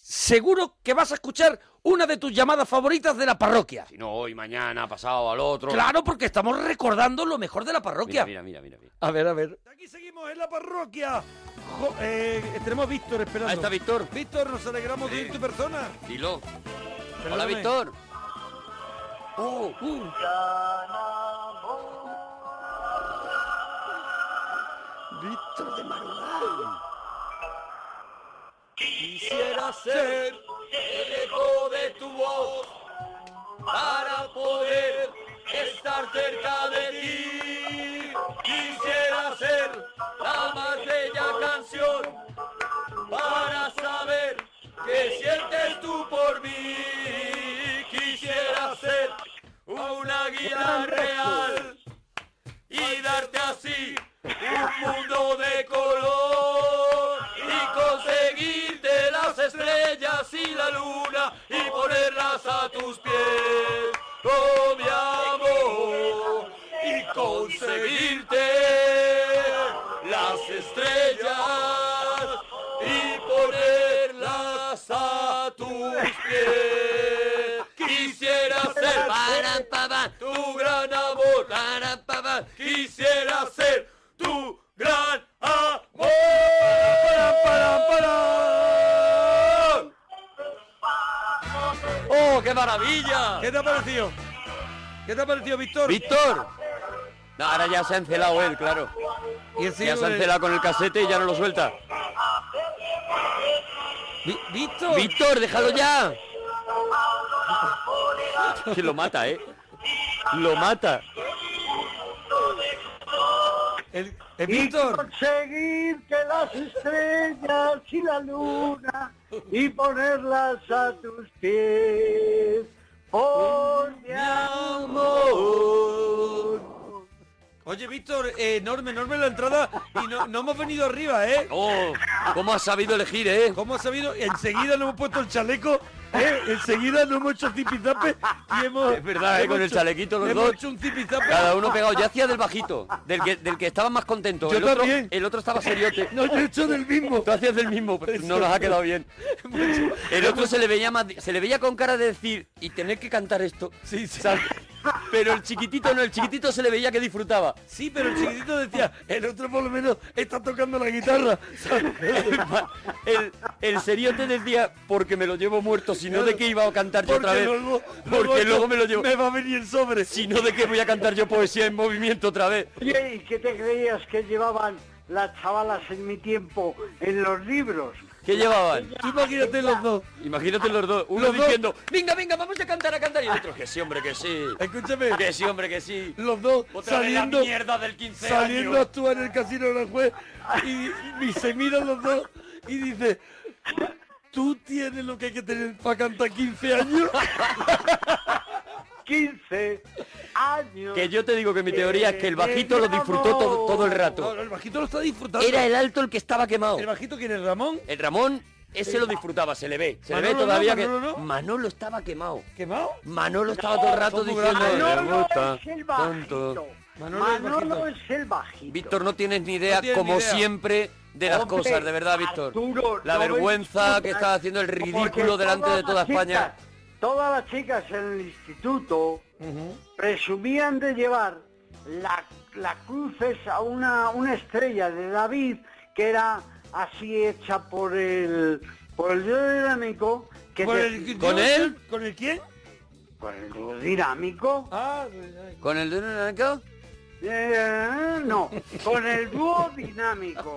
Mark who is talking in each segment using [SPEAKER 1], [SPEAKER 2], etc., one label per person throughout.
[SPEAKER 1] seguro que vas a escuchar una de tus llamadas favoritas de la parroquia.
[SPEAKER 2] Si no, hoy, mañana, pasado, al otro.
[SPEAKER 1] Claro, porque estamos recordando lo mejor de la parroquia.
[SPEAKER 2] Mira, mira, mira. mira.
[SPEAKER 1] A ver, a ver. Aquí seguimos en la parroquia. Jo- eh, tenemos a Víctor esperando.
[SPEAKER 2] Ahí está Víctor.
[SPEAKER 1] Víctor, nos alegramos de
[SPEAKER 2] Sí.
[SPEAKER 1] ir tu persona.
[SPEAKER 2] Dilo. Hola,
[SPEAKER 1] Perdóname.
[SPEAKER 2] Víctor. Oh, uh.
[SPEAKER 1] Víctor de Marugán. Quisiera ser el eco de tu voz para poder estar cerca de ti. Quisiera ser la más bella canción para saber qué sientes tú por mí. Quisiera ser una guía real y darte así un mundo de color y conseguirte las estrellas y la luna y ponerlas a tus pies, oh mi amor, y conseguirte las estrellas y ponerlas a tus pies. Quisiera ser
[SPEAKER 2] Para, pa, pa.
[SPEAKER 1] tu gran amor.
[SPEAKER 2] Para, pa, pa.
[SPEAKER 1] Quisiera ser tu gran amor. Param, param, param.
[SPEAKER 2] ¡Oh, qué maravilla!
[SPEAKER 1] ¿Qué te ha parecido? ¿Qué te ha parecido, Víctor?
[SPEAKER 2] ¡Víctor! No, ahora ya se ha encelado él, claro.
[SPEAKER 1] Y el
[SPEAKER 2] ya se ha
[SPEAKER 1] siglo de-
[SPEAKER 2] encelado con el casete y ya no lo suelta.
[SPEAKER 1] Vi- Víctor.
[SPEAKER 2] ¡Víctor, déjalo ya! Que lo mata, ¿eh? Lo mata.
[SPEAKER 1] El, el
[SPEAKER 3] Y
[SPEAKER 1] Eh, Víctor.
[SPEAKER 3] conseguir que las estrellas y la luna y ponerlas a tus pies. Por mi amor.
[SPEAKER 1] Oye, Víctor, eh, enorme, enorme la entrada y no, no hemos venido arriba, ¿eh?
[SPEAKER 2] ¡Oh! ¿Cómo has sabido elegir, eh?
[SPEAKER 1] ¿Cómo has sabido? Enseguida nos hemos puesto el chaleco, ¿eh? enseguida nos hemos hecho zipizape y hemos...
[SPEAKER 2] Es verdad, ¿eh?
[SPEAKER 1] hemos
[SPEAKER 2] Con el
[SPEAKER 1] hecho-
[SPEAKER 2] chalequito los
[SPEAKER 1] hemos
[SPEAKER 2] dos.
[SPEAKER 1] hecho un zipizape.
[SPEAKER 2] Cada uno pegado. Yo hacía del bajito, del que, del que estaba más contento.
[SPEAKER 1] Yo
[SPEAKER 2] el, otro,
[SPEAKER 1] también.
[SPEAKER 2] el otro estaba seriote.
[SPEAKER 1] No, yo he hecho del mismo.
[SPEAKER 2] Tú hacías del mismo, pero no nos ha quedado bien. El otro se le veía más, se le veía con cara de decir y tener que cantar esto.
[SPEAKER 1] Sí, sí.
[SPEAKER 2] ¿sabes? Pero el chiquitito no, el chiquitito se le veía que disfrutaba.
[SPEAKER 1] Sí, pero el chiquitito decía, el otro por lo menos está tocando la guitarra.
[SPEAKER 2] El, el seriote decía, porque me lo llevo muerto, si no de qué iba a cantar yo otra vez.
[SPEAKER 1] luego,
[SPEAKER 2] Porque luego me lo llevo.
[SPEAKER 1] Me va a venir el sobre.
[SPEAKER 2] Si no de qué voy a cantar yo poesía en movimiento otra vez.
[SPEAKER 3] Oye, ¿y qué te creías que llevaban las chavalas en mi tiempo en los libros?
[SPEAKER 2] ¿Qué llevaban?
[SPEAKER 1] Tú imagínate los dos.
[SPEAKER 2] Imagínate los dos, uno
[SPEAKER 1] Los dos.
[SPEAKER 2] diciendo, venga, venga, vamos a cantar, a cantar, y el otro, que sí, hombre, que sí.
[SPEAKER 1] Escúchame,
[SPEAKER 2] Que sí, hombre, que sí.
[SPEAKER 1] los dos
[SPEAKER 2] Otra vez la
[SPEAKER 1] saliendo,
[SPEAKER 2] mierda del 15
[SPEAKER 1] saliendo a
[SPEAKER 2] años.
[SPEAKER 1] actuar en el casino de la juez y, y se miran los dos y dice, tú tienes lo que hay que tener para cantar 15 años.
[SPEAKER 3] 15 años.
[SPEAKER 2] Que yo te digo que mi teoría es que el bajito lo disfrutó todo, todo el
[SPEAKER 1] No,
[SPEAKER 2] rato.
[SPEAKER 1] no, el bajito lo está disfrutando.
[SPEAKER 2] Era el alto el que estaba quemado.
[SPEAKER 1] ¿El bajito quién es, Ramón?
[SPEAKER 2] El Ramón, ese lo disfrutaba, se le ve. Se le ve
[SPEAKER 1] Manolo no,
[SPEAKER 2] todavía
[SPEAKER 1] Manolo
[SPEAKER 2] que...
[SPEAKER 1] no.
[SPEAKER 2] Manolo estaba quemado.
[SPEAKER 1] ¿Quemado?
[SPEAKER 2] Manolo estaba todo el rato
[SPEAKER 1] son muy
[SPEAKER 2] diciendo... "Me
[SPEAKER 1] grandes.
[SPEAKER 3] Manolo
[SPEAKER 2] gusta
[SPEAKER 3] es el
[SPEAKER 2] tanto".
[SPEAKER 3] bajito.
[SPEAKER 1] Manolo
[SPEAKER 3] Manolo,
[SPEAKER 1] es el bajito.
[SPEAKER 3] es el bajito.
[SPEAKER 2] Víctor, no tienes ni idea,
[SPEAKER 1] No tienes ni
[SPEAKER 2] como
[SPEAKER 1] idea.
[SPEAKER 2] siempre, de las
[SPEAKER 3] Hombre,
[SPEAKER 2] cosas, de verdad, Víctor.
[SPEAKER 3] Arturo,
[SPEAKER 2] La
[SPEAKER 3] no me
[SPEAKER 2] vergüenza que
[SPEAKER 3] discutas,
[SPEAKER 2] estás haciendo el
[SPEAKER 3] porque
[SPEAKER 2] ridículo delante de
[SPEAKER 3] todas
[SPEAKER 2] toda
[SPEAKER 3] las
[SPEAKER 2] España.
[SPEAKER 3] chicas- todas las chicas en el instituto presumían de llevar la, la cruz esa, una, una estrella de David que era así hecha por el por el dios dinámico que
[SPEAKER 1] ¿Con,
[SPEAKER 3] te-
[SPEAKER 1] el,
[SPEAKER 2] ¿Con él?
[SPEAKER 1] ¿Con el quién?
[SPEAKER 3] por el dios dinámico
[SPEAKER 1] Ah,
[SPEAKER 2] ¿Con el dedo naranja?
[SPEAKER 3] Eh, no, con el dúo dinámico.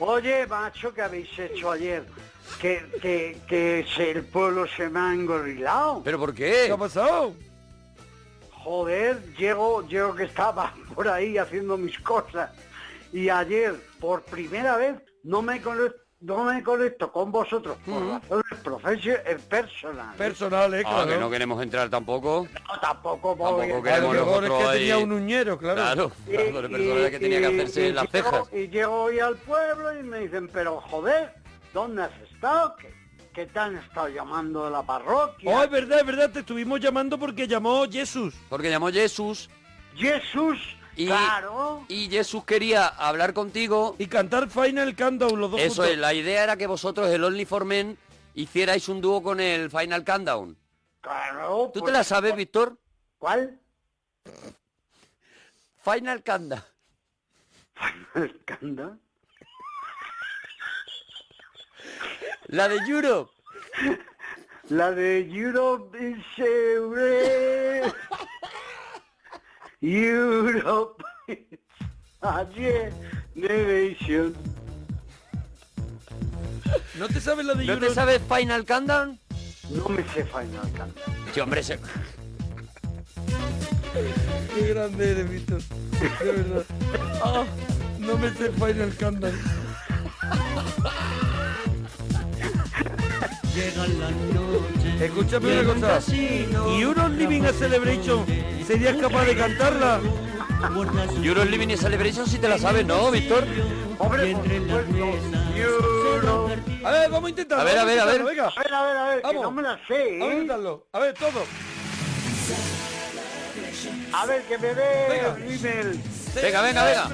[SPEAKER 3] Oye, macho, ¿qué habéis hecho ayer? Que, que, que se- el pueblo se me ha engorrilado.
[SPEAKER 2] ¿Pero por
[SPEAKER 1] ¿qué
[SPEAKER 2] qué?
[SPEAKER 1] ha pasado?
[SPEAKER 3] Joder, llego, llego que estaba por ahí haciendo mis cosas. Y ayer, por primera vez, no me conecto, no me conecto con vosotros por razones profesio- eh, personales.
[SPEAKER 1] Mm. Personal, eh,
[SPEAKER 2] Ah,
[SPEAKER 1] claro.
[SPEAKER 2] que no queremos entrar tampoco.
[SPEAKER 3] No, tampoco voy
[SPEAKER 2] Tampoco
[SPEAKER 3] a-
[SPEAKER 1] A lo
[SPEAKER 2] queremos
[SPEAKER 1] mejor es que
[SPEAKER 2] nosotros
[SPEAKER 1] tenía
[SPEAKER 2] ahí.
[SPEAKER 1] un uñero, claro.
[SPEAKER 2] Claro,
[SPEAKER 3] Y-
[SPEAKER 2] claro, el
[SPEAKER 3] Eh, y-
[SPEAKER 2] personaje que tenía que
[SPEAKER 3] y-
[SPEAKER 2] hacerse
[SPEAKER 3] y
[SPEAKER 2] las
[SPEAKER 3] llego-
[SPEAKER 2] cejas.
[SPEAKER 3] Y llego hoy al pueblo y me dicen, pero joder, ¿dónde has estado? ¿Qué, qué te han estado llamando de la parroquia?
[SPEAKER 1] Oh, es verdad, es verdad, te estuvimos llamando porque llamó Jesús.
[SPEAKER 2] Porque llamó Jesús
[SPEAKER 3] Jesús,
[SPEAKER 2] y,
[SPEAKER 3] claro.
[SPEAKER 2] y Jesús quería hablar contigo.
[SPEAKER 1] Y cantar Final Countdown los dos
[SPEAKER 2] Eso
[SPEAKER 1] juntos.
[SPEAKER 2] es, la idea era que vosotros, el Only for Men, hicierais un dúo con el Final Countdown.
[SPEAKER 3] Claro.
[SPEAKER 2] ¿Tú te
[SPEAKER 3] pues,
[SPEAKER 2] la sabes, Víctor?
[SPEAKER 3] ¿Cuál?
[SPEAKER 2] Final Countdown.
[SPEAKER 3] Escanda.
[SPEAKER 2] La de Europe.
[SPEAKER 3] La de Europe is everywhere. Europe is a generation.
[SPEAKER 1] ¿No te sabes la de
[SPEAKER 2] ¿No te
[SPEAKER 1] Euro-
[SPEAKER 2] sabes Final Countdown?
[SPEAKER 3] No me sé Final Countdown.
[SPEAKER 2] Sí, hombre, se-
[SPEAKER 1] Qué grande eres, Víctor. De verdad. Ah, no me sé Final Countdown. Escúchame una cosa. ¿Y unos Living a Celebration serías capaz de cantarla?
[SPEAKER 2] Europe Living is a Celebration sí te la sabes, ¿no, Víctor?
[SPEAKER 3] Hombre, por supuesto. Europe.
[SPEAKER 1] A ver, vamos a intentar.
[SPEAKER 2] A ver, a ver, a ver.
[SPEAKER 1] Venga,
[SPEAKER 3] A ver, a ver, a ver, que
[SPEAKER 1] Vamos.
[SPEAKER 3] no me la sé,
[SPEAKER 1] vamos a
[SPEAKER 3] ¿eh?
[SPEAKER 1] intentarlo. A ver, todo.
[SPEAKER 3] A ver, que me dé
[SPEAKER 1] Venga.
[SPEAKER 3] el nivel.
[SPEAKER 2] Venga, venga, venga.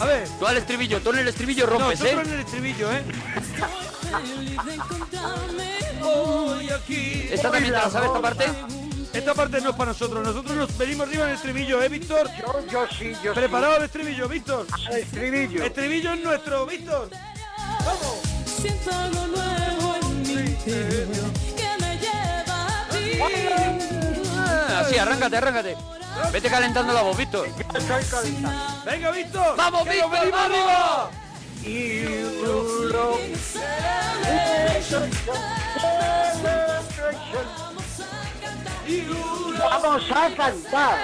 [SPEAKER 1] A ver,
[SPEAKER 2] Tú al estribillo, tú en el estribillo
[SPEAKER 1] no,
[SPEAKER 2] rompes,
[SPEAKER 1] nosotros
[SPEAKER 2] ¿eh?
[SPEAKER 1] en el estribillo, ¿eh?
[SPEAKER 2] ¿Esta también te la sabes, esta parte?
[SPEAKER 1] Esta parte no es para nosotros, nosotros nos venimos arriba en el estribillo, ¿eh, Víctor?
[SPEAKER 3] Yo, yo sí, yo
[SPEAKER 1] Preparado el estribillo, Víctor.
[SPEAKER 3] sí. Al estribillo.
[SPEAKER 1] Estribillo es nuestro, Víctor. Vamos.
[SPEAKER 4] Siento algo nuevo en mi interior que me lleva a ti.
[SPEAKER 2] Ah, Así, arráncate, arráncate. Vete calentando la voz, Víctor.
[SPEAKER 3] Estoy calentando.
[SPEAKER 1] Venga, Víctor.
[SPEAKER 2] ¡Vamos,
[SPEAKER 1] que nos
[SPEAKER 2] Víctor,
[SPEAKER 1] venimos
[SPEAKER 2] vamos!
[SPEAKER 1] arriba!
[SPEAKER 3] Europe.
[SPEAKER 4] Vamos a cantar.
[SPEAKER 3] Vamos a cantar.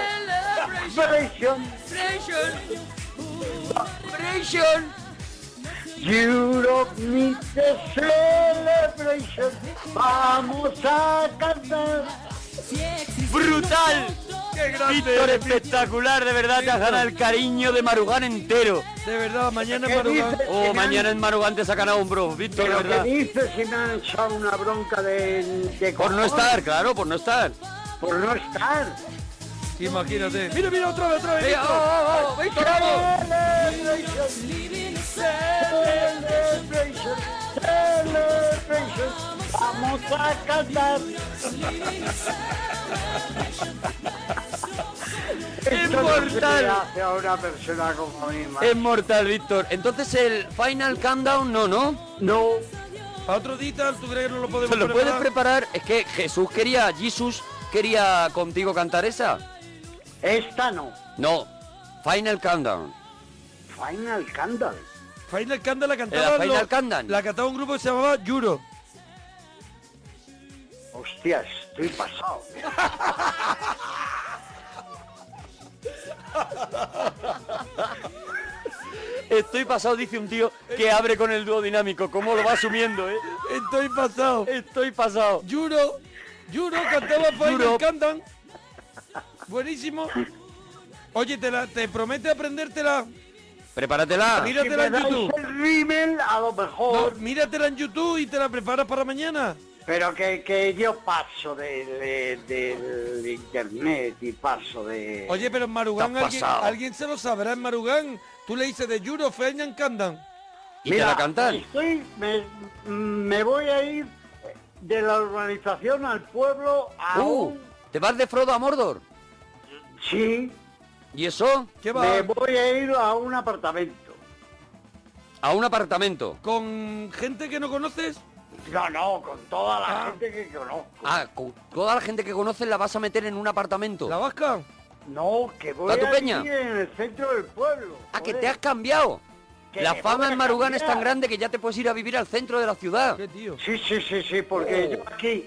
[SPEAKER 3] Celebration.
[SPEAKER 2] Celebration.
[SPEAKER 3] Europe needs a celebration. Vamos a cantar.
[SPEAKER 4] Si existe
[SPEAKER 2] ¡Brutal!
[SPEAKER 4] otro
[SPEAKER 1] ¡Qué
[SPEAKER 2] Víctor,
[SPEAKER 1] grande! eres,
[SPEAKER 2] espectacular, de verdad, te has ganado el cariño de Marugán entero.
[SPEAKER 1] Víctor. De verdad, mañana
[SPEAKER 3] ¿Qué
[SPEAKER 1] es madrugada.
[SPEAKER 3] dices?
[SPEAKER 2] Oh, mañana en Marugán te sacan a hombros, Víctor, de
[SPEAKER 3] Pero ¿qué
[SPEAKER 2] verdad.
[SPEAKER 3] dices si me han echado una bronca de, de
[SPEAKER 2] Por no
[SPEAKER 3] cojones?
[SPEAKER 2] estar, claro, por no estar.
[SPEAKER 3] Por no estar.
[SPEAKER 1] Imagínate. Mira, mira, otra vez, otra vez. Víctor.
[SPEAKER 2] Víctor, vamos.
[SPEAKER 3] Celebration,
[SPEAKER 4] living is
[SPEAKER 3] celebration, celebration. Vamos a cantar. Esto no se
[SPEAKER 2] Inmortal.
[SPEAKER 3] le hace a una persona como mí, man.
[SPEAKER 2] Es mortal, Víctor. Entonces el Final Countdown, no, ¿no?
[SPEAKER 3] No,
[SPEAKER 1] Para otro día, ¿tú crees que no lo podemos
[SPEAKER 2] ¿Se lo puedes
[SPEAKER 1] preparar?
[SPEAKER 2] preparar? Es que Jesús quería, Jesús quería contigo cantar esa.
[SPEAKER 3] esta no.
[SPEAKER 2] No, Final Countdown.
[SPEAKER 3] Final Candle.
[SPEAKER 1] Final Countdown la cantaba...
[SPEAKER 2] Era Eh, Final Countdown.
[SPEAKER 1] La cantaba un grupo que se llamaba Europe.
[SPEAKER 3] Hostias, estoy pasado.
[SPEAKER 2] Estoy pasado, dice un tío que abre con el dúo dinámico. ¿Cómo lo va asumiendo, eh?
[SPEAKER 1] Eh. Estoy pasado.
[SPEAKER 2] Estoy pasado.
[SPEAKER 1] Juro, Juro cantaba Final
[SPEAKER 2] Juro.
[SPEAKER 1] Countdown. Buenísimo. Oye, te, la, te promete aprendértela.
[SPEAKER 2] Prepáratela.
[SPEAKER 3] Si
[SPEAKER 1] Míratela
[SPEAKER 3] me
[SPEAKER 1] en
[SPEAKER 3] dais
[SPEAKER 1] YouTube.
[SPEAKER 3] el rímel, a lo
[SPEAKER 1] No,
[SPEAKER 3] mejor.
[SPEAKER 1] míratela en YouTube y te la preparas para mañana.
[SPEAKER 3] Pero que, que yo paso de- de- del internet y paso de...
[SPEAKER 1] Oye, pero en Marugán
[SPEAKER 2] Te has
[SPEAKER 1] alguien,
[SPEAKER 2] pasado.
[SPEAKER 1] alguien se lo sabrá en Marugán. Tú le dices de Juro, Final Countdown.
[SPEAKER 2] Y te la cantan.
[SPEAKER 3] Estoy, me, me voy a ir de la urbanización al pueblo a
[SPEAKER 2] Uh,
[SPEAKER 3] un...
[SPEAKER 2] te vas de Frodo a Mordor.
[SPEAKER 3] Sí,
[SPEAKER 2] ¿Y eso?
[SPEAKER 1] ¿Qué va?
[SPEAKER 3] me voy a ir a un apartamento.
[SPEAKER 2] A un apartamento.
[SPEAKER 1] ¿Con gente que no conoces?
[SPEAKER 3] No, no, con toda la gente que conozco.
[SPEAKER 2] Ah, con toda la gente que conoces la vas a meter en un apartamento.
[SPEAKER 1] ¿La vasca?
[SPEAKER 3] No, que voy
[SPEAKER 2] ¿Va tu
[SPEAKER 3] a
[SPEAKER 2] peña?
[SPEAKER 3] ir en el centro del pueblo.
[SPEAKER 2] Ah, que
[SPEAKER 3] joder.
[SPEAKER 2] te has cambiado.
[SPEAKER 3] Que
[SPEAKER 2] la
[SPEAKER 3] me
[SPEAKER 2] fama
[SPEAKER 3] voy a
[SPEAKER 2] en Marugán es tan
[SPEAKER 3] cambiar.
[SPEAKER 2] grande que ya te puedes ir a vivir al centro de la ciudad.
[SPEAKER 1] ¿Qué tío? Oh.
[SPEAKER 3] Sí, sí, sí, sí, porque yo aquí,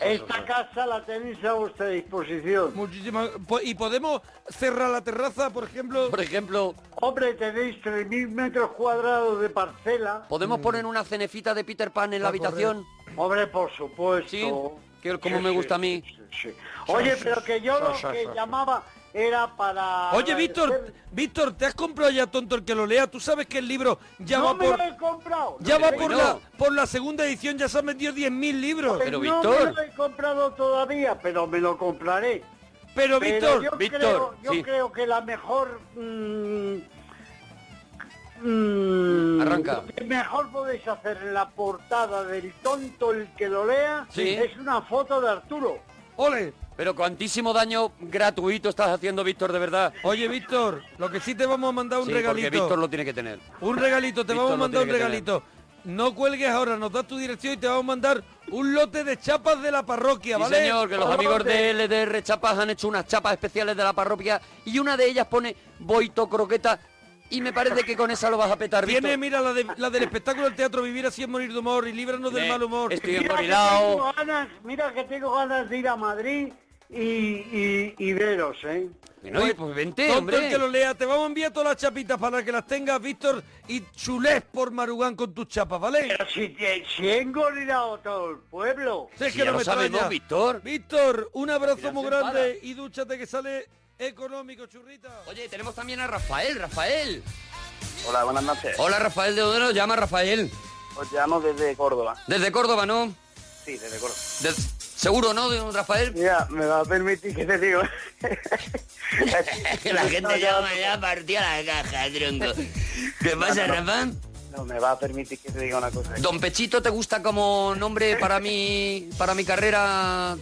[SPEAKER 3] esta casa la tenéis a vuestra disposición.
[SPEAKER 1] Muchísimas... po- ¿Y podemos cerrar la terraza, por ejemplo?
[SPEAKER 2] Por ejemplo,
[SPEAKER 3] Hombre, tenéis 3.000 metros cuadrados de parcela.
[SPEAKER 2] ¿podemos poner una cenefita de Peter Pan en la
[SPEAKER 1] Va a correr.
[SPEAKER 2] habitación?
[SPEAKER 3] Hombre, por supuesto.
[SPEAKER 2] Sí, que como me gusta a mí.
[SPEAKER 3] sí, sí. Oye, pero que yo lo que llamaba era para...
[SPEAKER 1] Oye, Víctor,
[SPEAKER 3] agradecer-
[SPEAKER 1] Víctor, ¿te has comprado ya tonto el que lo lea? Tú sabes que el libro ya
[SPEAKER 3] No
[SPEAKER 1] va
[SPEAKER 3] me
[SPEAKER 1] por...
[SPEAKER 3] lo he comprado.
[SPEAKER 1] Ya
[SPEAKER 3] no
[SPEAKER 1] va
[SPEAKER 3] me-
[SPEAKER 1] por
[SPEAKER 2] no.
[SPEAKER 1] la, por la segunda edición, ya se han vendido 10.000 libros.
[SPEAKER 2] Pero,
[SPEAKER 3] no
[SPEAKER 2] Víctor.
[SPEAKER 3] me lo he comprado todavía, pero me lo compraré. Pero
[SPEAKER 2] Pero, Víctor,
[SPEAKER 3] yo
[SPEAKER 2] Víctor,
[SPEAKER 3] creo, yo
[SPEAKER 2] sí.
[SPEAKER 3] creo que la mejor... mm, mm,
[SPEAKER 2] Arranca.
[SPEAKER 3] Lo que mejor podéis hacer en la portada del tonto el que lo lea
[SPEAKER 2] Sí.
[SPEAKER 3] es una foto de Arturo.
[SPEAKER 1] ¡Ole!
[SPEAKER 2] pero cuantísimo daño gratuito estás haciendo, Víctor, de verdad.
[SPEAKER 1] Oye, Víctor, lo que sí te vamos a mandar un
[SPEAKER 2] Sí, porque
[SPEAKER 1] regalito.
[SPEAKER 2] Víctor lo tiene que tener.
[SPEAKER 1] Un regalito, te
[SPEAKER 2] Víctor
[SPEAKER 1] vamos a
[SPEAKER 2] lo
[SPEAKER 1] mandar un
[SPEAKER 2] tiene que tener.
[SPEAKER 1] regalito. No cuelgues ahora, nos das tu dirección y te vamos a mandar un lote de chapas de la parroquia,
[SPEAKER 2] Sí,
[SPEAKER 1] ¿vale?
[SPEAKER 2] señor, que los amigos de LDR Chapas han hecho unas chapas especiales de la parroquia y una de ellas pone Boito Croqueta y me parece que con esa lo vas a petar,
[SPEAKER 1] Tiene,
[SPEAKER 2] Víctor.
[SPEAKER 1] mira, la, de- la del espectáculo del teatro Vivir así es morir de humor y líbranos del
[SPEAKER 2] Me-
[SPEAKER 1] mal humor.
[SPEAKER 2] estoy
[SPEAKER 3] Mira que,
[SPEAKER 2] Engorilao.
[SPEAKER 3] tengo ganas, mira que tengo ganas de ir a Madrid y, y, y veros, ¿eh?
[SPEAKER 2] Bueno, oye, pues vente,
[SPEAKER 1] Tonto
[SPEAKER 2] hombre.
[SPEAKER 1] el que lo lea, te vamos a enviar todas las chapitas para que las tengas, Víctor, y chulés por Marugán con tus chapas, ¿vale?
[SPEAKER 3] Pero si, te- si he engorilado todo el pueblo.
[SPEAKER 1] Sé
[SPEAKER 2] Sí, ya lo sabemos,
[SPEAKER 1] extraña.
[SPEAKER 2] Víctor.
[SPEAKER 1] Víctor, un abrazo
[SPEAKER 2] Mira,
[SPEAKER 1] muy
[SPEAKER 2] se
[SPEAKER 1] grande
[SPEAKER 2] enfada.
[SPEAKER 1] y dúchate que sale económico, churrita.
[SPEAKER 2] Oye, tenemos también a Rafael, Rafael.
[SPEAKER 4] Hola, buenas noches.
[SPEAKER 2] Hola, Rafael, ¿de dónde nos llama Rafael?
[SPEAKER 4] Os llamo desde Córdoba.
[SPEAKER 2] Desde Córdoba, ¿no?
[SPEAKER 4] Sí, desde Córdoba.
[SPEAKER 2] De- Seguro, ¿no, de- Rafael?
[SPEAKER 4] Mira, me va a permitir que te digo.
[SPEAKER 2] ya partió la caja, tronco. ¿Qué pasa, Rafa?
[SPEAKER 4] No, me va a permitir que te diga una cosa.
[SPEAKER 2] Don Pechito, ¿te gusta como nombre para mi, para mi carrera?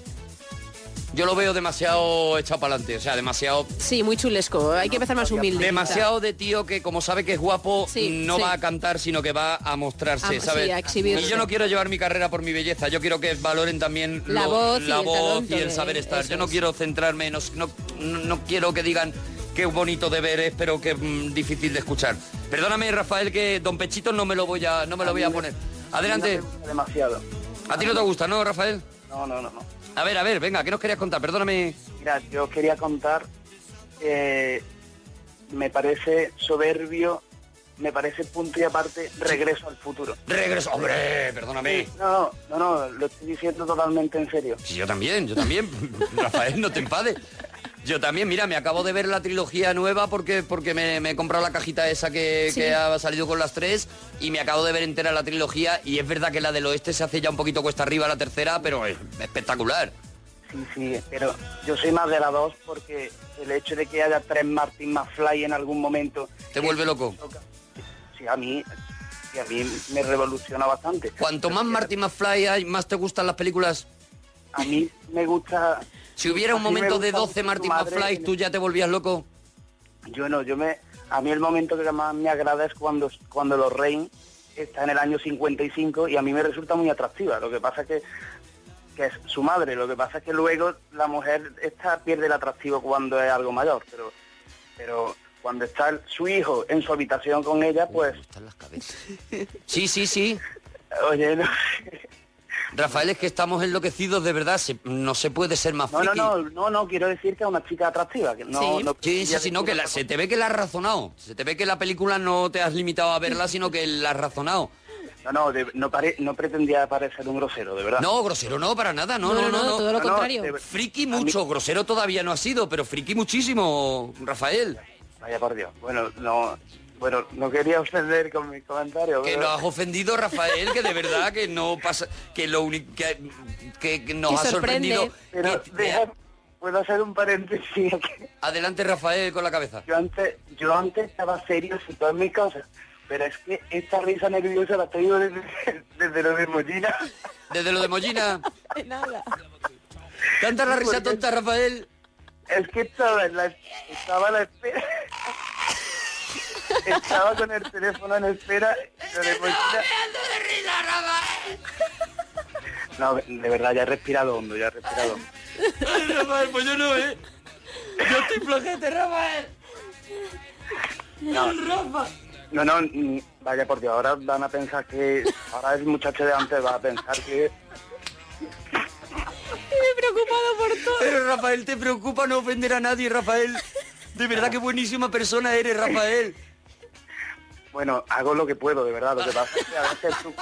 [SPEAKER 2] Yo lo veo demasiado echado para adelante, o sea, demasiado...
[SPEAKER 5] Sí, muy chulesco. Hay que empezar más humilde.
[SPEAKER 2] Demasiado de tío que como sabe que es guapo
[SPEAKER 5] Sí,
[SPEAKER 2] no
[SPEAKER 5] sí.
[SPEAKER 2] va a cantar sino que va a mostrarse,
[SPEAKER 5] A-
[SPEAKER 2] ¿sabes?
[SPEAKER 5] sí, a exhibirse.
[SPEAKER 2] Y yo no quiero llevar mi carrera por mi belleza, yo quiero que valoren también
[SPEAKER 5] La
[SPEAKER 2] lo-
[SPEAKER 5] voz y
[SPEAKER 2] la
[SPEAKER 5] el
[SPEAKER 2] voz
[SPEAKER 5] talento
[SPEAKER 2] y el
[SPEAKER 5] de-
[SPEAKER 2] saber estar.
[SPEAKER 5] eso
[SPEAKER 2] Yo no
[SPEAKER 5] es.
[SPEAKER 2] quiero centrarme, no, no, no quiero que digan qué bonito de ver es, pero qué mm, difícil de escuchar. Perdóname, Rafael, que Don Pechito no me lo voy a, no me lo voy a poner. Adelante.
[SPEAKER 4] No me gusta demasiado.
[SPEAKER 2] A ti no te gusta, ¿no, Rafael?
[SPEAKER 4] No, no, no, no.
[SPEAKER 2] A ver, a ver, venga, ¿qué nos querías contar? Perdóname.
[SPEAKER 4] Mira, yo quería contar. eh, me parece soberbio. Me parece punto y aparte regreso al futuro.
[SPEAKER 2] Regreso, hombre, perdóname.
[SPEAKER 4] No, no, no, no, lo estoy diciendo totalmente en serio.
[SPEAKER 2] Sí, yo también, yo también. Rafael, no te enfades. Yo también, mira, me acabo de ver la trilogía nueva porque, porque me, me he comprado la cajita esa que,
[SPEAKER 5] Sí.
[SPEAKER 2] que ha salido con las tres y me acabo de ver entera la trilogía y es verdad que la del oeste se hace ya un poquito cuesta arriba la tercera, pero es espectacular.
[SPEAKER 4] Sí, sí, pero yo soy más de la dos porque el hecho de que haya tres Martin McFly en algún momento...
[SPEAKER 2] Te vuelve loco.
[SPEAKER 4] Sí, a mí, sí, a mí me revoluciona bastante.
[SPEAKER 2] Cuanto más Marty McFly hay, más te gustan las películas.
[SPEAKER 4] A mí me gusta...
[SPEAKER 2] Si hubiera un
[SPEAKER 4] a mí me
[SPEAKER 2] momento de
[SPEAKER 4] gusta
[SPEAKER 2] 12
[SPEAKER 4] mucho
[SPEAKER 2] Marty
[SPEAKER 4] tu madre
[SPEAKER 2] McFly,
[SPEAKER 4] en-
[SPEAKER 2] tú ya te volvías loco.
[SPEAKER 4] Yo no, yo me... A mí el momento que más me agrada es cuando, cuando los Rain está en el año 55 y a mí me resulta muy atractiva. Lo que pasa es que, que es su madre. Lo que pasa es que luego la mujer esta pierde el atractivo cuando es algo mayor. Pero, pero cuando está el- su hijo en su habitación con ella, pues...
[SPEAKER 2] Me gustan las cabezas. Sí, sí, sí.
[SPEAKER 4] Oye, no,
[SPEAKER 2] Rafael, es que estamos enloquecidos de verdad. se- no se puede ser más
[SPEAKER 4] no, no,
[SPEAKER 2] friki.
[SPEAKER 4] no, no, no, quiero decir que es una chica atractiva. Que no,
[SPEAKER 5] Sí.
[SPEAKER 4] no,
[SPEAKER 2] Sí, sí, sí, no, que la- se te ve que la has razonado. Se te ve que la película no te has limitado a verla, sino que la has razonado.
[SPEAKER 4] No, no, de- no, pare- no pretendía parecer un grosero, de verdad.
[SPEAKER 2] No, grosero no, para nada, no, no, no. no, eh,
[SPEAKER 5] todo lo
[SPEAKER 4] no, no,
[SPEAKER 5] contrario.
[SPEAKER 4] de-
[SPEAKER 2] Friki mucho, grosero todavía no ha sido, pero friki muchísimo, Rafael.
[SPEAKER 4] Vaya por Dios. Bueno, no, bueno, no quería ofender con mis comentarios.
[SPEAKER 2] Que
[SPEAKER 4] pero-
[SPEAKER 2] nos has ofendido, Rafael, que de verdad que no pasa, que lo único que, que- que nos
[SPEAKER 5] Que
[SPEAKER 2] ha
[SPEAKER 5] sorprende.
[SPEAKER 2] sorprendido. Eh,
[SPEAKER 4] Pero
[SPEAKER 2] que-
[SPEAKER 4] deja- puedo hacer un paréntesis. aquí?
[SPEAKER 2] Adelante, Rafael, con la cabeza.
[SPEAKER 4] Yo antes, yo antes estaba serio en todas mis cosas, pero es que esta risa nerviosa la traigo desde, desde lo de Mollina.
[SPEAKER 2] Desde lo de Mollina,
[SPEAKER 5] De nada.
[SPEAKER 2] tanta la risa tonta, Rafael.
[SPEAKER 4] Es que estaba, en la, estaba a la espera. Estaba con el teléfono en espera. Lo de Mollina. No, de verdad, ya he respirado hondo, ya he respirado hondo.
[SPEAKER 2] Ay, Rafael, pues yo no, ¿eh? Yo estoy flojete, Rafael.
[SPEAKER 4] No, no, no, mm, vaya por Dios, ahora van a pensar que... Ahora el muchacho de antes va a pensar que...
[SPEAKER 5] He preocupado por todo.
[SPEAKER 2] Pero Rafael, te preocupa no ofender a nadie, Rafael. De verdad que buenísima persona eres, Rafael.
[SPEAKER 4] Bueno, hago lo que puedo, de verdad, lo que pasa es que a veces tú...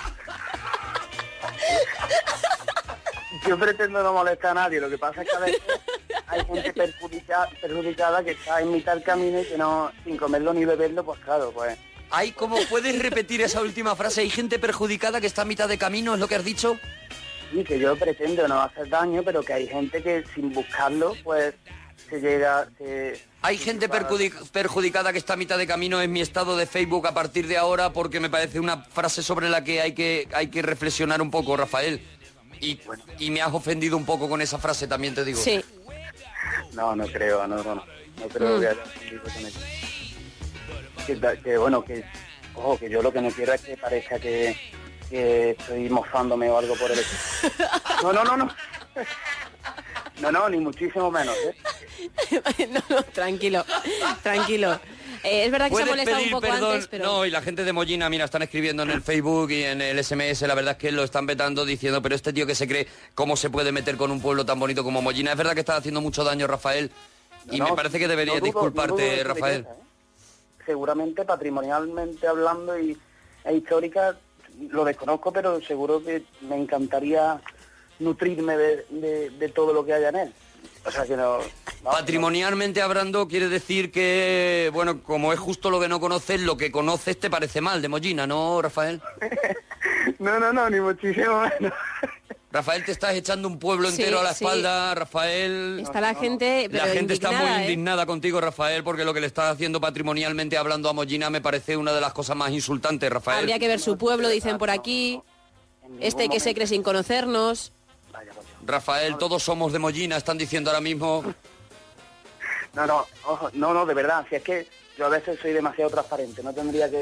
[SPEAKER 4] Yo pretendo no molestar a nadie, lo que pasa es que a veces hay gente perjudica- perjudicada que está en mitad del camino y que no, sin comerlo ni beberlo, pues claro, pues...
[SPEAKER 2] Ay, ¿cómo puedes repetir esa última frase? Hay gente perjudicada que está a mitad de camino, es lo que has dicho.
[SPEAKER 4] Sí, que yo pretendo no hacer daño, pero que hay gente que sin buscarlo, pues se llega... se-
[SPEAKER 2] Hay
[SPEAKER 4] se
[SPEAKER 2] gente
[SPEAKER 4] separa.
[SPEAKER 2] perjudi- perjudicada que está a mitad de camino en mi estado de Facebook a partir de ahora porque me parece una frase sobre la que hay que, hay que reflexionar un poco, Rafael. Y, y me has ofendido un poco con esa frase, también te digo.
[SPEAKER 5] Sí.
[SPEAKER 4] No, no creo, no, no, no, no creo
[SPEAKER 5] Mm.
[SPEAKER 4] que haya sentido con eso. Que, da- que, bueno, que, ojo, que yo lo que no quiero es que parezca que, que estoy mofándome o algo por el estilo. No, no, no, no. No, no, ni muchísimo menos, ¿eh?
[SPEAKER 5] no, no, tranquilo, tranquilo. Eh, es verdad que se ha
[SPEAKER 2] Puedes
[SPEAKER 5] molestado un
[SPEAKER 2] pedir
[SPEAKER 5] poco
[SPEAKER 2] perdón.
[SPEAKER 5] antes, pero...
[SPEAKER 2] No, y la gente de Mollina, mira, están escribiendo en el Facebook y en el SMS, la verdad es que lo están vetando diciendo, pero este tío que se cree, ¿cómo se puede meter con un pueblo tan bonito como Mollina? Es verdad que estás haciendo mucho daño, Rafael. Y
[SPEAKER 4] No,
[SPEAKER 2] me
[SPEAKER 4] no,
[SPEAKER 2] parece que
[SPEAKER 4] no
[SPEAKER 2] deberías
[SPEAKER 4] dudo- no dudo de
[SPEAKER 2] disculparte,
[SPEAKER 4] tu
[SPEAKER 2] Rafael.
[SPEAKER 4] riqueza, ¿eh? Seguramente patrimonialmente hablando y e histórica lo desconozco, pero seguro que me encantaría nutrirme de, de- de todo lo que haya en él. O sea que no. vamos,
[SPEAKER 2] Patrimonialmente hablando, quiere decir que, bueno, como es justo lo que no conoces, lo que conoces te parece mal de Mollina, ¿no, Rafael?
[SPEAKER 4] No, no, no, ni muchísimo menos.
[SPEAKER 2] Rafael, te estás echando un pueblo
[SPEAKER 5] Sí,
[SPEAKER 2] entero a la
[SPEAKER 5] sí.
[SPEAKER 2] espalda, Rafael.
[SPEAKER 5] Está la gente, pero
[SPEAKER 2] La gente está muy
[SPEAKER 5] indignada, ¿eh?
[SPEAKER 2] indignada contigo, Rafael, porque lo que le estás haciendo patrimonialmente hablando a Mollina me parece una de las cosas más insultantes, Rafael.
[SPEAKER 5] Habría que ver su pueblo, dicen por aquí.
[SPEAKER 4] En ningún
[SPEAKER 5] Este que se
[SPEAKER 4] momento.
[SPEAKER 5] cree sin conocernos.
[SPEAKER 4] Vaya, por Dios.
[SPEAKER 2] Rafael, todos somos de Mollina, están diciendo ahora mismo.
[SPEAKER 4] No, no, ojo, no, no, de verdad, si es que yo a veces soy demasiado transparente, no tendría que...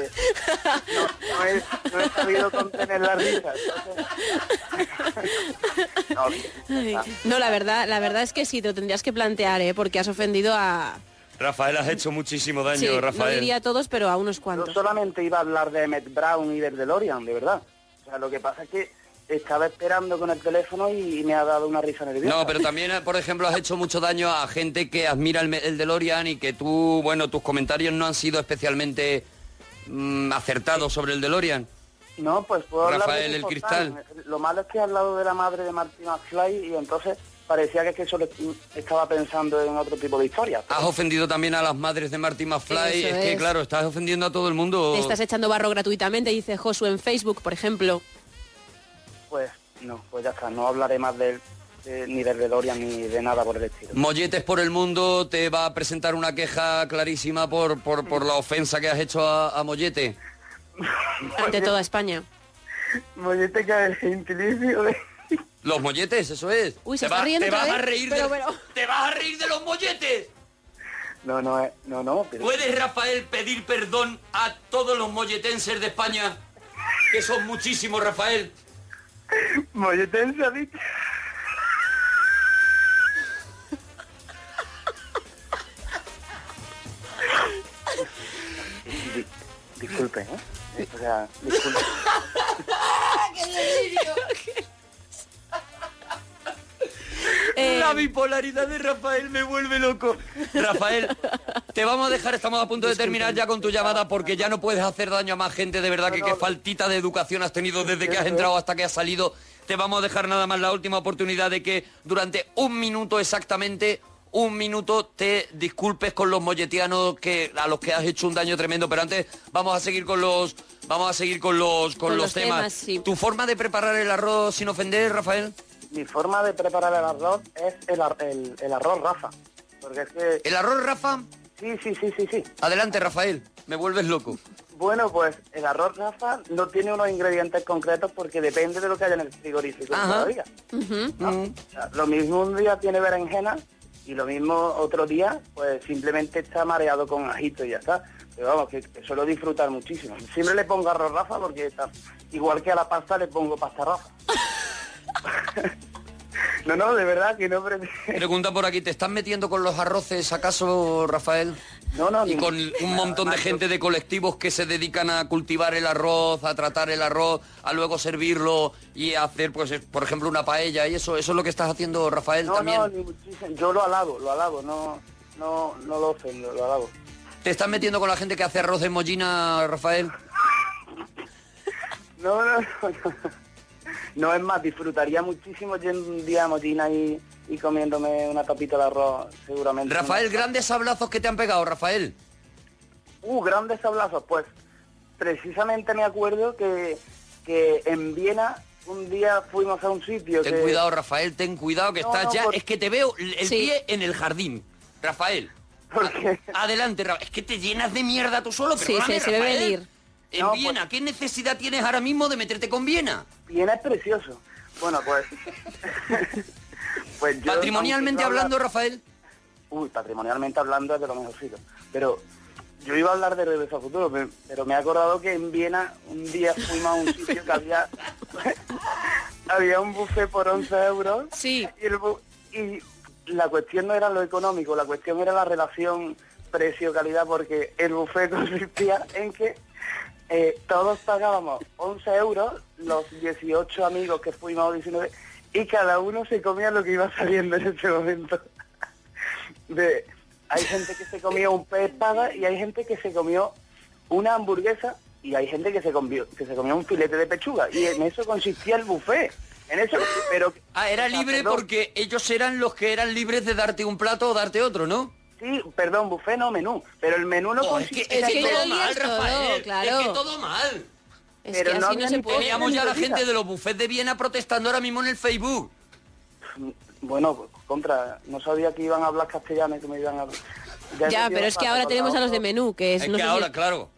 [SPEAKER 4] No, no he, no he sabido contener la risa. entonces- No,
[SPEAKER 5] Ay,
[SPEAKER 4] ah,
[SPEAKER 5] No, la verdad, la verdad es que sí, te lo tendrías que plantear, ¿eh? Porque has ofendido a...
[SPEAKER 2] Rafael, has hecho muchísimo
[SPEAKER 5] Sí,
[SPEAKER 2] daño,
[SPEAKER 5] no
[SPEAKER 2] Rafael.
[SPEAKER 5] diría a todos, pero a unos
[SPEAKER 4] yo
[SPEAKER 5] cuantos.
[SPEAKER 4] solamente iba a hablar de Emmett Brown y del DeLorean, de verdad. O sea, lo que pasa es que estaba esperando con el teléfono y, y me ha dado una risa nerviosa.
[SPEAKER 2] No, pero también, eh, por ejemplo, has hecho mucho daño a gente que admira el, me- el DeLorean y que tú, bueno, tus comentarios no han sido especialmente mm, acertados sobre el DeLorean.
[SPEAKER 4] No, pues puedo hablar
[SPEAKER 2] Rafael,
[SPEAKER 4] de
[SPEAKER 2] el
[SPEAKER 4] Kiko
[SPEAKER 2] cristal.
[SPEAKER 4] Tan. Lo malo es que he hablado de la madre de Martín McFly y entonces parecía que, es que solo estaba pensando en otro tipo de historias.
[SPEAKER 2] Has ofendido también a las madres de Marty McFly.
[SPEAKER 5] Eso
[SPEAKER 2] es que,
[SPEAKER 5] es.
[SPEAKER 2] claro, estás ofendiendo a todo el mundo.
[SPEAKER 5] Te estás echando barro gratuitamente, dice Josu en Facebook, por ejemplo.
[SPEAKER 4] Pues no, pues ya está, no hablaré más del, de- ni del DeLorean ni de nada por el estilo.
[SPEAKER 2] Molletes por el mundo te va a presentar una queja clarísima por, por, por la ofensa que has hecho a, a Mollete.
[SPEAKER 5] Ante toda España.
[SPEAKER 4] Mollete Pues este que el gentilicio ¿eh? de...
[SPEAKER 2] Los molletes, eso es.
[SPEAKER 5] Uy, se
[SPEAKER 2] te
[SPEAKER 5] está
[SPEAKER 2] va-
[SPEAKER 5] riendo ¿eh?
[SPEAKER 2] te
[SPEAKER 5] otra
[SPEAKER 2] vas a
[SPEAKER 5] vez,
[SPEAKER 2] reír
[SPEAKER 5] pero
[SPEAKER 2] de,
[SPEAKER 5] bueno.
[SPEAKER 2] Te vas a reír de los molletes.
[SPEAKER 4] No, no, eh, no, no, pero...
[SPEAKER 2] ¿Puedes, Rafael, pedir perdón a todos los molletenses de España? Que son muchísimos, Rafael.
[SPEAKER 4] Mollete en Sadit. Di- Disculpe, ¿eh? O sea, disculpe.
[SPEAKER 5] Eh,
[SPEAKER 2] La bipolaridad de Rafael me vuelve loco. Rafael, te vamos a dejar, estamos a punto de terminar ya con tu llamada porque ya no puedes hacer daño a más gente, de verdad que qué faltita de educación has tenido desde que has entrado hasta que has salido. Te vamos a dejar nada más la última oportunidad de que durante un minuto exactamente, un minuto te disculpes con los molletianos que, a los que has hecho un daño tremendo, pero antes vamos a seguir con los vamos a seguir con los con,
[SPEAKER 5] Con
[SPEAKER 2] los,
[SPEAKER 5] los
[SPEAKER 2] temas.
[SPEAKER 5] temas, sí.
[SPEAKER 2] Tu forma de preparar el arroz sin ofender, Rafael.
[SPEAKER 4] Mi forma de preparar el arroz es el, ar- el, el arroz Rafa. Porque es que...
[SPEAKER 2] El arroz, Rafa.
[SPEAKER 4] Sí, sí, sí, sí, sí.
[SPEAKER 2] Adelante, Rafael. Me vuelves loco.
[SPEAKER 4] Bueno, pues el arroz Rafa no tiene unos ingredientes concretos porque depende de lo que haya en el frigorífico
[SPEAKER 2] Ajá.
[SPEAKER 4] todavía.
[SPEAKER 5] ujú.
[SPEAKER 4] ¿no? O sea, lo mismo un día tiene berenjena y lo mismo otro día, pues simplemente está mareado con ajito y ya está. Pero vamos, que, que suelo disfrutar muchísimo. Siempre le pongo arroz Rafa porque está- igual que a la pasta le pongo pasta Rafa. no, no, de verdad que no... pre-
[SPEAKER 2] Pregunta por aquí, ¿te estás metiendo con los arroces acaso, Rafael?
[SPEAKER 4] No, no, ni-
[SPEAKER 2] Y
[SPEAKER 4] Ah,
[SPEAKER 2] con un montón de gente de colectivos que se dedican a cultivar el arroz, a tratar el arroz, a luego servirlo y a hacer, pues, eh, por ejemplo, una paella y eso, eso es lo que estás haciendo, Rafael,
[SPEAKER 4] No,
[SPEAKER 2] también.
[SPEAKER 4] no, ni muchísimo. Yo lo alabo, lo alabo, no, no, no lo ofendo, lo alabo.
[SPEAKER 2] ¿Te estás metiendo con la gente que hace arroz en Mollina, Rafael?
[SPEAKER 4] No, no, no, no. No, es más, disfrutaría muchísimo yendo un día a Motina y, y comiéndome una tapita de arroz, seguramente.
[SPEAKER 2] Rafael, grandes sablazos que te han pegado, Rafael.
[SPEAKER 4] Uh, grandes sablazos. Pues precisamente me acuerdo que, que en Viena un día fuimos a un sitio
[SPEAKER 2] Ten
[SPEAKER 4] que...
[SPEAKER 2] cuidado, Rafael, ten cuidado, que
[SPEAKER 4] No,
[SPEAKER 2] estás
[SPEAKER 4] no,
[SPEAKER 2] ya...
[SPEAKER 4] por-
[SPEAKER 2] Es que te veo el
[SPEAKER 5] Sí.
[SPEAKER 2] pie en el jardín. Rafael. a- Adelante, Rafael. Es que te llenas de mierda tú solo,
[SPEAKER 5] Sí,
[SPEAKER 2] perdóname,
[SPEAKER 5] sí, se ve
[SPEAKER 2] Rafael.
[SPEAKER 5] venir.
[SPEAKER 2] En
[SPEAKER 4] No, pues-
[SPEAKER 2] Viena, ¿qué necesidad tienes ahora mismo de meterte con Viena?
[SPEAKER 4] Viena es precioso. Bueno, pues... pues yo,
[SPEAKER 2] Patrimonialmente
[SPEAKER 4] aunque no
[SPEAKER 2] hablando,
[SPEAKER 4] habla-
[SPEAKER 2] Rafael.
[SPEAKER 4] Uy, patrimonialmente hablando es de lo mejorcito. Pero yo iba a hablar de Regreso a Futuro, pe- pero me he acordado que en Viena un día fuimos a un sitio que había... había un buffet por 11 euros
[SPEAKER 5] Sí.
[SPEAKER 4] y, el bu- y la cuestión no era lo económico, la cuestión era la relación precio-calidad, porque el buffet consistía en que eh, todos pagábamos 11 euros, los 18 amigos que fuimos, 19, y cada uno se comía lo que iba saliendo en ese momento. De, hay gente que se comió un pez espada y hay gente que se comió una hamburguesa y hay gente que se comió, que se comió un filete de pechuga. Y en eso consistía el buffet. En eso, pero...
[SPEAKER 2] Ah, era libre
[SPEAKER 4] Perdón.
[SPEAKER 2] porque ellos eran los que eran libres de darte un plato o darte otro, ¿no?
[SPEAKER 4] Sí, perdón, buffet no menú, pero el menú no
[SPEAKER 2] Oh, es que,
[SPEAKER 4] consiste
[SPEAKER 2] es
[SPEAKER 4] en
[SPEAKER 2] que
[SPEAKER 5] que
[SPEAKER 2] todo
[SPEAKER 5] no
[SPEAKER 2] mal,
[SPEAKER 5] digas todo,
[SPEAKER 2] Rafael.
[SPEAKER 5] claro.
[SPEAKER 2] Es que todo mal.
[SPEAKER 5] Es
[SPEAKER 4] Pero no
[SPEAKER 5] que así no
[SPEAKER 4] había
[SPEAKER 5] se
[SPEAKER 4] ni
[SPEAKER 5] puede.
[SPEAKER 4] pelea,
[SPEAKER 2] Teníamos ya a la
[SPEAKER 4] Diga.
[SPEAKER 2] gente de los bufés de Viena protestando ahora mismo en el Facebook.
[SPEAKER 4] Bueno, contra, no sabía que iban a hablar castellano y que me iban a...
[SPEAKER 5] Ya, pero es que ahora tenemos a los de menú, que es...
[SPEAKER 2] Es
[SPEAKER 5] no
[SPEAKER 2] que
[SPEAKER 5] sé si-
[SPEAKER 2] ahora, claro.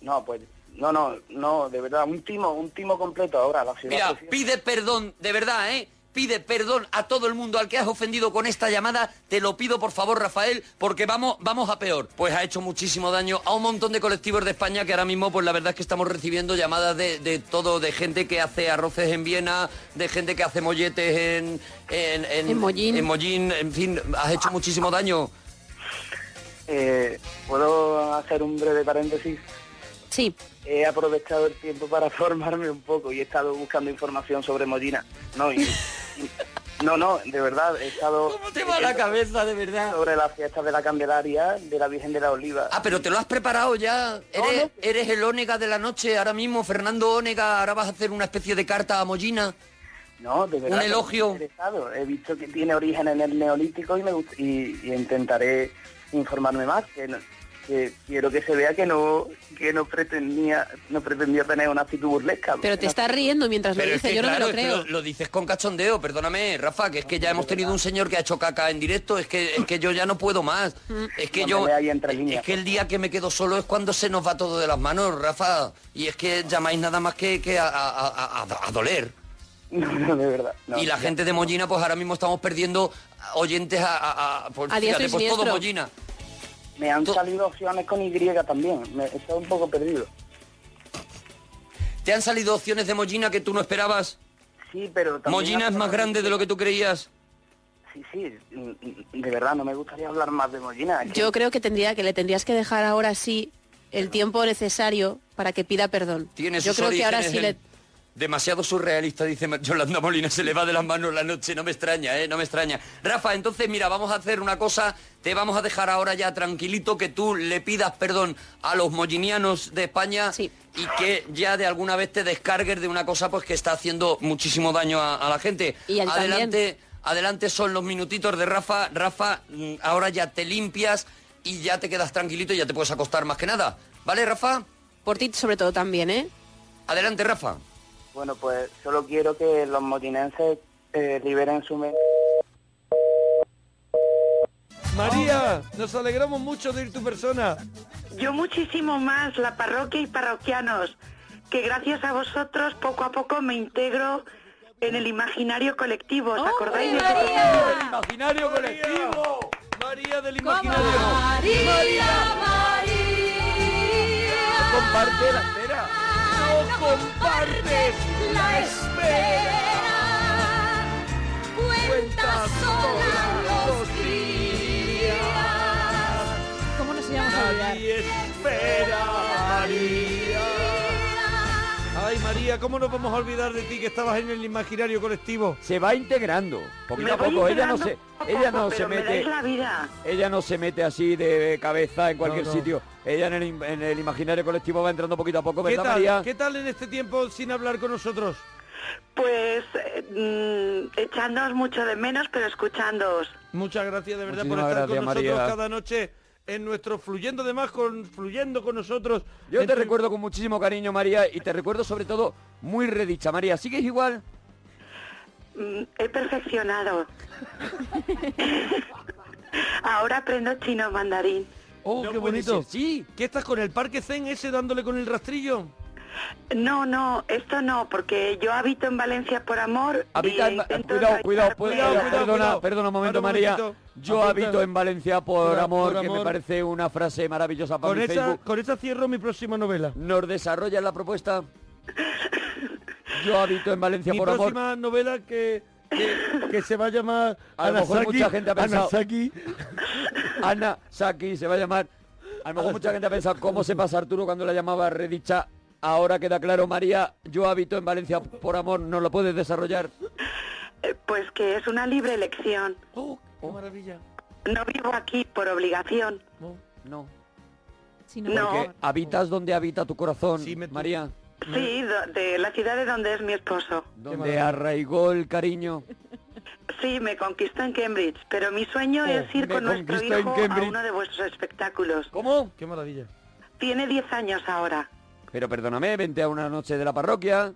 [SPEAKER 4] No, pues, no, no, no, de verdad, un timo, un timo completo ahora. La ciudad
[SPEAKER 2] Mira,
[SPEAKER 4] preciosa.
[SPEAKER 2] pide perdón, de verdad, ¿eh? Pide perdón a todo el mundo al que has ofendido con esta llamada. Te lo pido, por favor, Rafael, porque vamos, vamos a peor. Pues ha hecho muchísimo daño a un montón de colectivos de España que ahora mismo, pues la verdad es que estamos recibiendo llamadas de, de todo, de gente que hace arroces en Viena, de gente que hace molletes en... En,
[SPEAKER 5] En Mollín.
[SPEAKER 2] En Mollín, en fin, has hecho muchísimo daño.
[SPEAKER 4] Eh, ¿Puedo hacer un breve paréntesis?
[SPEAKER 5] Sí.
[SPEAKER 4] He aprovechado el tiempo para formarme un poco y he estado buscando información sobre Molina. No, y- y- no, no, de verdad, he estado...
[SPEAKER 2] ¿Cómo te va la cabeza, de verdad?
[SPEAKER 4] Sobre las fiestas de la Candelaria, de la Virgen de la Oliva.
[SPEAKER 2] Ah, pero te lo has preparado ya. Eres, eres el Ónega de la noche ahora mismo, Fernando Ónega. Ahora vas a hacer una especie de carta a Mollina.
[SPEAKER 4] No, de verdad.
[SPEAKER 2] Un elogio.
[SPEAKER 4] estoy interesado. He visto que tiene origen en el neolítico y me gust- y, y intentaré informarme más. Que, no- que quiero que se vea que no que no pretendía no pretendía tener una actitud burlesca.
[SPEAKER 5] Pero te estás riendo mientras lo
[SPEAKER 2] Pero es
[SPEAKER 5] dices,
[SPEAKER 2] que,
[SPEAKER 5] yo no me
[SPEAKER 2] claro,
[SPEAKER 5] lo
[SPEAKER 2] es que
[SPEAKER 5] creo.
[SPEAKER 2] lo dices con cachondeo, perdóname, Rafa, que es que ya hemos tenido un señor que ha hecho caca en directo, es que, es que yo ya no puedo más.
[SPEAKER 4] Mm.
[SPEAKER 2] mm, Es que
[SPEAKER 4] No
[SPEAKER 2] yo.
[SPEAKER 4] me vea ahí entre
[SPEAKER 2] es-
[SPEAKER 4] líneas,
[SPEAKER 2] Es que el día que me quedo solo es cuando se nos va todo de las manos, Rafa. Y es que llamáis nada más que, que a, a- a- a- a doler.
[SPEAKER 4] No, no, de verdad. no.
[SPEAKER 2] y la gente de Mollina, pues ahora mismo estamos perdiendo oyentes a, a, a- por,
[SPEAKER 5] A diestro y
[SPEAKER 2] pues todo
[SPEAKER 5] siniestro.
[SPEAKER 2] Mollina.
[SPEAKER 4] Me han
[SPEAKER 2] tú-
[SPEAKER 4] salido opciones con Y también. Me, he estado un poco perdido.
[SPEAKER 2] ¿Te han salido opciones de Mollina que tú no esperabas?
[SPEAKER 4] Sí, pero también...
[SPEAKER 2] ¿Mollina es más grande de lo que tú creías?
[SPEAKER 4] Sí, sí. mm, mm, De verdad, no me gustaría hablar más de Mollina. es que-
[SPEAKER 5] Yo creo que tendría que le tendrías que dejar ahora sí el tiempo necesario para que pida perdón.
[SPEAKER 2] Tiene
[SPEAKER 5] Yo
[SPEAKER 2] sus
[SPEAKER 5] creo que ahora
[SPEAKER 2] orígenes
[SPEAKER 5] sí
[SPEAKER 2] en-
[SPEAKER 5] le
[SPEAKER 2] Demasiado surrealista, dice Ma- Yolanda Molina, se le va de las manos la noche, no me extraña, ¿eh? No me extraña. Rafa, entonces mira, vamos a hacer una cosa, te vamos a dejar ahora ya tranquilito que tú le pidas perdón a los mollinianos de España
[SPEAKER 5] Sí.
[SPEAKER 2] y que ya de alguna vez te descargues de una cosa pues que está haciendo muchísimo daño a, a la gente.
[SPEAKER 5] Y a ti también.
[SPEAKER 2] adelante, adelante son los minutitos de Rafa. Rafa, mm, ahora ya te limpias y ya te quedas tranquilito y ya te puedes acostar más que nada. ¿Vale, Rafa?
[SPEAKER 5] por ti sobre todo también, ¿eh?
[SPEAKER 2] Adelante, Rafa.
[SPEAKER 4] Bueno, pues solo quiero que los motinenses eh, liberen su mente.
[SPEAKER 3] María, nos alegramos mucho de ir tu persona.
[SPEAKER 6] Yo muchísimo más, la parroquia y parroquianos, que gracias a vosotros poco a poco me integro en el imaginario colectivo. ¿Os acordáis de
[SPEAKER 3] Imaginario colectivo. María del imaginario. Comparte la espera. No compartes la espera. Cuentas sola los días.
[SPEAKER 7] ¿Cómo nos íbamos a olvidar?
[SPEAKER 3] Nadie espera, María. Ay, María, ¿cómo nos vamos a olvidar de ti que estabas en el imaginario colectivo?
[SPEAKER 1] se va integrando poquito
[SPEAKER 6] Me
[SPEAKER 1] a
[SPEAKER 6] voy
[SPEAKER 1] poco ella no
[SPEAKER 6] integrando
[SPEAKER 1] se
[SPEAKER 6] poco a
[SPEAKER 1] ella
[SPEAKER 6] poco,
[SPEAKER 1] no se
[SPEAKER 6] pero me
[SPEAKER 1] mete
[SPEAKER 6] dais la vida.
[SPEAKER 1] ella no se mete así de cabeza en cualquier
[SPEAKER 3] no.
[SPEAKER 1] sitio ella en el, im- en el imaginario colectivo va entrando poquito a poco
[SPEAKER 3] ¿Qué
[SPEAKER 1] verdad
[SPEAKER 3] tal?
[SPEAKER 1] María
[SPEAKER 3] ¿Qué tal en este tiempo sin hablar con nosotros?
[SPEAKER 6] Pues eh, mm, echándoos mucho de menos, pero escuchándoos.
[SPEAKER 3] Muchas gracias de verdad por
[SPEAKER 1] Muchísimas
[SPEAKER 3] estar con
[SPEAKER 1] gracias,
[SPEAKER 3] nosotros
[SPEAKER 1] María.
[SPEAKER 3] cada noche en nuestro fluyendo de más con fluyendo con nosotros.
[SPEAKER 1] yo
[SPEAKER 3] en
[SPEAKER 1] te
[SPEAKER 3] tu-
[SPEAKER 1] recuerdo con muchísimo cariño María y te recuerdo sobre todo muy redicha María sigues igual
[SPEAKER 6] Mm, He perfeccionado. Ahora aprendo chino mandarín.
[SPEAKER 3] Oh,
[SPEAKER 6] No
[SPEAKER 3] qué
[SPEAKER 6] puede
[SPEAKER 3] bonito.
[SPEAKER 6] ser,
[SPEAKER 3] Sí. ¿Qué estás con el parque Zen ese dándole con el rastrillo?
[SPEAKER 6] No, no, esto no, porque yo habito en Valencia por amor.
[SPEAKER 2] Habita en-
[SPEAKER 6] intento
[SPEAKER 2] cuidado, cuidado,
[SPEAKER 6] enraizarme.
[SPEAKER 2] pu- perdona, perdona, Ah, perdona un momento,
[SPEAKER 3] Ahora un
[SPEAKER 2] María.
[SPEAKER 3] momentito.
[SPEAKER 2] Yo
[SPEAKER 3] Apunta.
[SPEAKER 2] habito en Valencia por,
[SPEAKER 3] Por a-
[SPEAKER 2] amor,
[SPEAKER 3] por
[SPEAKER 2] que me
[SPEAKER 3] amor.
[SPEAKER 2] parece una frase maravillosa para
[SPEAKER 3] Con
[SPEAKER 2] mi
[SPEAKER 3] esta,
[SPEAKER 2] Facebook.
[SPEAKER 3] con esta cierro mi próxima novela.
[SPEAKER 2] ¿Nos desarrollas la propuesta? Yo habito en Valencia
[SPEAKER 3] Mi
[SPEAKER 2] por amor.
[SPEAKER 3] próxima novela que, que, que se va a llamar
[SPEAKER 2] A lo mejor
[SPEAKER 3] Anasaki-
[SPEAKER 2] mucha gente ha pensado-
[SPEAKER 3] Anasaki.
[SPEAKER 2] Ana Saki se va a llamar. A lo mejor mucha gente ha pensado cómo se pasa Arturo cuando la llamaba redicha. Ahora queda claro, María, yo habito en Valencia por amor, ¿nos lo puedes desarrollar?
[SPEAKER 6] Eh, Pues que es una libre elección.
[SPEAKER 3] Oh, qué maravilla.
[SPEAKER 6] No vivo aquí por obligación.
[SPEAKER 3] Oh.
[SPEAKER 2] No.
[SPEAKER 8] Si no,
[SPEAKER 6] No,
[SPEAKER 2] Porque habitas donde habita tu corazón,
[SPEAKER 3] Sí, me-
[SPEAKER 2] María.
[SPEAKER 6] sí, do- de la ciudad de donde es mi esposo.
[SPEAKER 2] Donde
[SPEAKER 3] maravilla.
[SPEAKER 2] arraigó el cariño.
[SPEAKER 6] Sí, me conquistó en Cambridge, pero mi sueño
[SPEAKER 2] Oh,
[SPEAKER 6] es ir
[SPEAKER 2] me
[SPEAKER 6] con nuestro
[SPEAKER 2] conquistó en
[SPEAKER 6] hijo a
[SPEAKER 2] Cambridge.
[SPEAKER 6] uno de vuestros espectáculos.
[SPEAKER 2] ¿Cómo?
[SPEAKER 3] Qué maravilla.
[SPEAKER 6] Tiene 10 años ahora.
[SPEAKER 2] Pero perdóname, vente a una noche de la parroquia.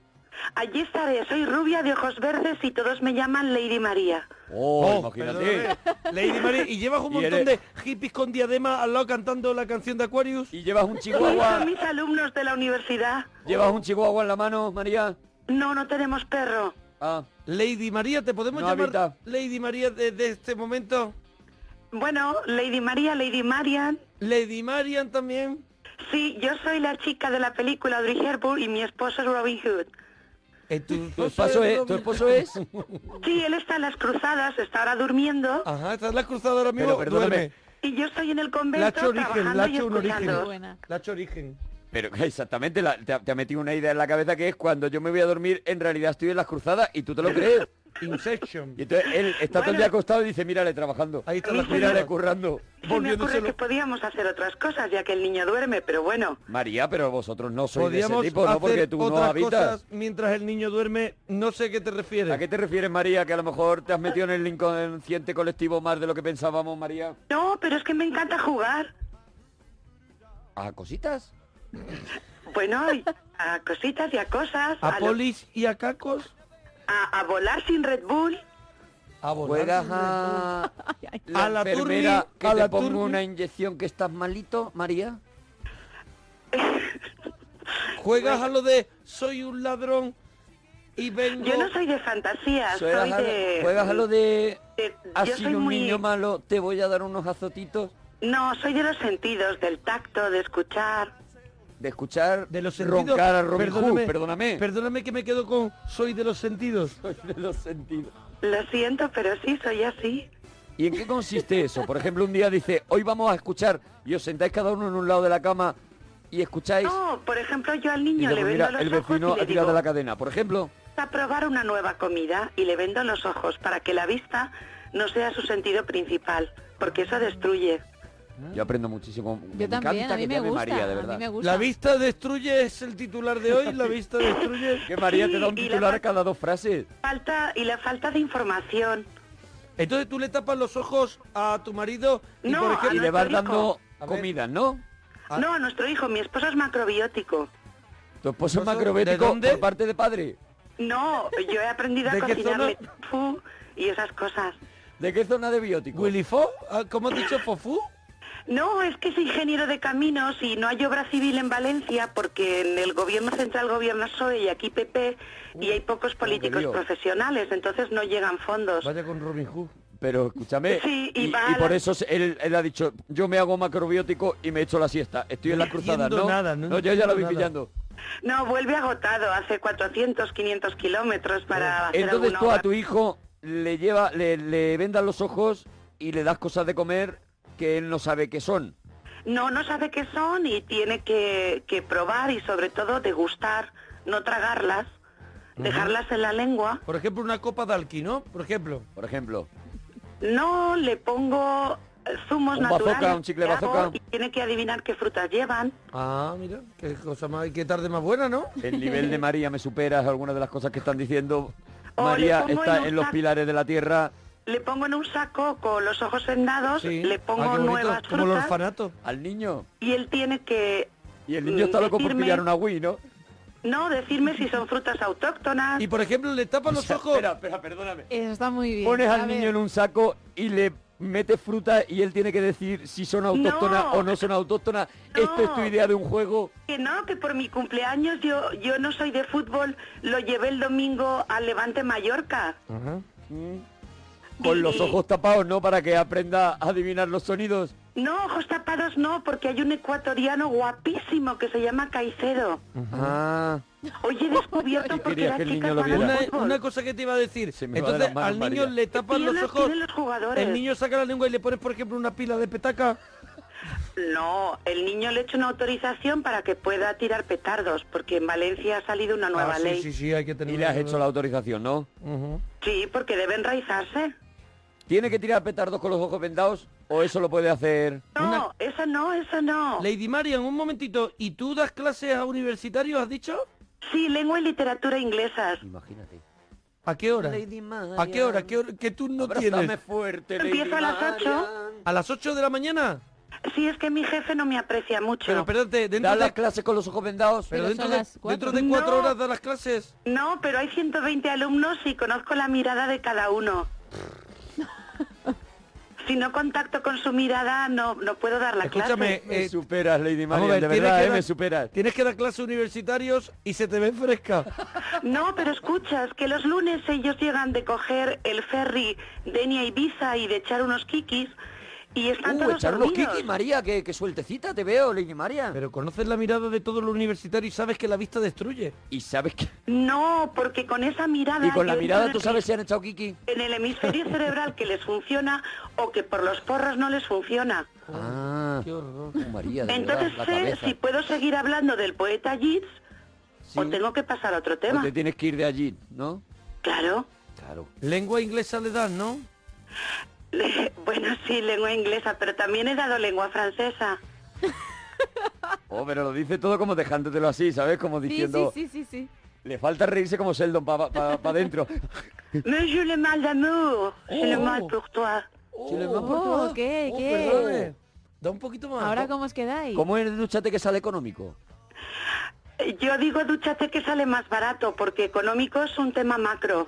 [SPEAKER 6] Allí estaré, soy rubia de ojos verdes y todos me llaman Lady María.
[SPEAKER 2] Oh,
[SPEAKER 3] Oh,
[SPEAKER 2] imagínate.
[SPEAKER 3] perdóname. Lady Mary, y llevas un
[SPEAKER 2] Y
[SPEAKER 3] montón
[SPEAKER 2] eres-
[SPEAKER 3] de hippies con diadema al lado cantando la canción de Aquarius.
[SPEAKER 2] ¿Y llevas un
[SPEAKER 6] ¿Quiénes
[SPEAKER 2] chihuahua?
[SPEAKER 6] son mis alumnos de la universidad?
[SPEAKER 2] ¿Llevas un chihuahua en la mano, María?
[SPEAKER 6] No, no tenemos perro.
[SPEAKER 2] Ah,
[SPEAKER 3] Lady María, ¿te podemos
[SPEAKER 2] No
[SPEAKER 3] llamar
[SPEAKER 2] habita.
[SPEAKER 3] Lady María desde este momento?
[SPEAKER 6] Bueno, Lady María, Lady Marian.
[SPEAKER 3] Lady Marian también.
[SPEAKER 6] Sí, yo soy la chica de la película Audrey Hepburn y mi esposo es Robin Hood.
[SPEAKER 3] Eh, tu,
[SPEAKER 2] tu esposo es... ¿Tu esposo es?
[SPEAKER 6] Sí, él está en las cruzadas, está ahora durmiendo
[SPEAKER 3] Ajá, estás en la cruzada ahora mismo.
[SPEAKER 2] Pero perdóname.
[SPEAKER 3] duerme.
[SPEAKER 6] y yo estoy en el
[SPEAKER 3] Lacho
[SPEAKER 6] convento
[SPEAKER 3] origen,
[SPEAKER 6] trabajando y
[SPEAKER 3] Lacho un
[SPEAKER 8] qué
[SPEAKER 3] origen.
[SPEAKER 6] escuchando.
[SPEAKER 8] buena.
[SPEAKER 3] Lacho origen.
[SPEAKER 2] Pero exactamente, la- te, ha- te ha metido una idea en la cabeza que es cuando yo me voy a dormir, en realidad estoy en las cruzadas y tú te lo crees.
[SPEAKER 3] Inception.
[SPEAKER 2] Y entonces él está todo el
[SPEAKER 6] Bueno.
[SPEAKER 2] día acostado y dice, mírale trabajando.
[SPEAKER 3] Ahí está la
[SPEAKER 2] Mírale
[SPEAKER 3] cruzada.
[SPEAKER 2] currando.
[SPEAKER 6] Se me ocurre
[SPEAKER 3] Volviéndoselo.
[SPEAKER 6] que podíamos hacer otras cosas ya que el niño duerme, pero bueno,
[SPEAKER 2] María, pero vosotros no sois de ese
[SPEAKER 3] Podíamos
[SPEAKER 2] tipo, ¿no?
[SPEAKER 3] hacer
[SPEAKER 2] Porque tú no
[SPEAKER 3] otras
[SPEAKER 2] habitas.
[SPEAKER 3] cosas mientras el niño duerme. No sé a qué te refieres.
[SPEAKER 2] ¿A qué te refieres, María? Que a lo mejor te has metido en el inconsciente colectivo más de lo que pensábamos, María.
[SPEAKER 6] no, pero es que me encanta jugar.
[SPEAKER 2] ¿A cositas?
[SPEAKER 6] Bueno, y a cositas y a cosas,
[SPEAKER 3] ¿A
[SPEAKER 6] lo-
[SPEAKER 3] polis y a cacos?
[SPEAKER 6] a- a volar sin Red Bull.
[SPEAKER 3] A volar.
[SPEAKER 2] Juegas a... La
[SPEAKER 3] A la
[SPEAKER 2] enfermera
[SPEAKER 3] turbi,
[SPEAKER 2] que
[SPEAKER 3] a
[SPEAKER 2] te
[SPEAKER 3] la
[SPEAKER 2] pongo
[SPEAKER 3] turbi.
[SPEAKER 2] una inyección que estás malito, María.
[SPEAKER 3] ¿Juegas a lo de soy un ladrón y vengo?
[SPEAKER 6] Yo no soy de fantasías, soy
[SPEAKER 2] Juegas a,
[SPEAKER 6] de...
[SPEAKER 2] juegas a lo de...
[SPEAKER 6] de-
[SPEAKER 2] Has
[SPEAKER 6] yo soy
[SPEAKER 2] sido un
[SPEAKER 6] muy...
[SPEAKER 2] niño malo, te voy a dar unos azotitos
[SPEAKER 6] No, soy de los sentidos, del tacto, de escuchar.
[SPEAKER 2] de escuchar
[SPEAKER 3] De los sentidos.
[SPEAKER 2] roncar a Robin Hood, perdóname.
[SPEAKER 3] Perdóname que me quedo con soy de los sentidos.
[SPEAKER 2] de los sentidos.
[SPEAKER 6] Lo siento, pero sí, soy así.
[SPEAKER 2] ¿Y en qué consiste eso? Por ejemplo, un día dice, hoy vamos a escuchar y os sentáis cada uno en un lado de la cama y escucháis...
[SPEAKER 6] No, por ejemplo, yo al
[SPEAKER 2] y
[SPEAKER 6] niño le
[SPEAKER 2] luego,
[SPEAKER 6] vendo
[SPEAKER 2] mira,
[SPEAKER 6] los
[SPEAKER 2] el
[SPEAKER 6] ojos y
[SPEAKER 2] vecino
[SPEAKER 6] pues, le
[SPEAKER 2] ha tirado
[SPEAKER 6] digo,
[SPEAKER 2] la cadena. Por ejemplo,
[SPEAKER 6] "Vas a probar una nueva comida y le vendo los ojos para que la vista no sea su sentido principal, porque eso destruye.
[SPEAKER 3] ¿Eh?
[SPEAKER 2] yo aprendo muchísimo. me
[SPEAKER 8] Yo también,
[SPEAKER 2] encanta
[SPEAKER 8] a mí
[SPEAKER 2] que
[SPEAKER 8] me
[SPEAKER 2] llame
[SPEAKER 8] gusta.
[SPEAKER 2] María, de
[SPEAKER 8] A
[SPEAKER 2] verdad.
[SPEAKER 8] mí me gusta.
[SPEAKER 3] La vista destruye es el titular de hoy. La vista destruye.
[SPEAKER 2] Que María te da un
[SPEAKER 6] Sí, y la
[SPEAKER 2] titular
[SPEAKER 6] pa-
[SPEAKER 2] cada dos frases.
[SPEAKER 6] Falta y la falta de información.
[SPEAKER 3] Entonces tú le tapas los ojos a tu marido y
[SPEAKER 6] No, a
[SPEAKER 3] por
[SPEAKER 2] Y
[SPEAKER 3] ejemplo.
[SPEAKER 2] le
[SPEAKER 6] nuestro
[SPEAKER 2] vas
[SPEAKER 6] hijo.
[SPEAKER 2] dando
[SPEAKER 3] A ver.
[SPEAKER 2] comidas, ¿no?
[SPEAKER 3] Ah.
[SPEAKER 6] No, a nuestro hijo, mi esposo es macrobiótico.
[SPEAKER 2] Tu esposo es
[SPEAKER 3] ¿Esposo?
[SPEAKER 2] macrobético
[SPEAKER 3] ¿De dónde?
[SPEAKER 2] por parte de padre.
[SPEAKER 6] No, yo he aprendido a
[SPEAKER 3] ¿De qué
[SPEAKER 6] cocinarme
[SPEAKER 3] zona?
[SPEAKER 6] tofu y esas cosas.
[SPEAKER 2] ¿De qué zona de biótico?
[SPEAKER 3] Willy Fo, ah, ¿cómo has dicho Fofú?
[SPEAKER 6] No, es que es ingeniero de caminos y no hay obra civil en Valencia porque en el gobierno central gobierna PSOE y aquí PP y hay pocos políticos
[SPEAKER 2] lío.
[SPEAKER 6] profesionales, entonces no llegan fondos.
[SPEAKER 3] Vaya con Robin Hood.
[SPEAKER 2] Pero escúchame,
[SPEAKER 6] Sí, y
[SPEAKER 2] y,
[SPEAKER 6] va
[SPEAKER 2] y
[SPEAKER 6] a
[SPEAKER 2] por
[SPEAKER 6] la-
[SPEAKER 2] eso se- él, él ha dicho, yo me hago macrobiótico y me echo la siesta. Estoy en
[SPEAKER 3] No
[SPEAKER 2] las cruzadas,
[SPEAKER 3] entiendo
[SPEAKER 2] ¿no?
[SPEAKER 3] nada, no
[SPEAKER 2] yo ya
[SPEAKER 3] entiendo
[SPEAKER 2] lo voy
[SPEAKER 3] nada.
[SPEAKER 2] pillando.
[SPEAKER 6] No, vuelve agotado, hace 400, 500 kilómetros para hacer
[SPEAKER 2] Entonces
[SPEAKER 6] alguna
[SPEAKER 2] tú a
[SPEAKER 6] obra.
[SPEAKER 2] tu hijo le lleva, le, le vendas los ojos y le das cosas de comer que él no sabe qué son.
[SPEAKER 6] No, no sabe qué son y tiene que, que probar y sobre todo degustar, no tragarlas, dejarlas en la lengua.
[SPEAKER 3] Por ejemplo, una copa de alqui, ¿no? Por ejemplo.
[SPEAKER 2] Por ejemplo,
[SPEAKER 6] No le pongo eh, zumos
[SPEAKER 2] Un bazooka,
[SPEAKER 6] naturales.
[SPEAKER 2] un chicle
[SPEAKER 6] que hago
[SPEAKER 2] bazooka.
[SPEAKER 6] Y tiene que adivinar qué frutas llevan.
[SPEAKER 3] Ah, mira, qué cosa más, qué tarde más buena, ¿no?
[SPEAKER 2] el nivel de María me supera algunas de las cosas que están diciendo.
[SPEAKER 6] O le
[SPEAKER 2] María
[SPEAKER 6] pongo
[SPEAKER 2] está
[SPEAKER 6] en un
[SPEAKER 2] en los
[SPEAKER 6] saco.
[SPEAKER 2] pilares de la tierra.
[SPEAKER 6] Le pongo en un saco con los ojos vendados,
[SPEAKER 3] Sí.
[SPEAKER 6] le pongo
[SPEAKER 3] Ah, qué bonito,
[SPEAKER 6] nuevas
[SPEAKER 3] Como el
[SPEAKER 6] frutas
[SPEAKER 3] orfanato.
[SPEAKER 2] Al niño.
[SPEAKER 6] y él tiene que
[SPEAKER 2] Y el niño está
[SPEAKER 6] Mm,
[SPEAKER 2] loco por
[SPEAKER 6] decirme-
[SPEAKER 2] pillar una Wii, ¿no?
[SPEAKER 6] no decirme si son frutas autóctonas.
[SPEAKER 3] Y por ejemplo, le tapas los ojos.
[SPEAKER 2] Espera, espera, perdóname.
[SPEAKER 8] Eso está muy bien.
[SPEAKER 2] Pones
[SPEAKER 8] A
[SPEAKER 2] al
[SPEAKER 8] ver,
[SPEAKER 2] niño en un saco y le mete fruta y él tiene que decir si son autóctonas
[SPEAKER 6] No.
[SPEAKER 2] o no son autóctonas. Esto es tu idea de un juego.
[SPEAKER 6] Que no, que por mi cumpleaños yo, yo no soy de fútbol, lo llevé el domingo al Levante Mallorca.
[SPEAKER 2] Mm. Con los ojos tapados, ¿no? Para que aprenda a adivinar los sonidos.
[SPEAKER 6] No, ojos tapados no, porque hay un ecuatoriano guapísimo que se llama Caicedo.
[SPEAKER 2] Ah.
[SPEAKER 6] Hoy he descubierto porque
[SPEAKER 2] querías
[SPEAKER 6] las
[SPEAKER 2] que el
[SPEAKER 6] chicas
[SPEAKER 2] niño lo
[SPEAKER 6] van al
[SPEAKER 2] viera.
[SPEAKER 1] Una,
[SPEAKER 6] fútbol.
[SPEAKER 1] una cosa que te iba a decir.
[SPEAKER 2] me va de
[SPEAKER 1] Entonces,
[SPEAKER 2] las manos,
[SPEAKER 1] al niño
[SPEAKER 2] María.
[SPEAKER 1] le tapan
[SPEAKER 6] Tienen
[SPEAKER 1] los
[SPEAKER 6] los-
[SPEAKER 1] ojos.
[SPEAKER 6] tienen los jugadores.
[SPEAKER 1] El niño saca la lengua y le pones, por ejemplo, una pila de petaca.
[SPEAKER 6] No, el niño le he hecho una autorización para que pueda tirar petardos, porque en Valencia ha salido una nueva
[SPEAKER 1] Ah, sí,
[SPEAKER 6] ley.
[SPEAKER 1] sí, sí, hay que tener.
[SPEAKER 2] Y le has hecho la autorización, ¿no?
[SPEAKER 1] Ujú.
[SPEAKER 6] Sí, porque debe enraizarse.
[SPEAKER 2] ¿Tiene que tirar petardos con los ojos vendados o eso lo puede hacer?
[SPEAKER 6] No, eso no, eso no.
[SPEAKER 1] Lady Marian, un momentito. ¿Y tú das clases a universitarios, has dicho?
[SPEAKER 6] Sí, lengua y literatura inglesas.
[SPEAKER 2] Imagínate.
[SPEAKER 1] ¿A qué hora? ¿A qué hora? ¿Qué, hora? ¿Qué turno tienes?
[SPEAKER 2] fuerte,
[SPEAKER 6] Lady Empiezo a las Marian. ocho.
[SPEAKER 1] ¿A las 8 de la mañana?
[SPEAKER 6] Sí, es que mi jefe no me aprecia mucho.
[SPEAKER 1] Pero espérate, dentro
[SPEAKER 2] ¿Da
[SPEAKER 1] de,
[SPEAKER 2] las clases con los ojos vendados?
[SPEAKER 1] pero
[SPEAKER 5] Pero
[SPEAKER 1] dentro,
[SPEAKER 5] son
[SPEAKER 1] de,
[SPEAKER 5] las
[SPEAKER 1] dentro
[SPEAKER 5] cuatro.
[SPEAKER 1] de cuatro
[SPEAKER 6] No.
[SPEAKER 1] horas de las clases.
[SPEAKER 6] No, pero hay 120 alumnos y conozco la mirada de cada uno. si no contacto con su mirada, no, no puedo dar la
[SPEAKER 1] Escúchame,
[SPEAKER 6] clase.
[SPEAKER 2] me
[SPEAKER 1] eh,
[SPEAKER 2] superas, Lady
[SPEAKER 1] vamos a
[SPEAKER 2] Marian,
[SPEAKER 1] ver,
[SPEAKER 2] de
[SPEAKER 1] tienes
[SPEAKER 2] verdad,
[SPEAKER 1] que
[SPEAKER 2] eh,
[SPEAKER 1] dar-
[SPEAKER 2] me superas.
[SPEAKER 1] Tienes que dar clases a universitarios y se te ven fresca.
[SPEAKER 6] No, pero escuchas que los lunes ellos llegan de coger el ferry de Enia Ibiza y de echar unos kikis y están
[SPEAKER 2] Uh,
[SPEAKER 6] todos
[SPEAKER 2] echar unos
[SPEAKER 6] dormidos.
[SPEAKER 2] kikis, María, que, que sueltecita te veo, Lady María.
[SPEAKER 1] Pero conoces la mirada de todos los universitarios y sabes que la vista destruye.
[SPEAKER 2] ¿Y sabes qué?
[SPEAKER 6] No, porque con esa mirada...
[SPEAKER 2] Y con la
[SPEAKER 6] yo
[SPEAKER 2] mirada
[SPEAKER 6] entro
[SPEAKER 2] tú
[SPEAKER 6] en-
[SPEAKER 2] sabes si han echado kiki.
[SPEAKER 6] En el hemisferio cerebral que les funciona o que por los porros no les funciona.
[SPEAKER 2] Ah,
[SPEAKER 1] Qué horror.
[SPEAKER 2] uh, María, de
[SPEAKER 6] Entonces
[SPEAKER 2] verdad, la
[SPEAKER 6] sé
[SPEAKER 2] cabeza.
[SPEAKER 6] si puedo seguir hablando del poeta Yeats o tengo que pasar a otro
[SPEAKER 2] O
[SPEAKER 6] tema.
[SPEAKER 2] te tienes que ir de allí, ¿no?
[SPEAKER 6] Claro.
[SPEAKER 2] Claro.
[SPEAKER 1] Lengua inglesa le das, ¿no?
[SPEAKER 6] Bueno, sí, lengua inglesa, pero también he dado lengua francesa.
[SPEAKER 2] Oh, pero lo dice todo como dejándotelo así, ¿sabes? Como diciendo...
[SPEAKER 5] sí, sí, sí.
[SPEAKER 2] Le falta reírse como Sheldon para pa, pa dentro.
[SPEAKER 6] Monsieur le mal d'amour, c'est le
[SPEAKER 1] Oh.
[SPEAKER 6] mal pour toi.
[SPEAKER 5] Oh, ¿qué? ¿Qué?
[SPEAKER 1] perdone. Da un poquito más.
[SPEAKER 5] Ahora
[SPEAKER 1] Da-
[SPEAKER 5] cómo os quedáis.
[SPEAKER 2] ¿Cómo es el duchate que sale económico?
[SPEAKER 6] Yo digo duchate que sale más barato porque económico es un tema macro.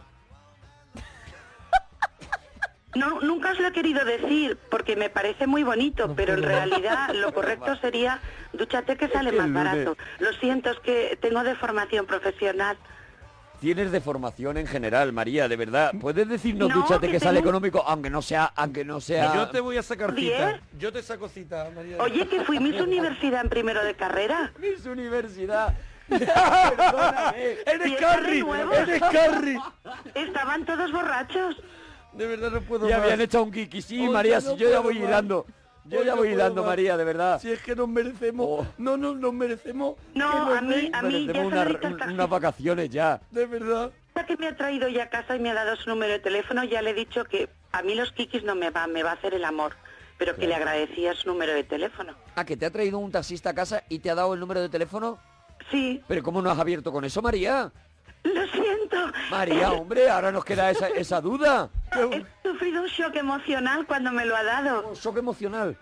[SPEAKER 6] No, nunca os lo he querido decir porque me parece muy bonito, pero en realidad lo correcto sería duchate que sale
[SPEAKER 2] que
[SPEAKER 6] más
[SPEAKER 2] el lunes-
[SPEAKER 6] barato. Lo siento, es que tengo deformación profesional.
[SPEAKER 2] Tienes deformación en general, María, de verdad. ¿Puedes decirnos
[SPEAKER 6] No,
[SPEAKER 2] duchate que,
[SPEAKER 6] que
[SPEAKER 2] sale
[SPEAKER 6] tengo-
[SPEAKER 2] económico? Aunque no sea, aunque no sea.
[SPEAKER 1] Yo te voy a sacar cita.
[SPEAKER 6] Bien.
[SPEAKER 1] Yo te saco cita, María.
[SPEAKER 6] Oye, que fui Miss Universidad en primero de carrera.
[SPEAKER 2] Miss Universidad. Perdóname.
[SPEAKER 6] ¿Y está
[SPEAKER 1] ¡Eres
[SPEAKER 6] de
[SPEAKER 1] Carrie!
[SPEAKER 6] nuevo?
[SPEAKER 1] ¡Eres Carrie!
[SPEAKER 6] Estaban todos borrachos.
[SPEAKER 1] De verdad no puedo
[SPEAKER 2] Ya
[SPEAKER 1] más.
[SPEAKER 2] habían hecho un kiki, sí,
[SPEAKER 1] Hoy
[SPEAKER 2] María,
[SPEAKER 1] yo no
[SPEAKER 2] sí, yo ya
[SPEAKER 1] puedo
[SPEAKER 2] voy
[SPEAKER 1] más.
[SPEAKER 2] hilando. Yo
[SPEAKER 1] Hoy
[SPEAKER 2] ya
[SPEAKER 1] no
[SPEAKER 2] voy
[SPEAKER 1] puedo
[SPEAKER 2] hilando,
[SPEAKER 1] más.
[SPEAKER 2] María, de verdad.
[SPEAKER 1] Si es que nos merecemos.
[SPEAKER 2] Oh.
[SPEAKER 1] No, no, nos merecemos. que
[SPEAKER 6] No,
[SPEAKER 1] nos
[SPEAKER 6] a mí,
[SPEAKER 1] den-
[SPEAKER 6] a mí ya
[SPEAKER 2] Merecemos una-
[SPEAKER 6] Federica está-
[SPEAKER 2] un- unas vacaciones ya.
[SPEAKER 1] De verdad.
[SPEAKER 6] Ya que me ha traído ya a casa y me ha dado su número de teléfono, ya le he dicho que a mí los kikis no me va, me va a hacer el amor, pero que le agradecía su número de teléfono.
[SPEAKER 2] ¿A Ah, que te ha traído un taxista a casa y te ha dado el número de teléfono?
[SPEAKER 6] Sí,
[SPEAKER 2] Pero ¿cómo no has abierto con eso, María?
[SPEAKER 6] lo siento.
[SPEAKER 2] María, hombre, ahora nos queda esa, esa duda.
[SPEAKER 6] He sufrido un shock emocional cuando me lo ha dado.
[SPEAKER 2] Un shock emocional.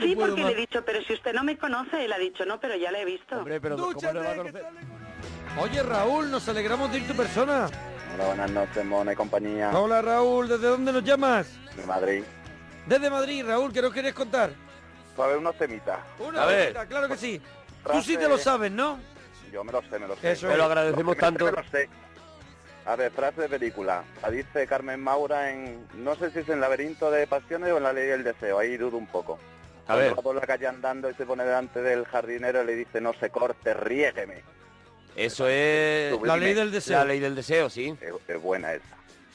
[SPEAKER 6] Sí,
[SPEAKER 1] puedo
[SPEAKER 6] porque
[SPEAKER 1] más.
[SPEAKER 6] le he dicho, pero si usted no me conoce, él ha dicho, no, pero ya le he visto.
[SPEAKER 2] Hombre, pero ¿cómo no va a
[SPEAKER 1] Dúchate, que
[SPEAKER 2] conocer?
[SPEAKER 1] sale con- Oye, Raúl, nos alegramos de ir tu persona.
[SPEAKER 8] Hola, buenas noches, Mona y compañía.
[SPEAKER 1] Hola, Raúl, ¿desde dónde nos llamas?
[SPEAKER 8] De Madrid.
[SPEAKER 1] Desde Madrid, Raúl, ¿qué nos quieres contar?
[SPEAKER 8] Pues a ver unos temitas.
[SPEAKER 1] Una
[SPEAKER 2] A ver.
[SPEAKER 1] horita, claro que sí. Tú
[SPEAKER 8] Frase-
[SPEAKER 1] sí te lo sabes, ¿no?
[SPEAKER 8] Yo me lo sé, me lo sé.
[SPEAKER 1] Eso
[SPEAKER 2] Te
[SPEAKER 1] es.
[SPEAKER 2] lo agradecemos
[SPEAKER 8] Me lo sé,
[SPEAKER 2] tanto.
[SPEAKER 8] me lo sé. A ver, frase de película. La dice Carmen Maura en, no sé si es en Laberinto de Pasiones o en La Ley del Deseo, ahí dudo un poco.
[SPEAKER 2] A ver.
[SPEAKER 8] Cuando va por la calle andando y se pone delante del jardinero y le dice, no se corte, riégueme.
[SPEAKER 2] Eso es
[SPEAKER 1] La ley del deseo.
[SPEAKER 2] la ley del deseo, sí.
[SPEAKER 8] Es, es buena esa.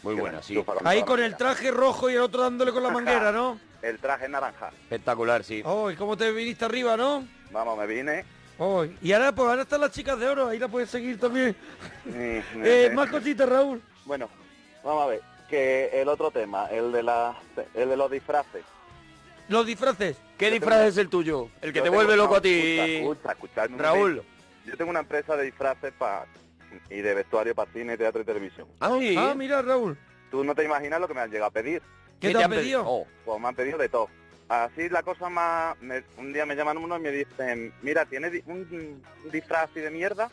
[SPEAKER 2] Muy
[SPEAKER 8] Que
[SPEAKER 2] buena,
[SPEAKER 8] la
[SPEAKER 2] sí.
[SPEAKER 8] enchufa
[SPEAKER 1] Ahí
[SPEAKER 8] toda
[SPEAKER 1] con
[SPEAKER 8] la
[SPEAKER 1] el
[SPEAKER 8] vida.
[SPEAKER 1] traje rojo y el otro dándole con la manguera, ¿no?
[SPEAKER 8] El traje naranja.
[SPEAKER 2] Espectacular, sí.
[SPEAKER 1] Oh, ¿y cómo te viniste arriba, no?
[SPEAKER 8] Vamos, me vine.
[SPEAKER 1] Oh, y ahora, pues ahora están las chicas de oro, ahí la puedes seguir también.
[SPEAKER 8] Mm,
[SPEAKER 1] Eh,
[SPEAKER 8] mm,
[SPEAKER 1] más cositas, Raúl.
[SPEAKER 8] Bueno, vamos a ver. Que el otro tema, el de, la, el de los disfraces.
[SPEAKER 1] Los disfraces.
[SPEAKER 2] ¿Qué disfraz es el tuyo? El que
[SPEAKER 8] Yo
[SPEAKER 2] te
[SPEAKER 8] tengo-
[SPEAKER 2] vuelve
[SPEAKER 8] no,
[SPEAKER 2] loco a
[SPEAKER 8] escucha,
[SPEAKER 2] ti.
[SPEAKER 8] escucha, escuchadme un
[SPEAKER 2] Raúl.
[SPEAKER 8] momento. Yo tengo una empresa de disfraces pa- y de vestuario para cine, teatro y televisión.
[SPEAKER 2] Ay,
[SPEAKER 1] Ah, mira, Raúl.
[SPEAKER 8] Tú no te imaginas lo que me han llegado a pedir.
[SPEAKER 1] ¿Qué, te, han pedido?
[SPEAKER 2] Oh,
[SPEAKER 8] Pues me han pedido de todo. Así la cosa más... me- un día me llaman uno y me dicen, mira, ¿tienes di- un, un disfraz así de mierda?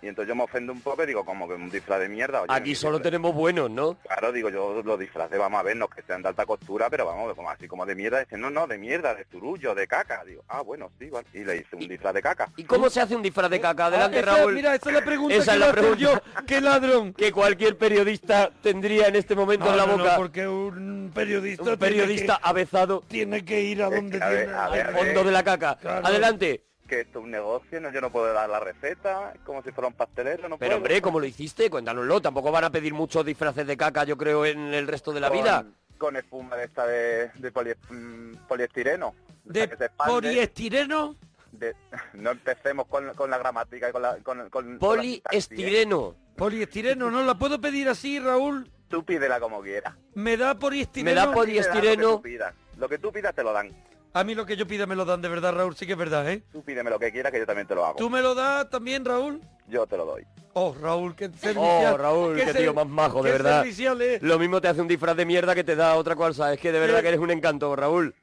[SPEAKER 8] Y entonces yo me ofendo un poco y digo, como que un disfraz de mierda. oye, mi
[SPEAKER 2] Aquí solo
[SPEAKER 8] disfraz-
[SPEAKER 2] tenemos buenos, ¿no?
[SPEAKER 8] Claro, digo, yo los disfraces, vamos a ver, no que sean de alta costura, pero vamos, como así como de mierda. Dice, no, no, de mierda, de turullo, de caca. Digo, ah, bueno, sí, vale. Y le hice un disfraz de caca.
[SPEAKER 2] ¿Y cómo se hace un disfraz de caca? Adelante,
[SPEAKER 1] Ah, Esa-
[SPEAKER 2] Raúl.
[SPEAKER 1] Mira, esa es la pregunta
[SPEAKER 2] Esa
[SPEAKER 1] que
[SPEAKER 2] es la
[SPEAKER 1] iba a hacer
[SPEAKER 2] pregunta.
[SPEAKER 1] yo. ¡Qué ladrón!
[SPEAKER 2] Que cualquier periodista tendría en este momento
[SPEAKER 1] No,
[SPEAKER 2] en la
[SPEAKER 1] no, no,
[SPEAKER 2] boca.
[SPEAKER 1] porque un periodista,
[SPEAKER 2] un periodista avezado
[SPEAKER 1] tiene, que, tiene que ir a donde
[SPEAKER 8] que, a
[SPEAKER 1] tiene.
[SPEAKER 8] ver, a
[SPEAKER 2] al
[SPEAKER 8] ver, a ver.
[SPEAKER 2] fondo de la caca.
[SPEAKER 1] Claro.
[SPEAKER 2] Adelante.
[SPEAKER 8] Que esto es un negocio, no, yo no puedo dar la receta, como si fuera un pastelero, no
[SPEAKER 2] Pero
[SPEAKER 8] puedo.
[SPEAKER 2] hombre, ¿cómo lo hiciste? Cuéntanoslo. Tampoco van a pedir muchos disfraces de caca, yo creo, en el resto
[SPEAKER 1] Oh,
[SPEAKER 2] de la
[SPEAKER 8] Con-
[SPEAKER 2] vida.
[SPEAKER 8] Con espuma de esta de, de poli- mm, poliestireno. O sea,
[SPEAKER 1] ¿De
[SPEAKER 8] que se expande,
[SPEAKER 1] poliestireno?
[SPEAKER 8] de- no empecemos con, con la gramática y con la... Con, con, con la sintaxis, ¿eh?
[SPEAKER 2] Poliestireno.
[SPEAKER 1] Poliestireno, no la puedo pedir así, Raúl.
[SPEAKER 8] Tú pídela como quieras.
[SPEAKER 1] Me da poliestireno.
[SPEAKER 2] Me da poli-
[SPEAKER 8] Pídela
[SPEAKER 2] Poliestireno.
[SPEAKER 8] Lo que, tú pidas. lo que tú pidas te lo dan.
[SPEAKER 1] A mí lo que yo pida me lo dan de verdad, Raúl, sí que es verdad, ¿eh?
[SPEAKER 8] Tú pídeme lo que quieras que yo también te lo hago.
[SPEAKER 1] ¿Tú me lo das también, Raúl?
[SPEAKER 8] Yo te lo doy.
[SPEAKER 1] Oh, Raúl, qué servicial.
[SPEAKER 2] Oh, Raúl, qué,
[SPEAKER 1] ser-
[SPEAKER 2] tío más majo, de
[SPEAKER 1] qué
[SPEAKER 2] verdad.
[SPEAKER 1] servicial es.
[SPEAKER 2] Lo mismo te hace un disfraz de mierda que te da otra cosa. Es que de verdad
[SPEAKER 1] Sí.
[SPEAKER 2] que eres un encanto, Raúl.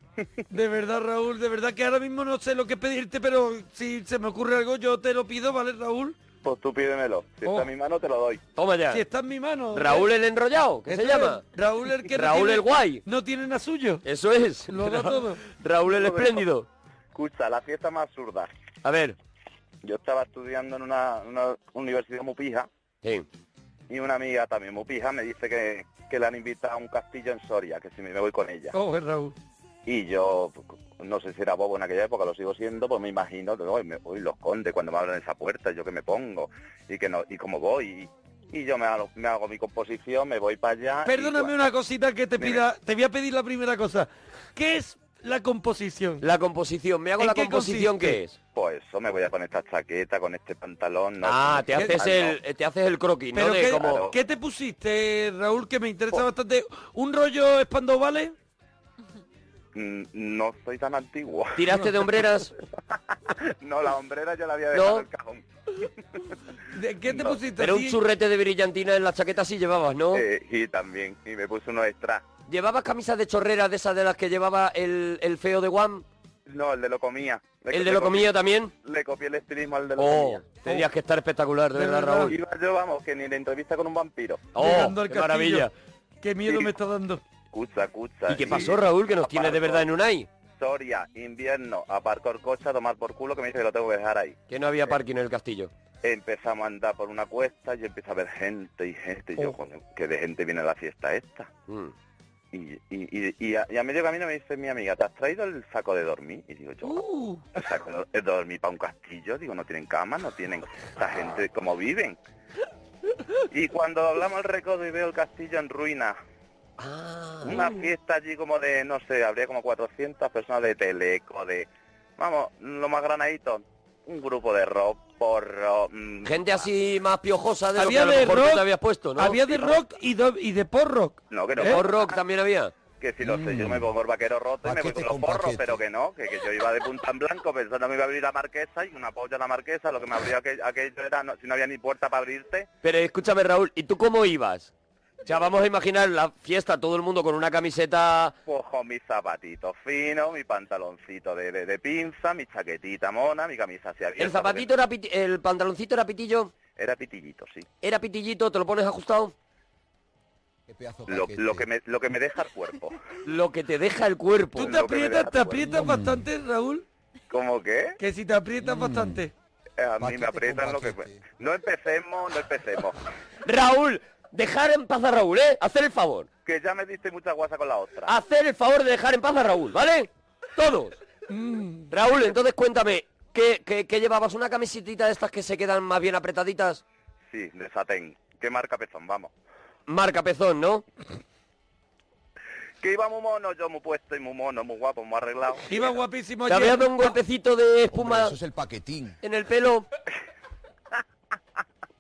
[SPEAKER 1] De verdad, Raúl, de verdad que ahora mismo no sé lo que pedirte, pero si se me ocurre algo yo te lo pido, ¿vale, Raúl?
[SPEAKER 8] Pues tú pídemelo. Si
[SPEAKER 1] Oh.
[SPEAKER 8] está en mi mano, te lo doy.
[SPEAKER 2] Toma ya.
[SPEAKER 1] Si está en mi mano.
[SPEAKER 2] Raúl el enrollado, ¿qué se
[SPEAKER 1] Esto es
[SPEAKER 2] llama?
[SPEAKER 1] Raúl el que no
[SPEAKER 2] Raúl
[SPEAKER 1] tiene-
[SPEAKER 2] el guay.
[SPEAKER 1] No tiene nada suyo.
[SPEAKER 2] Eso es.
[SPEAKER 1] Lo da todo.
[SPEAKER 2] Raúl el
[SPEAKER 8] Lo dejo.
[SPEAKER 2] espléndido.
[SPEAKER 8] Escucha, la fiesta más absurda.
[SPEAKER 2] A ver.
[SPEAKER 8] Yo estaba estudiando en una, una universidad muy pija
[SPEAKER 2] Sí.
[SPEAKER 8] y una amiga también muy pija me dice que, que la han invitado a un castillo en Soria, que si me voy con ella.
[SPEAKER 1] Oh, es Raúl.
[SPEAKER 8] Y yo, pues, no sé si era bobo en aquella época, lo sigo siendo, pues me imagino, hoy, los condes cuando me abren esa puerta, yo que me pongo y que no y cómo voy. Y, y yo me hago, me hago mi composición, me voy para allá. Ah, y
[SPEAKER 1] Perdóname
[SPEAKER 8] cua-
[SPEAKER 1] una cosita que te
[SPEAKER 8] Dime.
[SPEAKER 1] pida, te voy a pedir la primera cosa. ¿Qué es la composición?
[SPEAKER 2] La composición. ¿Me hago
[SPEAKER 1] ¿En
[SPEAKER 2] la
[SPEAKER 1] qué
[SPEAKER 2] composición
[SPEAKER 1] consiste?
[SPEAKER 2] qué es?
[SPEAKER 8] Pues eso, me voy a poner esta chaqueta con este pantalón. no,
[SPEAKER 2] ah,
[SPEAKER 8] con
[SPEAKER 2] te
[SPEAKER 8] este
[SPEAKER 2] haces,
[SPEAKER 8] pantalón.
[SPEAKER 2] el, eh, te haces el croquis, ¿no?
[SPEAKER 1] Pero
[SPEAKER 2] De
[SPEAKER 1] ¿qué,
[SPEAKER 2] como...
[SPEAKER 1] qué te pusiste, Raúl, que me interesa
[SPEAKER 8] Oh.
[SPEAKER 1] bastante? ¿Un rollo espandovale?
[SPEAKER 8] Mm, No soy tan antiguo.
[SPEAKER 2] ¿Tiraste de hombreras?
[SPEAKER 8] No, la hombrera yo la había dejado
[SPEAKER 2] No.
[SPEAKER 8] en el cajón.
[SPEAKER 1] ¿De ¿Qué te
[SPEAKER 8] No,
[SPEAKER 1] pusiste?
[SPEAKER 2] Pero un
[SPEAKER 1] así?
[SPEAKER 2] churrete de brillantina en la chaqueta sí llevabas, ¿no?
[SPEAKER 8] Eh, y también, y me puse unos extras.
[SPEAKER 2] ¿Llevabas camisas de chorrera de esas de las que llevaba el, el feo de Guam?
[SPEAKER 8] No, el de lo comía. Le-
[SPEAKER 2] ¿El de
[SPEAKER 8] le
[SPEAKER 2] lo
[SPEAKER 8] copié-
[SPEAKER 2] comía también?
[SPEAKER 8] Le copié el estilismo al de lo
[SPEAKER 2] Oh,
[SPEAKER 8] comía.
[SPEAKER 2] tendrías que estar espectacular, de
[SPEAKER 1] De
[SPEAKER 2] verdad,
[SPEAKER 1] verdad.
[SPEAKER 2] Raúl.
[SPEAKER 8] Iba yo, vamos, que ni la entrevista con un vampiro.
[SPEAKER 2] Oh,
[SPEAKER 1] Llegando al
[SPEAKER 2] qué
[SPEAKER 1] castillo.
[SPEAKER 2] maravilla.
[SPEAKER 1] Qué miedo
[SPEAKER 8] Sí.
[SPEAKER 1] me está dando.
[SPEAKER 8] Cucha, cucha.
[SPEAKER 2] ¿Y qué pasó, Raúl, que nos tienes de verdad en Unai?
[SPEAKER 8] Soria, invierno, aparco el coche a tomar por culo que me dice que lo tengo que dejar ahí. Eh,
[SPEAKER 2] Que no había parking en el castillo.
[SPEAKER 8] Empezamos a andar por una cuesta y empieza a ver gente y gente. Y yo,
[SPEAKER 1] Oh.
[SPEAKER 8] coño, que de gente viene la fiesta esta.
[SPEAKER 2] Mm.
[SPEAKER 8] Y, y, y, y a, y a medio camino me dice mi amiga, ¿te has traído el saco de dormir? Y digo yo,
[SPEAKER 1] Uh,
[SPEAKER 8] el saco de de dormir para un castillo, digo, no tienen cama, no tienen esta gente como viven. Y cuando hablamos al recodo y veo el castillo en ruinas,
[SPEAKER 2] Ah,
[SPEAKER 8] una fiesta allí como de, no sé, habría como 400 personas de teleco, de, vamos, lo más granadito, un grupo de rock, porro, mm,
[SPEAKER 2] gente así más piojosa de lo que
[SPEAKER 1] Había
[SPEAKER 2] a lo
[SPEAKER 1] de
[SPEAKER 2] mejor tú
[SPEAKER 1] rock,
[SPEAKER 2] te habías puesto, ¿no?
[SPEAKER 1] Había de rock y de, y de pop rock.
[SPEAKER 8] no, que no,
[SPEAKER 2] ¿O ¿Eh? rock también había? Mm.
[SPEAKER 8] que si lo sé, yo me pongo el vaquero roto y me voy con los porros, pero que no, que, que yo iba de punta en blanco pensando que me iba a abrir la marquesa y una polla a la marquesa, lo que me abrió aquel- aquello era, no- si no había ni puerta para abrirte,
[SPEAKER 2] Pero escúchame, Raúl, ¿y tú cómo ibas? O sea, vamos a imaginar la fiesta, todo el mundo con una camiseta...
[SPEAKER 8] pues con mis zapatitos finos, mi pantaloncito de, de- de pinza, mi chaquetita mona, mi camisa así abierta.
[SPEAKER 2] El zapatito era piti- el pantaloncito era pitillo,
[SPEAKER 8] porque Era pitillito, sí.
[SPEAKER 2] era pitillito, te lo pones ajustado.
[SPEAKER 8] Lo, lo que me, lo que me deja el cuerpo.
[SPEAKER 2] Lo que te deja el cuerpo.
[SPEAKER 1] Tú te
[SPEAKER 8] lo que me
[SPEAKER 1] aprietas,
[SPEAKER 8] da
[SPEAKER 1] te
[SPEAKER 8] la
[SPEAKER 1] aprietas
[SPEAKER 9] Mm.
[SPEAKER 1] bastante, Raúl.
[SPEAKER 8] ¿Cómo que?
[SPEAKER 1] Que si te aprietas bastante.
[SPEAKER 8] Eh, A mí me aprietan lo que... No empecemos, no empecemos.
[SPEAKER 2] Raúl, dejar en paz a Raúl, ¿eh? Hacer el favor.
[SPEAKER 8] Que ya me diste mucha guasa con la otra.
[SPEAKER 2] Hacer el favor de dejar en paz a Raúl, ¿vale? Todos.
[SPEAKER 1] Mm.
[SPEAKER 2] Raúl, entonces cuéntame, ¿qué, qué, qué llevabas? ¿Una camisita de estas que se quedan más bien apretaditas?
[SPEAKER 8] Sí, de satén. ¿Qué marca pezón? Vamos.
[SPEAKER 2] Marca pezón, ¿no?
[SPEAKER 8] Que iba muy mono, yo muy puesto y muy mono, muy guapo, muy arreglado.
[SPEAKER 1] Iba guapísimo
[SPEAKER 2] Te
[SPEAKER 1] ayer.
[SPEAKER 2] había dado un golpecito de espuma
[SPEAKER 9] el paquetín.
[SPEAKER 2] en el pelo.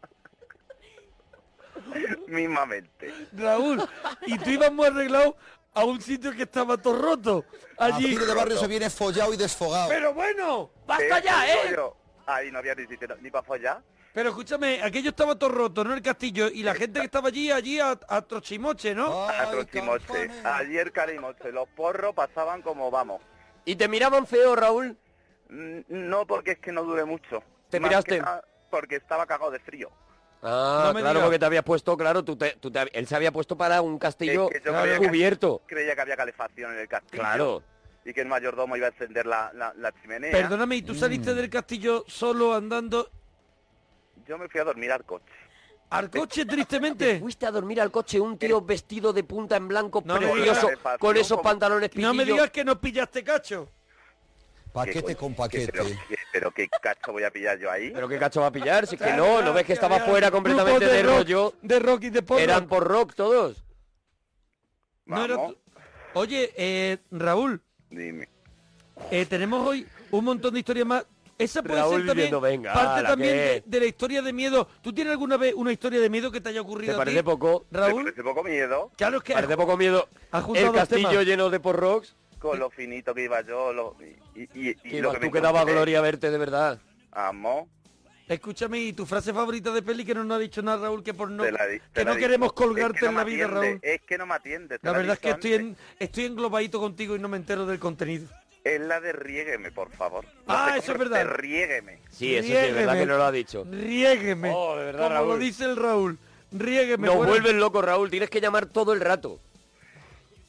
[SPEAKER 8] Mismamente.
[SPEAKER 1] Raúl, y tú ibas muy arreglado a un sitio que estaba todo roto. Allí.
[SPEAKER 9] de barrio se viene follado y desfogado.
[SPEAKER 1] Pero bueno,
[SPEAKER 2] ¡Basta
[SPEAKER 8] Eh,
[SPEAKER 2] ya,
[SPEAKER 8] digo
[SPEAKER 2] eh!
[SPEAKER 8] yo, Ahí no había ni siquiera ni para follar.
[SPEAKER 1] pero escúchame, aquello estaba todo roto, ¿no? El castillo. Y la gente que estaba allí, allí a, a trochimoche, ¿no?
[SPEAKER 9] Ay,
[SPEAKER 8] A Trocimoche.
[SPEAKER 9] campanero.
[SPEAKER 8] Ayer Calimoche. Los porros pasaban como vamos.
[SPEAKER 2] ¿Y te miraban feo, Raúl?
[SPEAKER 8] Mm, No porque es que no dure mucho.
[SPEAKER 2] Te
[SPEAKER 8] Más
[SPEAKER 2] miraste.
[SPEAKER 8] que nada porque estaba cagado de frío.
[SPEAKER 2] Ah,
[SPEAKER 8] No me
[SPEAKER 2] claro,
[SPEAKER 8] digas.
[SPEAKER 2] porque te habías puesto, claro, tú te- tú te hab- él se había puesto para un
[SPEAKER 8] Que-
[SPEAKER 2] castillo
[SPEAKER 8] que yo creía que-
[SPEAKER 2] cubierto.
[SPEAKER 8] creía que había calefacción en el castillo.
[SPEAKER 2] Claro.
[SPEAKER 8] Y que el mayordomo iba a encender la, la- la chimenea.
[SPEAKER 1] Perdóname, ¿y tú saliste del castillo solo andando
[SPEAKER 8] Yo me fui a dormir al coche.
[SPEAKER 1] al coche tristemente?
[SPEAKER 2] Fuiste a dormir al coche un
[SPEAKER 8] Eh.
[SPEAKER 2] tío vestido de punta en blanco
[SPEAKER 1] No me
[SPEAKER 2] precioso,
[SPEAKER 1] digas.
[SPEAKER 2] con esos pantalones
[SPEAKER 1] No me
[SPEAKER 2] pitillo.
[SPEAKER 1] digas que no pillaste cacho.
[SPEAKER 8] Paquete con paquete. Pero, qué- pero qué cacho voy a pillar yo ahí.
[SPEAKER 2] Pero qué cacho va a pillar, si es que no, no ves que estaba fuera completamente de,
[SPEAKER 8] Grupos de rock,
[SPEAKER 2] rollo.
[SPEAKER 1] De rock y de pop.
[SPEAKER 2] Eran por rock todos.
[SPEAKER 1] No era
[SPEAKER 8] Vamos.
[SPEAKER 1] tu- Oye, eh, Raúl.
[SPEAKER 8] Dime.
[SPEAKER 1] Eh, tenemos hoy un montón de historias más. Esa puede
[SPEAKER 2] Raúl
[SPEAKER 1] ser también
[SPEAKER 2] diciendo, "Venga,
[SPEAKER 1] parte
[SPEAKER 2] ala,
[SPEAKER 1] también
[SPEAKER 2] ¿qué?".
[SPEAKER 1] de, de la historia de miedo. ¿Tú tienes alguna vez una historia de miedo que te haya ocurrido
[SPEAKER 2] ¿Te
[SPEAKER 1] a
[SPEAKER 2] parece
[SPEAKER 1] ti?
[SPEAKER 2] poco?
[SPEAKER 1] Raúl.
[SPEAKER 8] Hace poco miedo,
[SPEAKER 1] Claro, es que
[SPEAKER 2] Parece poco miedo.
[SPEAKER 1] has juntado
[SPEAKER 2] El
[SPEAKER 1] dos
[SPEAKER 2] castillo
[SPEAKER 1] temas.
[SPEAKER 2] lleno de por rocks.
[SPEAKER 8] con lo finito que iba yo, lo, y, y, y- y
[SPEAKER 2] Que
[SPEAKER 8] lo
[SPEAKER 2] igual
[SPEAKER 8] que
[SPEAKER 2] tú quedaba
[SPEAKER 8] encontré.
[SPEAKER 2] gloria verte de verdad.
[SPEAKER 8] Amo.
[SPEAKER 1] Escúchame, y tu frase favorita de peli que no nos ha dicho nada, Raúl, que por no,
[SPEAKER 8] Te la di- te
[SPEAKER 1] que
[SPEAKER 8] la
[SPEAKER 1] no
[SPEAKER 8] di-
[SPEAKER 1] queremos
[SPEAKER 8] es que no
[SPEAKER 1] colgarte
[SPEAKER 8] me
[SPEAKER 1] en la vida,
[SPEAKER 8] atiende,
[SPEAKER 1] Raúl.
[SPEAKER 8] Es que no me atiende. te
[SPEAKER 1] La
[SPEAKER 8] lo he
[SPEAKER 1] verdad es que
[SPEAKER 8] dicho
[SPEAKER 1] estoy en, estoy englobadito contigo y no me entero del contenido.
[SPEAKER 8] Es la de riégueme, por favor.
[SPEAKER 1] Ah,
[SPEAKER 8] te
[SPEAKER 1] eso es
[SPEAKER 8] cortes,
[SPEAKER 1] verdad.
[SPEAKER 8] Riégueme.
[SPEAKER 2] Sí, eso sí, es verdad
[SPEAKER 1] Riégueme.
[SPEAKER 2] que no lo ha dicho.
[SPEAKER 1] Riégueme.
[SPEAKER 2] Oh, de verdad,
[SPEAKER 1] como lo
[SPEAKER 2] Raúl.
[SPEAKER 1] dice el Raúl. Riégueme.
[SPEAKER 2] Nos
[SPEAKER 1] bueno.
[SPEAKER 2] vuelven locos, Raúl. Tienes que llamar todo el rato.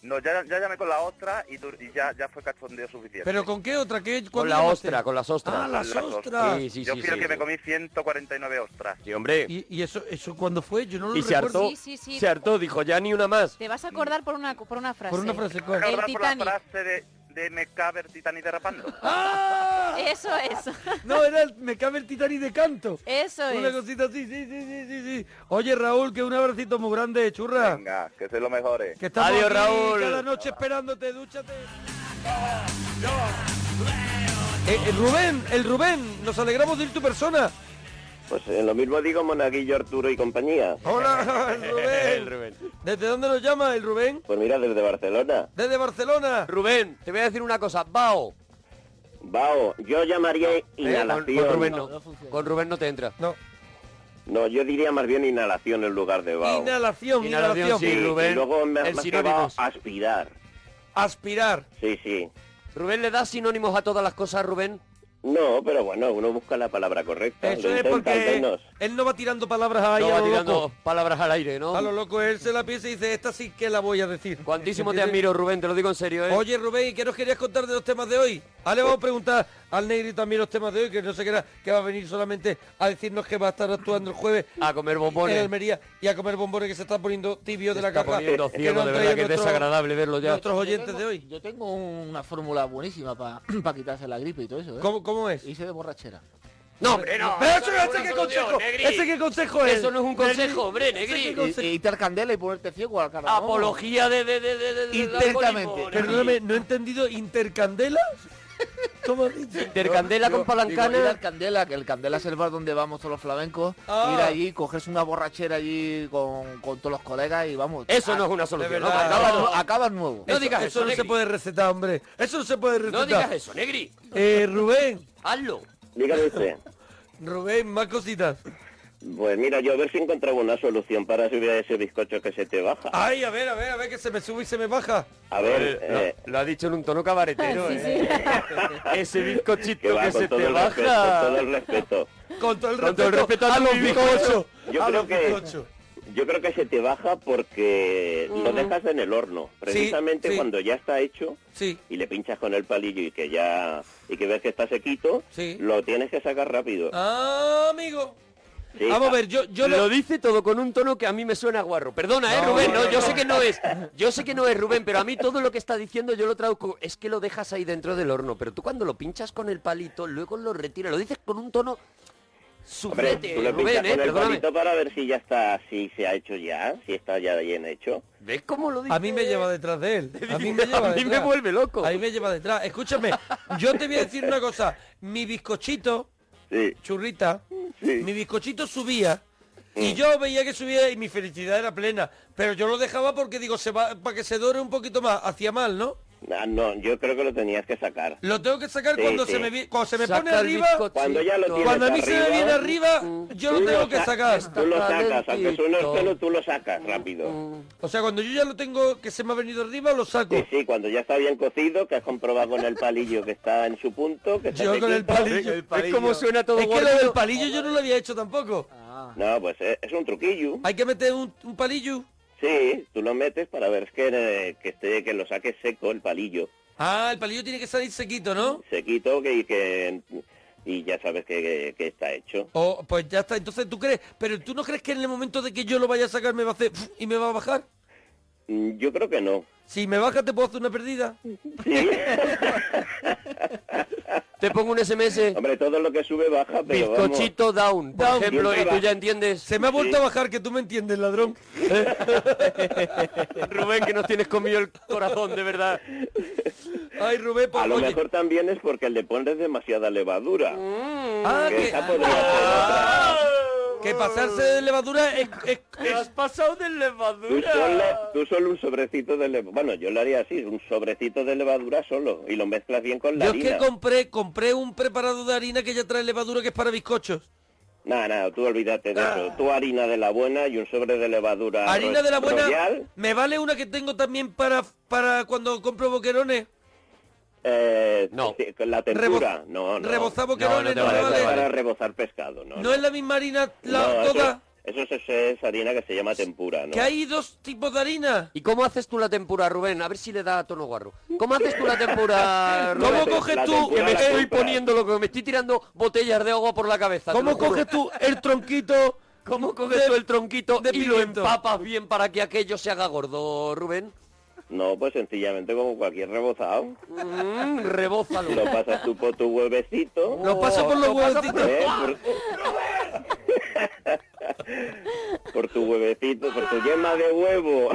[SPEAKER 8] No, ya, ya llamé con la otra y, tú- y ya, ya fue cachondeo suficiente.
[SPEAKER 1] ¿Pero con qué otra? ¿Qué,
[SPEAKER 2] Con
[SPEAKER 1] cuándo
[SPEAKER 2] la
[SPEAKER 1] llamaste?
[SPEAKER 2] ostra, con las ostras.
[SPEAKER 1] Ah, las
[SPEAKER 8] Las
[SPEAKER 1] ostras.
[SPEAKER 2] Sí, sí,
[SPEAKER 8] Yo
[SPEAKER 2] sí,
[SPEAKER 8] fui el
[SPEAKER 2] sí,
[SPEAKER 8] que me
[SPEAKER 2] sí.
[SPEAKER 8] comí 149 ostras.
[SPEAKER 2] Sí, hombre.
[SPEAKER 1] ¿Y, y eso, eso cuándo fue? Yo no lo
[SPEAKER 2] Y se
[SPEAKER 1] recuerdo.
[SPEAKER 2] hartó,
[SPEAKER 5] Sí, sí, sí.
[SPEAKER 2] se hartó, dijo, ya ni una más.
[SPEAKER 5] Te vas a acordar por una, por una frase.
[SPEAKER 1] Por una frase, ¿cuál?
[SPEAKER 5] El
[SPEAKER 8] Ahora por la
[SPEAKER 5] Titanic.
[SPEAKER 8] frase de, de me cabe el Titanic derrapando.
[SPEAKER 5] Eso es.
[SPEAKER 1] No, era el- me cabe el Titanic de canto.
[SPEAKER 5] Eso
[SPEAKER 1] Una
[SPEAKER 5] es.
[SPEAKER 1] cosita así, sí, sí, sí, sí, sí. Oye, Raúl, que un abracito muy grande, churra.
[SPEAKER 8] Venga, que soy lo mejor. eh.
[SPEAKER 1] Que estamos
[SPEAKER 2] Adiós,
[SPEAKER 1] aquí
[SPEAKER 2] Raúl.
[SPEAKER 1] cada noche esperándote, dúchate. Eh, eh, Rubén, el Rubén, nos alegramos de ir tu persona.
[SPEAKER 10] Pues eh, lo mismo digo Monaguillo, Arturo y compañía.
[SPEAKER 1] Hola, el Rubén. ¿Desde dónde nos llama el Rubén?
[SPEAKER 10] Pues mira, desde Barcelona.
[SPEAKER 1] Desde Barcelona.
[SPEAKER 2] Rubén, te voy a decir una cosa. Bao. Eh,
[SPEAKER 10] Bao, yo llamaría
[SPEAKER 1] eh,
[SPEAKER 2] con,
[SPEAKER 10] inhalación.
[SPEAKER 2] con Rubén no. Con Rubén no te entra.
[SPEAKER 1] No.
[SPEAKER 10] No, yo diría más bien inhalación en lugar de Bao.
[SPEAKER 1] Inhalación,
[SPEAKER 2] Inhalación,
[SPEAKER 1] inhalación.
[SPEAKER 2] sí, Rubén.
[SPEAKER 10] y luego me-
[SPEAKER 2] el
[SPEAKER 10] más que Bao,
[SPEAKER 2] sinónimos.
[SPEAKER 10] aspirar.
[SPEAKER 1] Aspirar.
[SPEAKER 10] Sí, sí.
[SPEAKER 2] Rubén le da sinónimos a todas las cosas, Rubén.
[SPEAKER 10] No, pero bueno, uno busca la palabra correcta.
[SPEAKER 1] Eso
[SPEAKER 10] lo
[SPEAKER 1] es
[SPEAKER 10] intenta al
[SPEAKER 1] porque
[SPEAKER 10] menos.
[SPEAKER 1] él no va tirando palabras ahí
[SPEAKER 2] No
[SPEAKER 1] a
[SPEAKER 2] va
[SPEAKER 1] lo
[SPEAKER 2] tirando
[SPEAKER 1] loco.
[SPEAKER 2] palabras al aire, ¿no?
[SPEAKER 1] A lo loco, él se la piensa y dice, esta sí que la voy a decir.
[SPEAKER 2] Cuantísimo te
[SPEAKER 1] ¿Entiendes?
[SPEAKER 2] admiro, Rubén, te lo digo en serio, ¿eh?
[SPEAKER 1] Oye, Rubén, ¿y qué nos querías contar de los temas de hoy? Ahora le vamos a preguntar al negro también los temas de hoy, que no sé qué era, que va a venir solamente a decirnos que va a estar actuando el jueves
[SPEAKER 2] a comer
[SPEAKER 1] en
[SPEAKER 2] bombones.
[SPEAKER 1] Almería y a comer bombones que se está poniendo tibio de la
[SPEAKER 2] Está
[SPEAKER 1] caja.
[SPEAKER 2] poniendo
[SPEAKER 1] que
[SPEAKER 2] ciego,
[SPEAKER 1] nos
[SPEAKER 2] de
[SPEAKER 1] han
[SPEAKER 2] verdad, que
[SPEAKER 1] traído
[SPEAKER 2] es
[SPEAKER 1] nuestros-
[SPEAKER 2] desagradable verlo ya.
[SPEAKER 1] Nuestros oyentes de hoy.
[SPEAKER 3] Yo tengo una fórmula buenísima para quitarse la gripe y todo eso, ¿eh?
[SPEAKER 1] ¿Cómo, cómo es?
[SPEAKER 3] Hice de borrachera.
[SPEAKER 2] No, hombre, no.
[SPEAKER 1] Pero
[SPEAKER 2] eso
[SPEAKER 1] ese,
[SPEAKER 2] no es
[SPEAKER 1] ese
[SPEAKER 2] una
[SPEAKER 1] qué
[SPEAKER 2] solución,
[SPEAKER 1] consejo,
[SPEAKER 2] Negri.
[SPEAKER 1] ese qué consejo es.
[SPEAKER 2] Eso no es un consejo, hombre, Negri.
[SPEAKER 1] Ese qué
[SPEAKER 3] Y,
[SPEAKER 1] consejo-
[SPEAKER 3] y quitar candela y ponerte ciego al carnaval.
[SPEAKER 2] Apología de... de, de, de, de- de-
[SPEAKER 3] Intensamente.
[SPEAKER 2] alcoholismo, Negri.
[SPEAKER 1] Perdóname, no he entendido, ¿intercandela? ¿Cómo has dicho?
[SPEAKER 2] Intercandela con
[SPEAKER 3] Digo, ir al
[SPEAKER 2] palancana.
[SPEAKER 3] Candela, que el Candela es el bar donde vamos todos los flamencos.
[SPEAKER 1] Ah.
[SPEAKER 3] Ir allí, cogerse una borrachera allí con, con todos los colegas y vamos. Ah,
[SPEAKER 2] Eso no es una
[SPEAKER 1] de
[SPEAKER 2] solución. No,
[SPEAKER 1] verdad.
[SPEAKER 2] acaba-
[SPEAKER 3] Acabas, acabas nuevo.
[SPEAKER 2] No digas
[SPEAKER 1] eso,
[SPEAKER 2] eso,
[SPEAKER 1] no se
[SPEAKER 2] Negri.
[SPEAKER 1] puede recetar, hombre. Eso no se puede recetar.
[SPEAKER 2] No digas eso, Negri.
[SPEAKER 1] Eh, Rubén,
[SPEAKER 2] Hazlo.
[SPEAKER 10] Dígame usted.
[SPEAKER 1] Rubén, más cositas.
[SPEAKER 10] Pues mira, yo a ver si encontraba una solución para subir a ese bizcocho que se te baja.
[SPEAKER 1] Ay, a ver, a ver, a ver que se me sube y se me baja.
[SPEAKER 10] A ver,
[SPEAKER 2] Lo-
[SPEAKER 10] eh, Ah,
[SPEAKER 2] Lo, ha dicho en un tono cabaretero,
[SPEAKER 5] Sí,
[SPEAKER 2] ¿eh? Ese
[SPEAKER 10] que
[SPEAKER 2] bizcochito
[SPEAKER 10] va
[SPEAKER 2] que
[SPEAKER 10] con
[SPEAKER 2] se
[SPEAKER 10] todo
[SPEAKER 2] te
[SPEAKER 10] el respeto, con todo
[SPEAKER 2] baja.
[SPEAKER 10] el respeto.
[SPEAKER 1] Con todo el
[SPEAKER 2] eh. Con
[SPEAKER 1] respeto,
[SPEAKER 2] todo el respeto a
[SPEAKER 1] a
[SPEAKER 2] tu
[SPEAKER 1] los
[SPEAKER 2] bizcocho.
[SPEAKER 1] bizcochos.
[SPEAKER 10] Yo
[SPEAKER 1] a
[SPEAKER 10] creo
[SPEAKER 1] los
[SPEAKER 10] que-
[SPEAKER 1] bizcochos.
[SPEAKER 10] Yo creo que se te baja porque lo dejas en el horno, precisamente
[SPEAKER 1] sí.
[SPEAKER 10] cuando ya está hecho
[SPEAKER 1] Sí,
[SPEAKER 10] y le pinchas con el palillo y que ya y que ves que está sequito,
[SPEAKER 1] sí.
[SPEAKER 10] lo tienes que sacar rápido.
[SPEAKER 1] Ah, amigo.
[SPEAKER 10] Sí.
[SPEAKER 1] Vamos a ver, yo, yo
[SPEAKER 2] lo...
[SPEAKER 1] lo...
[SPEAKER 2] dice todo con un tono que a mí me suena a guarro. Perdona, ¿eh,
[SPEAKER 1] No,
[SPEAKER 2] Rubén? No,
[SPEAKER 1] no,
[SPEAKER 2] yo
[SPEAKER 1] no.
[SPEAKER 2] sé que no es. Yo sé que no es Rubén, pero a mí todo lo que está diciendo yo lo traduzco. Es que lo dejas ahí dentro del horno, pero tú cuando lo pinchas con el palito, luego lo retiras. Lo dices con un tono
[SPEAKER 10] Hombre,
[SPEAKER 2] sufrete,
[SPEAKER 10] tú le pinchas
[SPEAKER 2] Rubén, ¿eh?
[SPEAKER 10] con el
[SPEAKER 2] Perdóname.
[SPEAKER 10] palito para ver si ya está, si se ha hecho ya, si está ya bien hecho.
[SPEAKER 2] ¿Ves cómo lo dice?
[SPEAKER 1] A mí me lleva detrás de él. A mí me
[SPEAKER 2] A
[SPEAKER 1] lleva
[SPEAKER 2] mí me
[SPEAKER 1] detrás.
[SPEAKER 2] vuelve loco.
[SPEAKER 1] A mí me lleva detrás. Escúchame, yo te voy a decir una cosa. Mi bizcochito,
[SPEAKER 10] Sí,
[SPEAKER 1] churrita,
[SPEAKER 10] Sí. Mm.
[SPEAKER 1] mi bizcochito subía y yo veía que subía y mi felicidad era plena. Pero yo lo dejaba porque digo, se va para que se dore un poquito más. Hacía mal, ¿no?
[SPEAKER 10] Ah, no, yo creo que lo tenías que sacar.
[SPEAKER 1] Lo tengo que sacar
[SPEAKER 10] Sí,
[SPEAKER 1] cuando,
[SPEAKER 10] sí.
[SPEAKER 1] Se me, vi- cuando se me
[SPEAKER 10] Saca
[SPEAKER 1] pone
[SPEAKER 10] el
[SPEAKER 1] arriba.
[SPEAKER 10] bizcochito. Cuando ya lo tienes
[SPEAKER 1] Cuando a mí se me
[SPEAKER 10] arriba,
[SPEAKER 1] viene arriba, yo lo
[SPEAKER 10] Tú
[SPEAKER 1] tengo que
[SPEAKER 10] sa-
[SPEAKER 1] sacar.
[SPEAKER 10] Tú lo sacas, aunque suene el suelo, tú lo sacas rápido.
[SPEAKER 1] O sea, cuando yo ya lo tengo que se me ha venido arriba, lo saco.
[SPEAKER 10] Sí, sí, cuando ya está bien cocido, que has comprobado con el palillo que está en su punto, que está
[SPEAKER 1] Yo con el
[SPEAKER 10] sequito.
[SPEAKER 1] palillo. Es que lo del palillo yo no lo había hecho tampoco.
[SPEAKER 10] No, pues es, es un truquillo.
[SPEAKER 1] Hay que meter un, un palillo.
[SPEAKER 10] Sí, tú lo metes para ver que, eh, que, esté, que lo saques seco el palillo.
[SPEAKER 1] Ah, el palillo tiene que salir sequito, ¿no?
[SPEAKER 10] Sequito que, y que y ya sabes que, que- que está hecho.
[SPEAKER 1] O, pues ya está, entonces tú crees, pero tú no crees que en el momento de que yo lo vaya a sacar me va a hacer ¡fuf! y me va a bajar.
[SPEAKER 10] Mm, Yo creo que no.
[SPEAKER 1] Si me baja te puedo hacer una perdida.
[SPEAKER 2] Te pongo un SMS.
[SPEAKER 10] Hombre, todo lo que sube baja, pero vamos.
[SPEAKER 2] Bizcochito down, por
[SPEAKER 10] Down.
[SPEAKER 2] ejemplo, y
[SPEAKER 10] Siempre
[SPEAKER 2] tú
[SPEAKER 10] va.
[SPEAKER 2] ya entiendes.
[SPEAKER 1] Se me ha vuelto a bajar, que tú me entiendes, ladrón.
[SPEAKER 2] Rubén, que nos tienes comido el corazón, de verdad.
[SPEAKER 1] Ay, Rubén, pues,
[SPEAKER 10] A lo mejor también es porque le pones demasiada levadura.
[SPEAKER 1] Ah,
[SPEAKER 10] Que
[SPEAKER 1] que, Ah.
[SPEAKER 10] esa podría ser otra.
[SPEAKER 1] que pasarse de levadura es... es- es-
[SPEAKER 2] pasado de
[SPEAKER 10] Tú
[SPEAKER 2] levadura.
[SPEAKER 10] solo, tú solo un sobrecito de levadura. Bueno, yo lo haría así, un sobrecito de levadura solo y lo mezclas bien con la
[SPEAKER 1] Yo es
[SPEAKER 10] harina.
[SPEAKER 1] que compré, compré un preparado de harina que ya trae levadura que es para bizcochos.
[SPEAKER 10] No, no, tú olvídate de eso. Tú harina de la buena y un sobre de levadura.
[SPEAKER 1] Ah. Harina
[SPEAKER 10] ro-
[SPEAKER 1] de la buena.
[SPEAKER 10] royal.
[SPEAKER 1] Me vale una que tengo también para, para cuando compro boquerones.
[SPEAKER 10] Eh, sí, con la tempura. no, no.
[SPEAKER 1] rebozar boquerones, No, no te no vale, me no te vale. vale.
[SPEAKER 10] Para rebozar pescado, no.
[SPEAKER 1] No, es la misma harina la,
[SPEAKER 10] No, eso-
[SPEAKER 1] toda.
[SPEAKER 10] Eso, es, eso es harina que se llama tempura, ¿no?
[SPEAKER 1] Que hay dos tipos de harina.
[SPEAKER 2] ¿Y cómo haces tú la tempura, Rubén? A ver si le da tono guarro. ¿Cómo haces tú la tempura, Rubén?
[SPEAKER 1] ¿Cómo coges tú-
[SPEAKER 2] Que me
[SPEAKER 1] la
[SPEAKER 2] estoy
[SPEAKER 1] compras.
[SPEAKER 2] poniendo loco, me estoy tirando botellas de agua por la cabeza. te
[SPEAKER 1] ¿Cómo
[SPEAKER 2] lo juro.
[SPEAKER 1] coges tú el tronquito?
[SPEAKER 2] ¿Cómo coges tú el tronquito
[SPEAKER 1] de
[SPEAKER 2] y lo
[SPEAKER 1] pimiento?
[SPEAKER 2] empapas bien para que aquello se haga gordo, Rubén?
[SPEAKER 10] No, pues sencillamente como cualquier rebozado.
[SPEAKER 2] Mm, rebózalo.
[SPEAKER 10] Lo pasas tú por tu huevecito.
[SPEAKER 2] Lo paso por los Lo pasas por-
[SPEAKER 10] Eh, Por... por tu huevecito, por tu yema de huevo.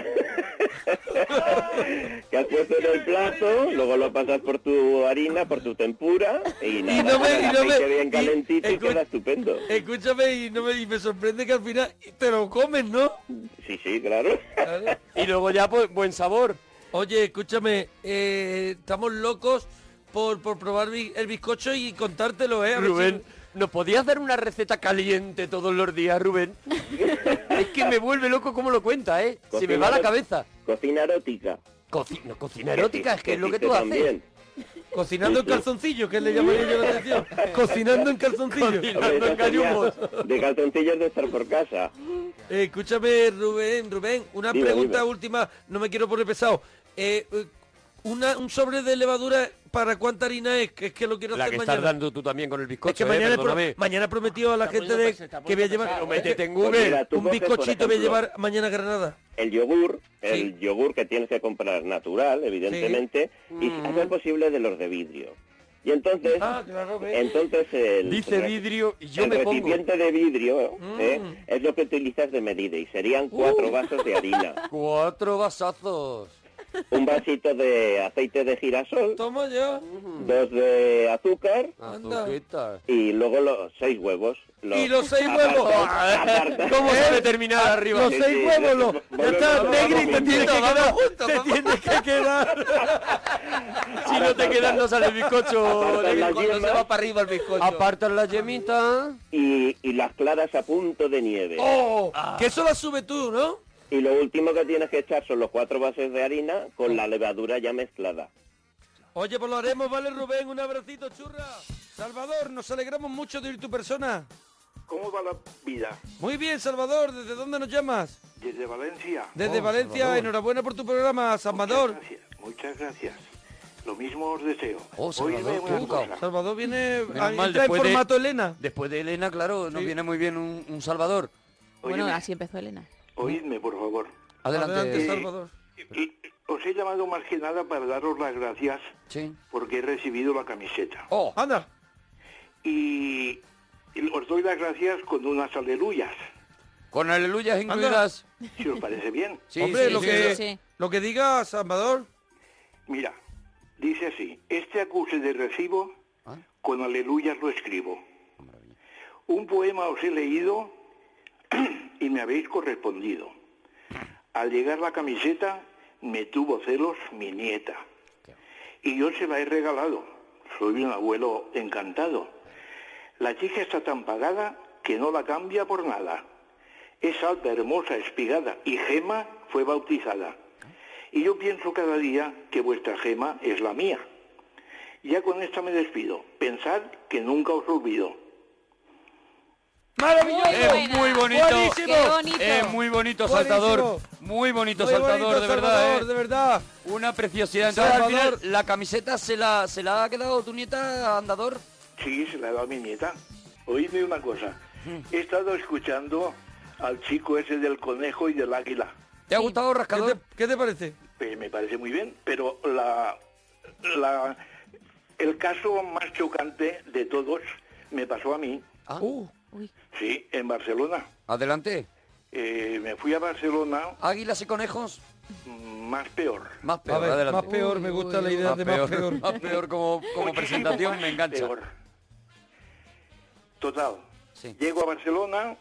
[SPEAKER 10] que has puesto en el plato, luego lo pasas por tu harina, por tu tempura y nada,
[SPEAKER 1] no me-
[SPEAKER 10] el
[SPEAKER 1] y no
[SPEAKER 10] aceite
[SPEAKER 1] me-
[SPEAKER 10] bien
[SPEAKER 1] y-
[SPEAKER 10] calentito y,
[SPEAKER 1] escu-
[SPEAKER 10] queda estupendo.
[SPEAKER 1] Escúchame y, no me, y me sorprende que al final te lo comes, ¿no?
[SPEAKER 10] Sí, sí, claro.
[SPEAKER 2] Y luego ya, pues, buen sabor.
[SPEAKER 1] Oye, escúchame, eh, estamos locos por, por probar bi- el bizcocho y contártelo, ¿eh? A ver
[SPEAKER 2] Rubén, ¿nos podías dar una receta caliente todos los días, Rubén? es que me vuelve loco cómo lo cuenta, ¿eh? Se me va la
[SPEAKER 10] Cocina-
[SPEAKER 2] cabeza.
[SPEAKER 10] Cocina erótica.
[SPEAKER 2] Cocina, cocina erótica, es que es lo que tú haces.
[SPEAKER 1] si- Cocinando en calzoncillos, que le llamaría yo la atención. Cocinando en calzoncillos.
[SPEAKER 10] Hombre, eso sería De calzoncillos de estar por casa.
[SPEAKER 1] Eh, escúchame, Rubén, Rubén, una
[SPEAKER 10] Dime,
[SPEAKER 1] pregunta
[SPEAKER 10] dime.
[SPEAKER 1] última, no me quiero poner pesado. Eh, eh, una, un sobre de levadura, ¿para cuánta harina es? Que es que lo quiero
[SPEAKER 2] La
[SPEAKER 1] hacer
[SPEAKER 2] que
[SPEAKER 1] mañana.
[SPEAKER 2] estás dando tú también con el bizcocho,
[SPEAKER 1] Es que
[SPEAKER 2] ¿eh?
[SPEAKER 1] mañana, he pro-
[SPEAKER 2] Perdóname.
[SPEAKER 1] mañana he prometido a la gente de, que voy a llevar
[SPEAKER 2] Pero métete en
[SPEAKER 1] Pues
[SPEAKER 2] Google.
[SPEAKER 10] mira, tú
[SPEAKER 1] un
[SPEAKER 10] coges, por
[SPEAKER 1] bizcochito voy
[SPEAKER 10] ejemplo,
[SPEAKER 1] a llevar mañana a Granada.
[SPEAKER 10] El yogur, el yogur que tienes que comprar natural, evidentemente, y
[SPEAKER 2] Mm.
[SPEAKER 10] a ser posible de los de vidrio. Y entonces,
[SPEAKER 2] Ah,
[SPEAKER 10] entonces el
[SPEAKER 2] Dice
[SPEAKER 10] re-
[SPEAKER 2] vidrio y yo
[SPEAKER 10] el
[SPEAKER 2] me pongo. Mm.
[SPEAKER 10] recipiente de vidrio ¿eh? es lo que utilizas de medida y
[SPEAKER 2] Uh.
[SPEAKER 10] serían cuatro vasos de harina,
[SPEAKER 2] Cuatro vasazos.
[SPEAKER 10] un vasito de aceite de girasol,
[SPEAKER 1] Toma ya.
[SPEAKER 10] dos de azúcar
[SPEAKER 2] Azuquita.
[SPEAKER 10] y luego los seis huevos. Los
[SPEAKER 1] Y los seis
[SPEAKER 10] apartas,
[SPEAKER 1] huevos.
[SPEAKER 10] apartas.
[SPEAKER 2] ¿Cómo sabe terminar arriba?
[SPEAKER 1] Los
[SPEAKER 10] Sí,
[SPEAKER 1] seis
[SPEAKER 10] sí,
[SPEAKER 1] huevos,
[SPEAKER 10] sí,
[SPEAKER 1] los...
[SPEAKER 10] sí,
[SPEAKER 1] Ya está,
[SPEAKER 10] vamos
[SPEAKER 1] Negri, te
[SPEAKER 10] juntos,
[SPEAKER 1] tienes que
[SPEAKER 10] vamos
[SPEAKER 1] quedar. Te tienes que quedar.
[SPEAKER 2] Si no te quedas no sale el bizcocho.
[SPEAKER 10] Apartas
[SPEAKER 2] Negri,
[SPEAKER 10] las
[SPEAKER 2] cuando se
[SPEAKER 10] yemas.
[SPEAKER 2] va para arriba el bizcocho. Apartas la yemita.
[SPEAKER 10] y, y las claras a punto de nieve.
[SPEAKER 1] ¡Oh! Que eso la sube tú, ¿no?
[SPEAKER 10] Y lo último que tienes que echar son los cuatro vasos de harina con la levadura ya mezclada.
[SPEAKER 1] Oye, pues lo haremos, ¿vale, Rubén? Un abracito, churra. Salvador, nos alegramos mucho de oír tu persona.
[SPEAKER 11] ¿Cómo va la vida?
[SPEAKER 1] Muy bien, Salvador, ¿desde dónde nos llamas?
[SPEAKER 11] Desde Valencia.
[SPEAKER 1] Desde
[SPEAKER 11] Oh,
[SPEAKER 1] Valencia,
[SPEAKER 11] Salvador.
[SPEAKER 1] enhorabuena por tu programa, Salvador.
[SPEAKER 11] Muchas gracias. Lo mismo os deseo.
[SPEAKER 1] Oh,
[SPEAKER 11] Oírme
[SPEAKER 1] Salvador,
[SPEAKER 11] una
[SPEAKER 1] qué
[SPEAKER 11] cosa.
[SPEAKER 1] Salvador viene
[SPEAKER 2] Menos
[SPEAKER 1] ahí
[SPEAKER 2] mal,
[SPEAKER 1] está en
[SPEAKER 2] después de-
[SPEAKER 1] formato Elena.
[SPEAKER 2] Después de Elena, claro, nos viene muy bien un, un Salvador.
[SPEAKER 11] Bueno, Óyeme.
[SPEAKER 2] así empezó Elena.
[SPEAKER 11] Oídme, por favor.
[SPEAKER 2] Adelante. Adelante,
[SPEAKER 11] Eh,
[SPEAKER 2] Salvador.
[SPEAKER 11] y- os he llamado más que nada para daros las gracias
[SPEAKER 2] Sí.
[SPEAKER 11] porque he recibido la camiseta.
[SPEAKER 2] Oh,
[SPEAKER 1] anda.
[SPEAKER 11] Y, y os doy las gracias con unas aleluyas,
[SPEAKER 2] Con aleluyas incluidas.
[SPEAKER 11] si os parece bien.
[SPEAKER 1] Hombre, lo, que, lo que diga Salvador.
[SPEAKER 11] Mira, dice así, este acuse de recibo, con aleluyas lo escribo. Un poema os he leído y me habéis correspondido. Al llegar la camiseta, me tuvo celos mi nieta. y yo se la he regalado. Soy un abuelo encantado. La chica está tan pagada que no la cambia por nada. Es alta, hermosa, espigada y Gema fue bautizada. Y yo pienso cada día que vuestra Gema es la mía. Ya con esta me despido. Pensad que nunca os olvido.
[SPEAKER 3] ¡Maravilloso!
[SPEAKER 2] Es muy bonito.
[SPEAKER 3] Buenísimo.
[SPEAKER 2] Qué bonito. Es muy bonito, Saltador. Muy bonito, Saltador, de verdad. ¿eh?
[SPEAKER 3] de verdad.
[SPEAKER 2] Una preciosidad. Entonces, al
[SPEAKER 3] Salvador.
[SPEAKER 2] final, la camiseta se la, se la ha quedado tu nieta, Andador.
[SPEAKER 11] Sí, se la he dado a mi nieta. Oídme una cosa. He estado escuchando al chico ese del conejo y del águila.
[SPEAKER 2] ¿Te ha gustado, Rascador?
[SPEAKER 1] ¿Qué te, qué te parece?
[SPEAKER 11] Pues me parece muy bien, pero la, la- el caso más chocante de todos me pasó a mí.
[SPEAKER 1] Uh.
[SPEAKER 11] Sí, en Barcelona.
[SPEAKER 2] Ah, Adelante.
[SPEAKER 11] Eh, me fui a Barcelona
[SPEAKER 2] Águilas y conejos.
[SPEAKER 11] más peor.
[SPEAKER 2] Más
[SPEAKER 1] A
[SPEAKER 2] peor,
[SPEAKER 1] ver,
[SPEAKER 2] adelante.
[SPEAKER 1] más peor, me gusta la idea
[SPEAKER 2] Más
[SPEAKER 1] de más peor.
[SPEAKER 2] Más peor como, como
[SPEAKER 11] Muchísimo
[SPEAKER 2] presentación,
[SPEAKER 11] más
[SPEAKER 2] me engancha.
[SPEAKER 11] peor. Total. Llego a Barcelona,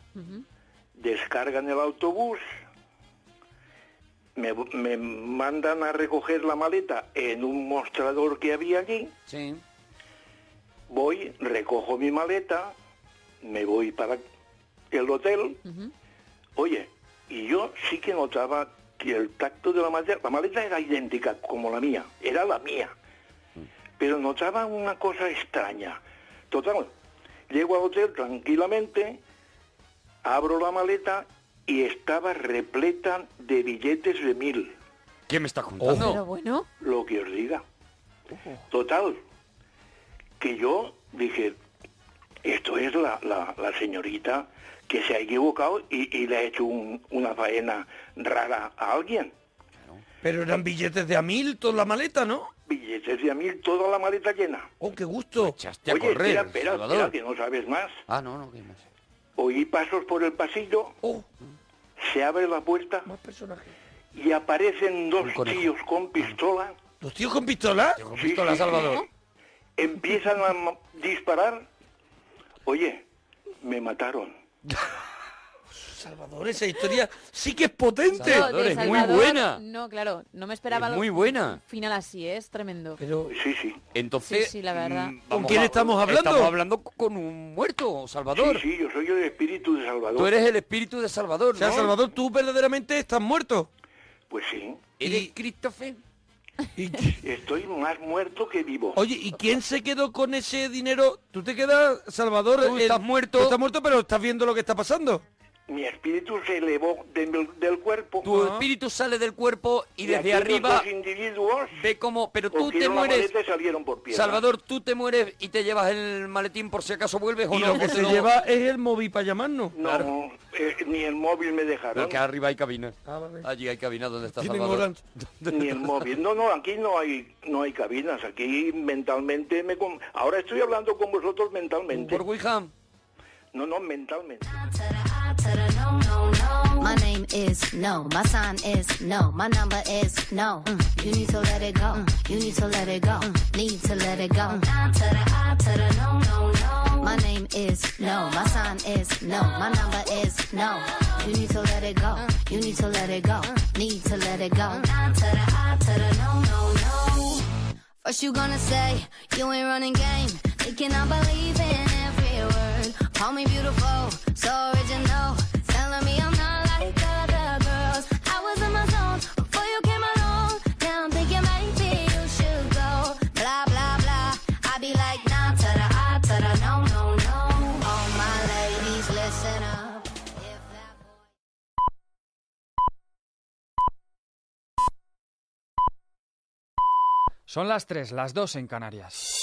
[SPEAKER 11] descargan el autobús, me, me mandan a recoger la maleta en un mostrador que había allí.
[SPEAKER 2] Sí.
[SPEAKER 11] Voy, recojo mi maleta, me voy para el hotel. Oye, y yo sí que notaba que el tacto de la maleta, la maleta era idéntica como la mía, era la mía. Pero notaba una cosa extraña. Total, llego al hotel tranquilamente, abro la maleta y estaba repleta de billetes de mil,
[SPEAKER 2] ¿Qué me estás contando?
[SPEAKER 5] Pero bueno,
[SPEAKER 11] lo que os diga. Total, que yo dije, esto es la, la- la señorita que se ha equivocado y, y le ha hecho un- una faena rara a alguien.
[SPEAKER 1] Pero eran billetes de a mil toda la maleta, ¿no?
[SPEAKER 11] Billetes de a mil, toda la maleta llena.
[SPEAKER 1] ¡Oh, qué gusto!
[SPEAKER 2] a
[SPEAKER 11] Oye,
[SPEAKER 2] correr,
[SPEAKER 11] espera, espera,
[SPEAKER 2] Salvador.
[SPEAKER 11] espera, que no sabes más.
[SPEAKER 2] Ah, no, no, que no.
[SPEAKER 11] Oí pasos por el pasillo,
[SPEAKER 1] Oh.
[SPEAKER 11] se abre la puerta y aparecen dos tíos con pistola.
[SPEAKER 1] ¿Los tíos con pistola?
[SPEAKER 11] Con
[SPEAKER 2] pistola, Salvador.
[SPEAKER 11] Empiezan a ma- disparar. Oye, me mataron.
[SPEAKER 1] Salvador, esa historia sí que es potente.
[SPEAKER 2] Salvador,
[SPEAKER 5] de
[SPEAKER 2] es muy
[SPEAKER 5] Salvador,
[SPEAKER 2] buena.
[SPEAKER 5] No, claro, no me esperaba
[SPEAKER 2] Es
[SPEAKER 5] algo-
[SPEAKER 2] muy buena.
[SPEAKER 5] final así, ¿eh? es tremendo.
[SPEAKER 1] Pero
[SPEAKER 11] sí, sí.
[SPEAKER 2] Entonces,
[SPEAKER 5] Sí, sí, la verdad.
[SPEAKER 2] mm,
[SPEAKER 5] ¿Con
[SPEAKER 2] vamos,
[SPEAKER 1] quién
[SPEAKER 2] va-
[SPEAKER 1] estamos hablando?
[SPEAKER 2] Estamos hablando con un muerto, Salvador.
[SPEAKER 11] Sí, sí, yo soy el espíritu de Salvador.
[SPEAKER 2] Tú eres el espíritu de Salvador,
[SPEAKER 1] O sea,
[SPEAKER 2] ¿no?
[SPEAKER 1] Salvador, tú verdaderamente estás muerto.
[SPEAKER 11] Pues sí,
[SPEAKER 2] ¿Eres Christopher?
[SPEAKER 11] estoy más muerto que vivo.
[SPEAKER 1] Oye, ¿y quién se quedó con ese dinero? Tú te quedas, Salvador.
[SPEAKER 2] Tú estás muerto.
[SPEAKER 1] tú estás muerto, pero estás viendo lo que está pasando.
[SPEAKER 11] Mi espíritu se elevó de- del cuerpo.
[SPEAKER 2] Tu espíritu sale del cuerpo y, desde
[SPEAKER 11] aquellos
[SPEAKER 2] arriba
[SPEAKER 11] dos individuos
[SPEAKER 2] ve como... Pero tú te
[SPEAKER 11] cogieron la
[SPEAKER 2] mueres...
[SPEAKER 11] maleta y salieron por piedra.
[SPEAKER 2] Salvador, tú te mueres y te llevas el maletín por si acaso vuelves o
[SPEAKER 1] Y
[SPEAKER 2] no.
[SPEAKER 1] lo que
[SPEAKER 2] porque
[SPEAKER 1] se
[SPEAKER 2] no-
[SPEAKER 1] lleva es el móvil para llamarnos.
[SPEAKER 11] No, eh, ni el móvil me dejaron.
[SPEAKER 2] Porque arriba hay cabina.
[SPEAKER 1] Ah, vale.
[SPEAKER 2] Allí hay cabina donde está
[SPEAKER 1] Tienen
[SPEAKER 2] Salvador.
[SPEAKER 1] horas.
[SPEAKER 11] Ni el móvil. No, no, aquí no hay no hay cabinas. Aquí mentalmente me... con- Ahora estoy hablando con vosotros mentalmente.
[SPEAKER 2] ¿Por Wickham?
[SPEAKER 11] No, no, mentalmente.
[SPEAKER 12] My name is no, my sign is no, my number is no. Mm. You need to let it go, Mm. you need to let it go, Mm. need to let it go. I to the I to the no, no, no. My name is no, my sign is no, my number is no. You need to let it go, Mm. you need to let it go, Mm. need to let it go. I to the I to the no, no, no. First you gonna say you ain't running game. They cannot believe in every word. Call me beautiful, so original. Telling me I'm not like other girls. I was in my zone before you came along. Now I'm thinking maybe you should go. Blah blah blah. I be like nah to the I to the no no no. All my ladies listen up.
[SPEAKER 13] Son las 3, las 2 en Canarias.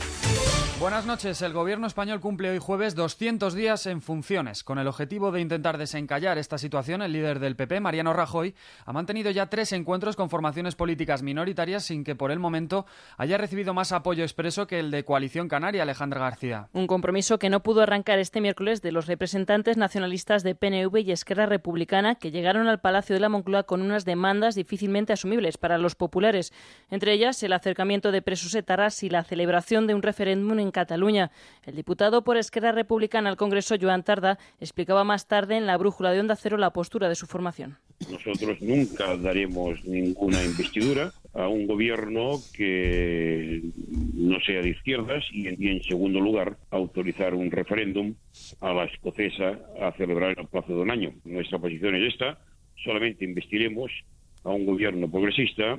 [SPEAKER 13] Buenas noches. El gobierno español cumple hoy jueves 200 días en funciones. Con el objetivo de intentar desencallar esta situación, el líder del PP, Mariano Rajoy, ha mantenido ya tres encuentros con formaciones políticas minoritarias sin que por el momento haya recibido más apoyo expreso que el de Coalición Canaria, Alejandra García.
[SPEAKER 14] Un compromiso que no pudo arrancar este miércoles de los representantes nacionalistas de PNV y Esquerra Republicana que llegaron al Palacio de la Moncloa con unas demandas difícilmente asumibles para los populares, entre ellas el acercamiento de presos etarras y la celebración de un referéndum en en Cataluña. El diputado por Esquerra Republicana al Congreso, Joan Tarda, explicaba más tarde en la brújula de Onda Cero la postura de su formación.
[SPEAKER 15] Nosotros nunca daremos ninguna investidura a un gobierno que no sea de izquierdas y, en- y en segundo lugar, autorizar un referéndum a la escocesa a celebrar en el plazo de un año. Nuestra posición es esta, solamente investiremos a un gobierno progresista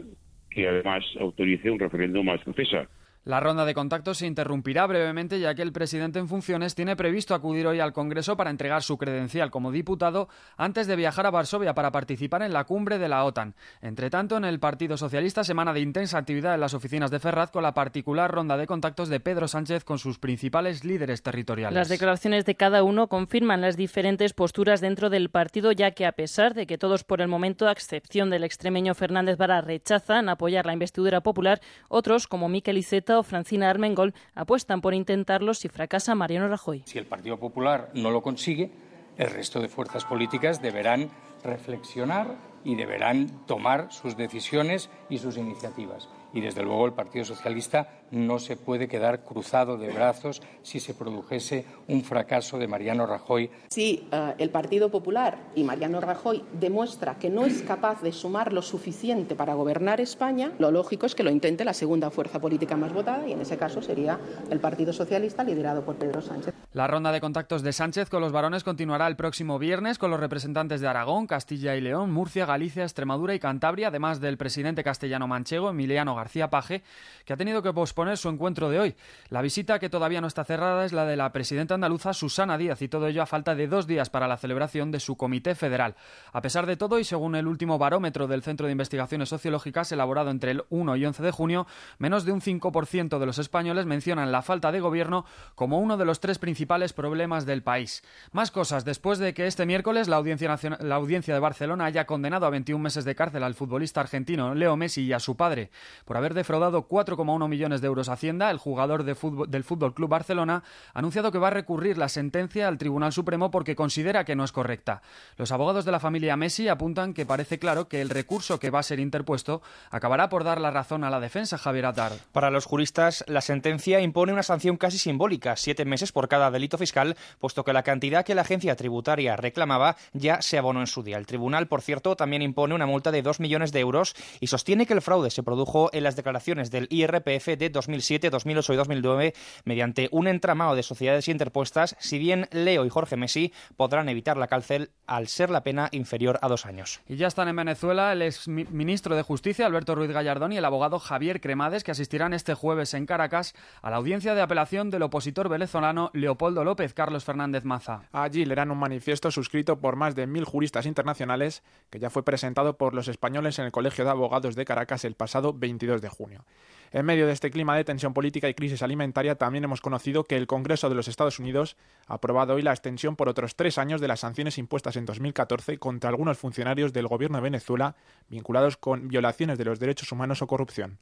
[SPEAKER 15] que además autorice un referéndum a la escocesa.
[SPEAKER 13] La ronda de contactos se interrumpirá brevemente ya que el presidente en funciones tiene previsto acudir hoy al Congreso para entregar su credencial como diputado antes de viajar a Varsovia para participar en la cumbre de la OTAN. Entre tanto, en el Partido Socialista, semana de intensa actividad en las oficinas de Ferraz con la particular ronda de contactos de Pedro Sánchez con sus principales líderes territoriales.
[SPEAKER 14] Las declaraciones de cada uno confirman las diferentes posturas dentro del partido, ya que a pesar de que todos por el momento, a excepción del extremeño Fernández Vara, rechazan apoyar la investidura popular, otros, como Miquel Iceta o Francina Armengol, apuestan por intentarlo si fracasa Mariano Rajoy.
[SPEAKER 16] Si el Partido Popular no lo consigue, el resto de fuerzas políticas deberán reflexionar y deberán tomar sus decisiones y sus iniciativas. Y desde luego el Partido Socialista no se puede quedar cruzado de brazos si se produjese un fracaso de Mariano Rajoy
[SPEAKER 17] Si eh, el Partido Popular y Mariano Rajoy demuestra que no es capaz de sumar lo suficiente para gobernar España, lo lógico es que lo intente la segunda fuerza política más votada y en ese caso sería el Partido Socialista liderado por Pedro Sánchez.
[SPEAKER 13] La ronda de contactos de Sánchez con los varones continuará el próximo viernes con los representantes de Aragón, Castilla y León, Murcia, Galicia, Extremadura y Cantabria, además del presidente castellano manchego Emiliano García Paje, que ha tenido que posponer su encuentro de hoy. La visita que todavía no está cerrada es la de la presidenta andaluza Susana Díaz y todo ello a falta de dos días para la celebración de su comité federal. A pesar de todo y según el último barómetro del Centro de Investigaciones Sociológicas elaborado entre el 1 y 11 de junio, menos de un 5% de los españoles mencionan la falta de gobierno como uno de los tres principales problemas del país. Más cosas, después de que este miércoles la Audiencia, Nacion- la Audiencia de Barcelona haya condenado a 21 meses de cárcel al futbolista argentino Leo Messi y a su padre por haber defraudado 4,1 millones de euros a Hacienda, el jugador de fútbol- del Fútbol Club Barcelona ha anunciado que va a recurrir la sentencia al Tribunal Supremo porque considera que no es correcta. Los abogados de la familia Messi apuntan que parece claro que el recurso que va a ser interpuesto acabará por dar la razón a la defensa Javier Atar.
[SPEAKER 18] Para los juristas, la sentencia impone una sanción casi simbólica, siete meses por cada delito fiscal, puesto que la cantidad que la agencia tributaria reclamaba ya se abonó en su día. El tribunal, por cierto, también impone una multa de dos millones de euros y sostiene que el fraude se produjo en las declaraciones del IRPF de 2007, 2008 y 2009 mediante un entramado de sociedades interpuestas, si bien Leo y Jorge Messi podrán evitar la cárcel al ser la pena inferior a dos años.
[SPEAKER 13] Y ya están en Venezuela el ex mi- ministro de Justicia, Alberto Ruiz Gallardón, y el abogado Javier Cremades, que asistirán este jueves en Caracas a la audiencia de apelación del opositor venezolano Leopoldo López Carlos Fernández Maza.
[SPEAKER 19] Allí leerán un manifiesto suscrito por más de mil juristas internacionales que ya fue presentado por los españoles en el Colegio de Abogados de Caracas el pasado 22 de junio. En medio de este clima de tensión política y crisis alimentaria, también hemos conocido que el Congreso de los Estados Unidos ha aprobado hoy la extensión por otros tres años de las sanciones impuestas en 2014 contra algunos funcionarios del gobierno de Venezuela vinculados con violaciones de los derechos humanos o corrupción.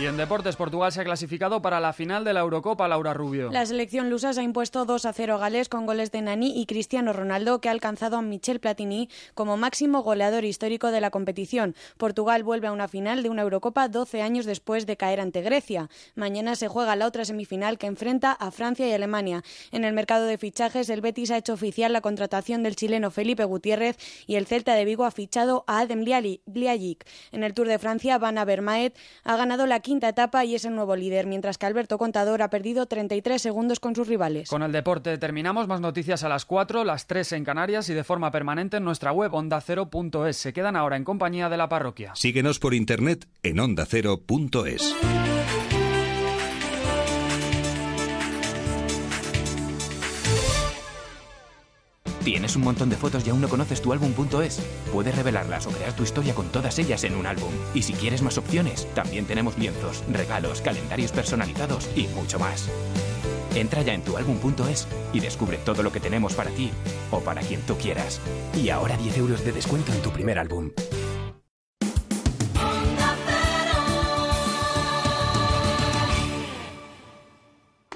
[SPEAKER 13] Y en deportes, Portugal se ha clasificado para la final de la Eurocopa, Laura Rubio.
[SPEAKER 20] La selección lusa se ha impuesto 2 a 0 a Gales con goles de Nani y Cristiano Ronaldo, que ha alcanzado a Michel Platini como máximo goleador histórico de la competición. Portugal vuelve a una final de una Eurocopa 12 años después de caer ante Grecia. Mañana se juega la otra semifinal que enfrenta a Francia y Alemania. En el mercado de fichajes, el Betis ha hecho oficial la contratación del chileno Felipe Gutiérrez y el Celta de Vigo ha fichado a Adem Bliali- Bliajic. En el Tour de Francia, Van Avermaet ha ganado la quinta etapa y es el nuevo líder, mientras que Alberto Contador ha perdido 33 segundos con sus rivales.
[SPEAKER 13] Con el deporte terminamos, más noticias a las 4, las 3 en Canarias y de forma permanente en nuestra web ondacero.es. Se quedan ahora en compañía de la parroquia.
[SPEAKER 21] Síguenos por internet en ondacero.es.
[SPEAKER 22] Tienes un montón de fotos y aún no conoces tu álbum.es. Puedes revelarlas o crear tu historia con todas ellas en un álbum. Y si quieres más opciones, también tenemos lienzos, regalos, calendarios personalizados y mucho más. Entra ya en tu álbum.es y descubre todo lo que tenemos para ti o para quien tú quieras. Y ahora 10 euros de descuento en tu primer álbum.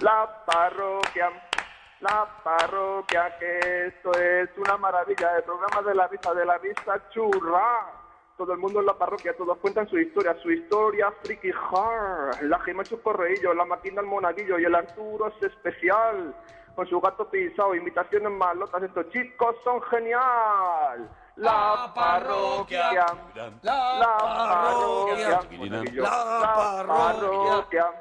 [SPEAKER 23] La parroquia, la parroquia, que esto es una maravilla. El programa de la vista, de la vista churra. Todo el mundo en la parroquia, todos cuentan su historia, su historia friki hard. La gema y su correillo, la máquina al monaguillo y el Arturo es especial. Con su gato pisado, imitaciones malotas, estos chicos son genial. La parroquia, la, parroquia, la parroquia.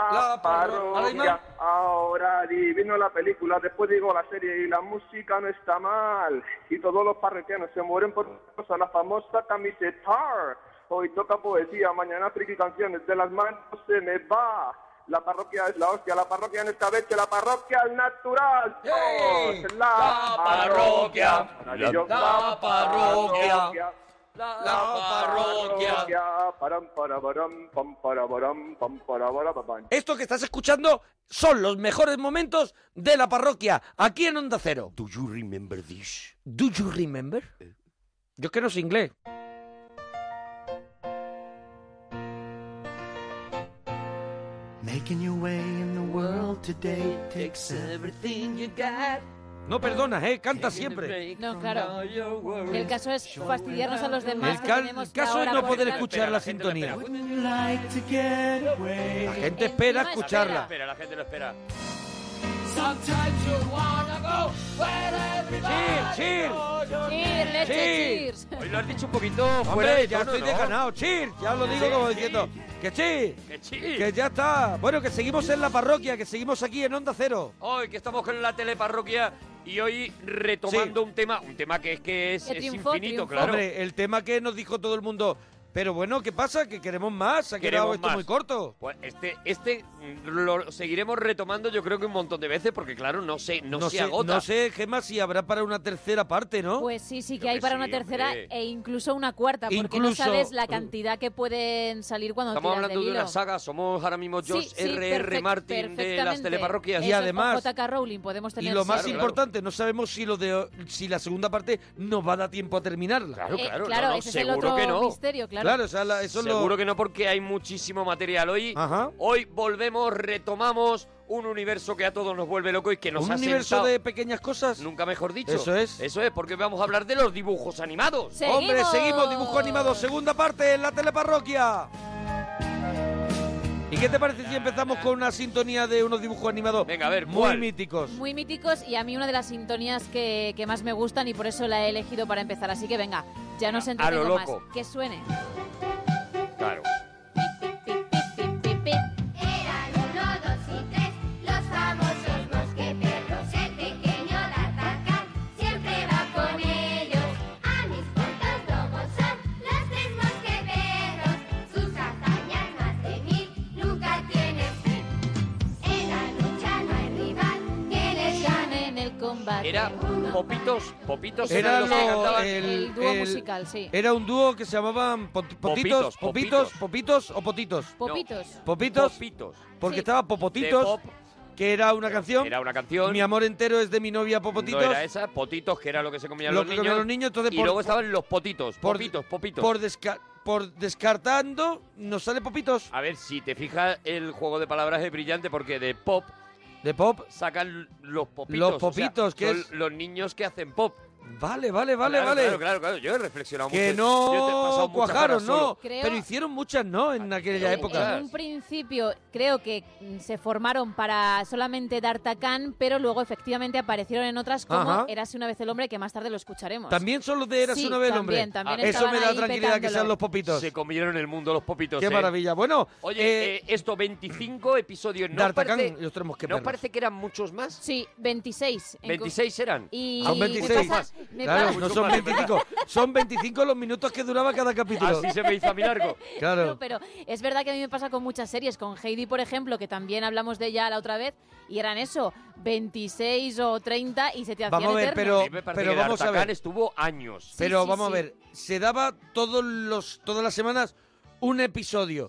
[SPEAKER 23] La parroquia. Ahora adivino la película, después digo la serie y la música no está mal. Y todos los parroquianos se mueren por cosa, la famosa camiseta. Hoy toca poesía, mañana friki canciones, de las manos se me va. La parroquia es la hostia, la parroquia en esta vez, la parroquia al natural. Todos, La,
[SPEAKER 2] parroquia.
[SPEAKER 23] Maravilloso.
[SPEAKER 2] La parroquia.
[SPEAKER 23] parroquia. Param, para, param, pam, para, param, pam, para, para, pam, pam.
[SPEAKER 1] Esto que estás escuchando son los mejores momentos de la parroquia, aquí en Onda Cero.
[SPEAKER 24] Do you remember this? Eh.
[SPEAKER 1] ¿Do you remember? Yo es que no sé inglés.
[SPEAKER 3] Making your way in the world today takes everything you got.
[SPEAKER 1] No perdonas, ¿eh? Canta siempre.
[SPEAKER 5] No, claro. El caso es fastidiarnos a los demás.
[SPEAKER 1] El,
[SPEAKER 5] que
[SPEAKER 1] ca-
[SPEAKER 5] tenemos que
[SPEAKER 1] caso es
[SPEAKER 5] ahora
[SPEAKER 1] no poder
[SPEAKER 5] volver-
[SPEAKER 1] escuchar la sintonía. La gente espera escucharla.
[SPEAKER 2] Espera, la gente lo espera.
[SPEAKER 3] Sometimes you wanna go where everybody
[SPEAKER 1] Cheer,
[SPEAKER 3] goes.
[SPEAKER 5] Cheer, leche,
[SPEAKER 1] Cheers.
[SPEAKER 2] Hoy lo has dicho un poquito fuera
[SPEAKER 1] Hombre,
[SPEAKER 2] de
[SPEAKER 1] ya
[SPEAKER 2] tono,
[SPEAKER 1] estoy
[SPEAKER 2] ¿no?
[SPEAKER 1] desganado. Cheer, ya lo digo
[SPEAKER 2] Sí,
[SPEAKER 1] como
[SPEAKER 2] sí.
[SPEAKER 1] diciendo. Que sí.
[SPEAKER 2] Que sí.
[SPEAKER 1] Que ya está. Bueno, que seguimos en la parroquia, que seguimos aquí en Onda Cero.
[SPEAKER 2] Hoy que estamos con la teleparroquia y hoy retomando un tema, un tema que es que es,
[SPEAKER 1] Que
[SPEAKER 2] es
[SPEAKER 1] triunfó,
[SPEAKER 2] infinito, claro.
[SPEAKER 1] Hombre, eh. el tema que nos dijo todo el mundo. Pero bueno, ¿qué pasa? Que queremos más. Se ha quedado
[SPEAKER 2] Queremos
[SPEAKER 1] esto
[SPEAKER 2] más.
[SPEAKER 1] muy corto.
[SPEAKER 2] Pues este, este mm, lo seguiremos retomando yo creo que un montón de veces porque claro, no se, no se
[SPEAKER 1] sé,
[SPEAKER 2] agota.
[SPEAKER 1] No sé, Gemma, si habrá para una tercera parte, ¿no?
[SPEAKER 5] Pues sí, sí que hay
[SPEAKER 1] que
[SPEAKER 5] para
[SPEAKER 1] sí,
[SPEAKER 5] una tercera
[SPEAKER 1] hombre.
[SPEAKER 5] e incluso una cuarta, porque no
[SPEAKER 1] Incluso-
[SPEAKER 5] sabes la cantidad que pueden salir cuando
[SPEAKER 2] Estamos
[SPEAKER 5] tiras
[SPEAKER 2] hablando de
[SPEAKER 5] del
[SPEAKER 2] una
[SPEAKER 5] hilo.
[SPEAKER 2] saga, somos ahora mismo
[SPEAKER 5] Sí,
[SPEAKER 2] George
[SPEAKER 5] sí,
[SPEAKER 2] R.R.
[SPEAKER 5] perfec-
[SPEAKER 2] Martin de las
[SPEAKER 5] perfectamente.
[SPEAKER 2] teleparroquias.
[SPEAKER 5] Eso es, o J.K. Rowling, podemos
[SPEAKER 1] Y
[SPEAKER 5] tener
[SPEAKER 1] lo más
[SPEAKER 5] siete.
[SPEAKER 1] importante, no sabemos si lo de si la segunda parte nos va a dar tiempo a terminarla. Claro,
[SPEAKER 5] Eh, claro, claro, no, no, ese es el seguro otro que no. misterio, claro.
[SPEAKER 1] Claro, o sea, la- eso
[SPEAKER 2] Seguro
[SPEAKER 1] lo...
[SPEAKER 2] que no, porque hay muchísimo material hoy. Hoy volvemos, retomamos un universo que a todos nos vuelve loco y que nos
[SPEAKER 1] Un
[SPEAKER 2] ha
[SPEAKER 1] universo
[SPEAKER 2] sentado-
[SPEAKER 1] de pequeñas cosas.
[SPEAKER 2] Nunca mejor dicho.
[SPEAKER 1] Eso es.
[SPEAKER 2] Eso es, porque vamos a hablar de los dibujos animados.
[SPEAKER 1] Hombre, seguimos, dibujo animado, segunda parte en la teleparroquia. ¿Y qué te parece si empezamos con una sintonía de unos dibujos animados Venga, a ver, muy
[SPEAKER 2] ¿cuál?
[SPEAKER 1] míticos?
[SPEAKER 5] Muy míticos y a mí una de las sintonías que, que más me gustan y por eso la he elegido para empezar. Así que venga, ya no se
[SPEAKER 2] A lo
[SPEAKER 5] entretengo más.
[SPEAKER 2] loco.
[SPEAKER 5] Que suene.
[SPEAKER 2] Claro.
[SPEAKER 12] Eran uno, dos y tres, los famosos mosqueteros. El pequeño D'Artagnan siempre va con ellos. A mis puntos lobos son los tres mosqueteros. Sus hazañas más de mil nunca tienen fin. En la lucha no hay rival que les gane.
[SPEAKER 5] en el combate.
[SPEAKER 2] Era Popitos, Popitos
[SPEAKER 1] Era
[SPEAKER 2] eran los que
[SPEAKER 1] lo-
[SPEAKER 2] cantaban.
[SPEAKER 1] el-
[SPEAKER 5] El dúo musical, sí.
[SPEAKER 1] Era un dúo que se llamaban Pot-
[SPEAKER 2] Popitos,
[SPEAKER 1] potitos, popitos, popitos o potitos.
[SPEAKER 5] Popitos.
[SPEAKER 1] Popitos.
[SPEAKER 2] Popitos.
[SPEAKER 1] Porque
[SPEAKER 5] Sí.
[SPEAKER 1] estaba Popotitos,
[SPEAKER 2] De pop.
[SPEAKER 1] que era una canción.
[SPEAKER 2] Era una canción.
[SPEAKER 1] Mi amor entero es de mi novia
[SPEAKER 2] No
[SPEAKER 1] Popotitos.
[SPEAKER 2] era esa, potitos, que era lo que se comían
[SPEAKER 1] Lo
[SPEAKER 2] los
[SPEAKER 1] que
[SPEAKER 2] niños.
[SPEAKER 1] comían los niños, entonces
[SPEAKER 2] y
[SPEAKER 1] por-
[SPEAKER 2] luego estaban los potitos, popitos, popitos.
[SPEAKER 1] Por, desca- por descartando, nos sale Popitos.
[SPEAKER 2] A ver, si te fijas, el juego de palabras es brillante porque de pop...
[SPEAKER 1] De pop...
[SPEAKER 2] Sacan los popitos.
[SPEAKER 1] Los
[SPEAKER 2] o sea,
[SPEAKER 1] popitos, ¿qué
[SPEAKER 2] son
[SPEAKER 1] es?
[SPEAKER 2] Los niños que hacen pop.
[SPEAKER 1] Vale, vale, vale,
[SPEAKER 2] Claro,
[SPEAKER 1] vale.
[SPEAKER 2] Claro, claro, claro, yo he reflexionado mucho.
[SPEAKER 1] Que
[SPEAKER 2] Yo te he pasado
[SPEAKER 1] no
[SPEAKER 2] muchas horas
[SPEAKER 1] cuajaron,
[SPEAKER 2] solo.
[SPEAKER 1] no.
[SPEAKER 5] Creo-
[SPEAKER 1] Pero hicieron muchas, ¿no?
[SPEAKER 2] Ah,
[SPEAKER 1] En aquella época.
[SPEAKER 5] En un principio creo que mm, se formaron para solamente D'Artagnan, pero luego efectivamente aparecieron en otras como
[SPEAKER 1] Ajá.
[SPEAKER 5] Érase una vez el hombre, que más tarde lo escucharemos.
[SPEAKER 1] También son los de Eras
[SPEAKER 5] Sí,
[SPEAKER 1] una vez el hombre. Ah,
[SPEAKER 5] también, también
[SPEAKER 1] Eso me
[SPEAKER 5] estaban
[SPEAKER 1] da
[SPEAKER 5] ahí
[SPEAKER 1] tranquilidad que sean
[SPEAKER 5] petándolo.
[SPEAKER 1] los popitos.
[SPEAKER 2] Se comieron el mundo los popitos.
[SPEAKER 1] Qué
[SPEAKER 2] ¿eh?
[SPEAKER 1] maravilla. Bueno,
[SPEAKER 2] Oye, eh, esto 25 episodios. ¿No os
[SPEAKER 1] D'Artagnan,
[SPEAKER 2] parece,
[SPEAKER 1] los tenemos que
[SPEAKER 2] ¿no os
[SPEAKER 1] verlos.
[SPEAKER 2] parece que eran muchos más?
[SPEAKER 5] Sí, 26. en co-
[SPEAKER 2] 26 eran.
[SPEAKER 5] Y
[SPEAKER 1] Ah, Son
[SPEAKER 5] me
[SPEAKER 1] 26.
[SPEAKER 5] pasa- me
[SPEAKER 1] Claro,
[SPEAKER 5] pasa-
[SPEAKER 1] no son 25. Son 25 los minutos que duraba cada capítulo.
[SPEAKER 2] Así se me hizo a mí largo.
[SPEAKER 1] Claro.
[SPEAKER 5] No, pero es verdad que a mí me pasa con muchas series, con Heidi, por ejemplo, que también hablamos de ella la otra vez, y eran eso, 26 o 30 y se te hacían
[SPEAKER 1] Vamos a ver,
[SPEAKER 5] eternos.
[SPEAKER 1] pero-
[SPEAKER 2] A mí me parece
[SPEAKER 1] pero
[SPEAKER 2] que
[SPEAKER 1] vamos a
[SPEAKER 2] D'Artagnan
[SPEAKER 1] ver.
[SPEAKER 2] estuvo años.
[SPEAKER 1] Pero vamos a ver, se daba todos los, todas las semanas un episodio.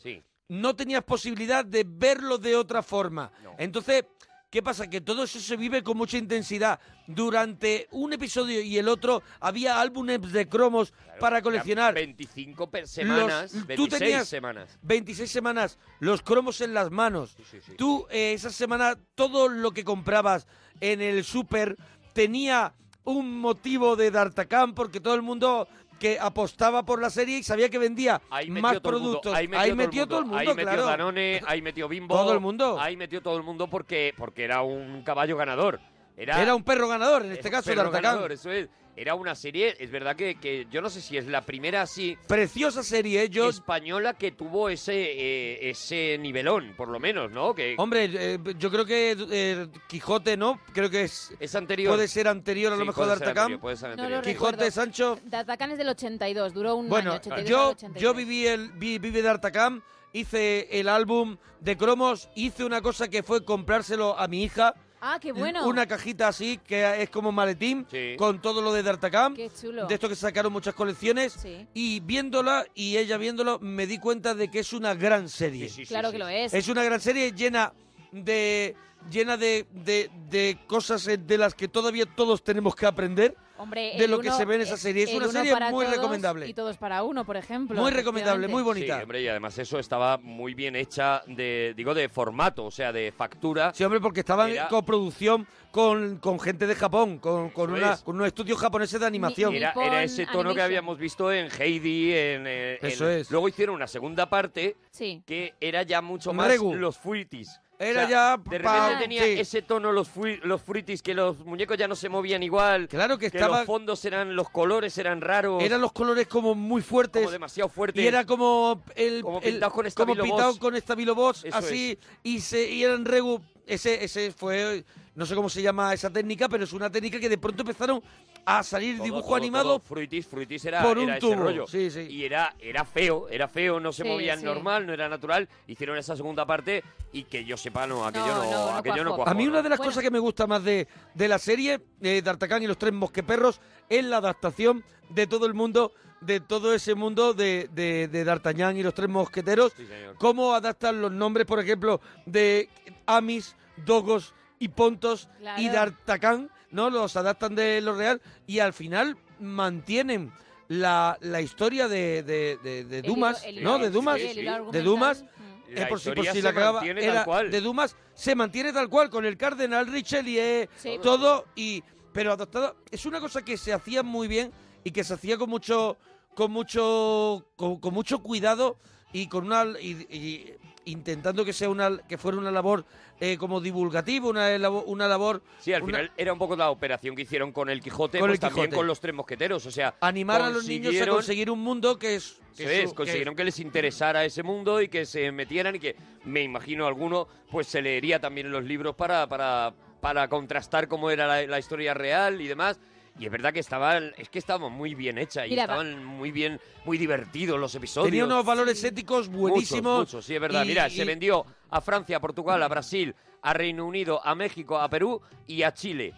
[SPEAKER 1] No tenías posibilidad de verlo de otra forma. Entonces, ¿qué pasa? Que todo eso se vive con mucha intensidad. Durante un episodio y el otro había álbumes de cromos para coleccionar.
[SPEAKER 2] 25 per- semanas,
[SPEAKER 1] Los- tú
[SPEAKER 2] 26
[SPEAKER 1] tenías-
[SPEAKER 2] semanas.
[SPEAKER 1] 26 semanas, los cromos en las manos. Tú, eh, esa semana, todo lo que comprabas en el súper tenía un motivo de D'Artacán porque todo el mundo que apostaba por la serie y sabía que vendía más
[SPEAKER 2] todo el mundo,
[SPEAKER 1] productos.
[SPEAKER 2] Ahí metió, todo, el mundo, Ahí metió
[SPEAKER 1] claro.
[SPEAKER 2] Danone, ahí metió Bimbo.
[SPEAKER 1] Todo el mundo.
[SPEAKER 2] Ahí metió todo el mundo porque, porque era un caballo ganador. Era,
[SPEAKER 1] Era un perro ganador, en este
[SPEAKER 2] un
[SPEAKER 1] caso, de
[SPEAKER 2] perro
[SPEAKER 1] Artacán.
[SPEAKER 2] ganador, eso es. Era una serie, es verdad que, que yo no sé si es la primera así.
[SPEAKER 1] Preciosa serie, yo.
[SPEAKER 2] Española que tuvo ese, eh, ese nivelón, por lo menos, ¿no? Que,
[SPEAKER 1] Hombre, eh, yo creo que eh, Quijote, ¿no? Creo que es.
[SPEAKER 2] Es anterior.
[SPEAKER 1] Puede ser anterior a lo
[SPEAKER 2] Sí,
[SPEAKER 1] mejor
[SPEAKER 2] puede
[SPEAKER 1] de
[SPEAKER 2] ser
[SPEAKER 1] Artacán.
[SPEAKER 2] anterior, puede ser
[SPEAKER 5] No lo anterior.
[SPEAKER 1] Quijote,
[SPEAKER 5] recuerdo.
[SPEAKER 1] Sancho.
[SPEAKER 5] De Atacán es del 82, duró un
[SPEAKER 1] Bueno,
[SPEAKER 5] año. 82 al
[SPEAKER 1] yo,
[SPEAKER 5] 83.
[SPEAKER 1] yo viví el vi, vive de Artacam, hice el álbum de cromos, hice una cosa que fue comprárselo a mi hija.
[SPEAKER 5] Ah, qué bueno.
[SPEAKER 1] Una cajita así, que es como un maletín, con todo lo de Dartacam.
[SPEAKER 5] Qué chulo.
[SPEAKER 1] De esto que sacaron muchas colecciones.
[SPEAKER 5] Sí.
[SPEAKER 1] Y viéndola, y ella viéndolo, me di cuenta de que es una gran serie.
[SPEAKER 5] Claro que lo es.
[SPEAKER 1] Es una gran serie llena de llena de, de- de cosas eh, de las que todavía todos tenemos que aprender.
[SPEAKER 5] Hombre,
[SPEAKER 1] de
[SPEAKER 5] el
[SPEAKER 1] lo que
[SPEAKER 5] uno
[SPEAKER 1] se ve en esa
[SPEAKER 5] es-
[SPEAKER 1] serie. Es
[SPEAKER 5] el
[SPEAKER 1] una
[SPEAKER 5] uno
[SPEAKER 1] serie
[SPEAKER 5] para
[SPEAKER 1] muy
[SPEAKER 5] todos
[SPEAKER 1] recomendable.
[SPEAKER 5] Y todos para uno, por ejemplo.
[SPEAKER 1] Muy recomendable, muy bonita.
[SPEAKER 2] Sí, hombre, y además eso estaba muy bien hecha de, digo, de formato, o sea, de factura.
[SPEAKER 1] Sí, hombre, porque estaban
[SPEAKER 2] Era-
[SPEAKER 1] en coproducción con, con gente de Japón, con, con,
[SPEAKER 2] Eso
[SPEAKER 1] una,
[SPEAKER 2] es.
[SPEAKER 1] con unos estudios japoneses de animación.
[SPEAKER 2] Era, era ese tono que habíamos visto en Heidi, en... eh, en-
[SPEAKER 1] Eso es.
[SPEAKER 2] Luego hicieron una segunda parte
[SPEAKER 5] Sí.
[SPEAKER 2] que era ya mucho
[SPEAKER 1] Maregu.
[SPEAKER 2] más los fruitis.
[SPEAKER 1] Era ya
[SPEAKER 2] De repente
[SPEAKER 1] pa-
[SPEAKER 2] tenía
[SPEAKER 1] sí.
[SPEAKER 2] ese tono los, fui- los fruitis, que los muñecos ya no se movían igual.
[SPEAKER 1] Claro que
[SPEAKER 2] Que
[SPEAKER 1] estaba-
[SPEAKER 2] los fondos eran, los colores eran raros.
[SPEAKER 1] Eran los colores como muy fuertes.
[SPEAKER 2] Como demasiado fuertes.
[SPEAKER 1] Y era como el,
[SPEAKER 2] Como
[SPEAKER 1] el-
[SPEAKER 2] pintados con
[SPEAKER 1] como
[SPEAKER 2] Stabilo
[SPEAKER 1] pintado
[SPEAKER 2] Boss.
[SPEAKER 1] con Stabilo Boss,
[SPEAKER 2] Eso
[SPEAKER 1] así y se y eran regu ese ese fue no sé cómo se llama esa técnica, pero es una técnica que de pronto empezaron a salir
[SPEAKER 2] Todo,
[SPEAKER 1] dibujo
[SPEAKER 2] todo,
[SPEAKER 1] animado
[SPEAKER 2] todo. Fruitis, Fruitis era,
[SPEAKER 1] por un
[SPEAKER 2] era
[SPEAKER 1] tubo.
[SPEAKER 2] ese rollo.
[SPEAKER 1] Sí,
[SPEAKER 2] Y era, era feo, era feo, no se
[SPEAKER 1] Sí,
[SPEAKER 2] movían
[SPEAKER 1] sí.
[SPEAKER 2] normal, no era natural. Hicieron esa segunda parte y que yo sepa, no, aquello no, aquello no cuajó,
[SPEAKER 1] A mí
[SPEAKER 2] ¿no?
[SPEAKER 1] una de las cosas que me gusta más de, de la serie eh, de Artacán y los tres mosqueperros es la adaptación de todo el mundo, de todo ese mundo de, de, de D'Artagnan y los tres mosqueteros. Cómo adaptan los nombres, por ejemplo, de Amis, Dogos y Pontos
[SPEAKER 2] Claro.
[SPEAKER 1] y D'Artagnan, ¿no? Los adaptan de lo real y al final mantienen la, la historia de, de- de- de
[SPEAKER 2] El
[SPEAKER 1] Dumas,
[SPEAKER 2] hilo- el
[SPEAKER 1] ¿no?
[SPEAKER 2] hilo-
[SPEAKER 1] De Dumas,
[SPEAKER 2] sí, el hilo
[SPEAKER 1] de
[SPEAKER 2] argumental.
[SPEAKER 1] Dumas.
[SPEAKER 2] Mm.
[SPEAKER 1] eh,
[SPEAKER 2] La
[SPEAKER 1] por si, por
[SPEAKER 2] historia
[SPEAKER 1] si
[SPEAKER 2] se
[SPEAKER 1] la acababa,
[SPEAKER 2] mantiene tal
[SPEAKER 1] era
[SPEAKER 2] cual.
[SPEAKER 1] de Dumas se mantiene tal cual con el cardenal Richelieu,
[SPEAKER 2] Sí.
[SPEAKER 1] todo y pero adaptada es una cosa que se hacía muy bien y que se hacía con mucho con mucho con, con mucho cuidado y con una y- y intentando que sea una que fuera una labor eh, como divulgativa, una labo- una labor
[SPEAKER 2] Sí, al
[SPEAKER 1] una-
[SPEAKER 2] final era un poco la operación que hicieron con el Quijote,
[SPEAKER 1] Con
[SPEAKER 2] pues
[SPEAKER 1] el
[SPEAKER 2] también
[SPEAKER 1] Quijote.
[SPEAKER 2] con los tres mosqueteros. O sea,
[SPEAKER 1] animar a los niños a
[SPEAKER 2] consiguieron-
[SPEAKER 1] conseguir un mundo que es que
[SPEAKER 2] Eso es,
[SPEAKER 1] su- que-
[SPEAKER 2] consiguieron que les interesara ese mundo y que se metieran y que me imagino alguno pues se leería también los libros para, para, para contrastar cómo era la, la historia real y demás. Y es verdad que estaban, es que estaban muy bien hecha y
[SPEAKER 1] Mira, va-
[SPEAKER 2] estaban muy bien, muy divertidos los episodios.
[SPEAKER 1] tenía unos valores éticos buenísimos.
[SPEAKER 2] Muchos, muchos, sí, es verdad.
[SPEAKER 1] y-
[SPEAKER 2] Mira,
[SPEAKER 1] y-
[SPEAKER 2] se vendió a Francia, a Portugal, a Brasil, a Reino Unido, a México, a Perú y a Chile.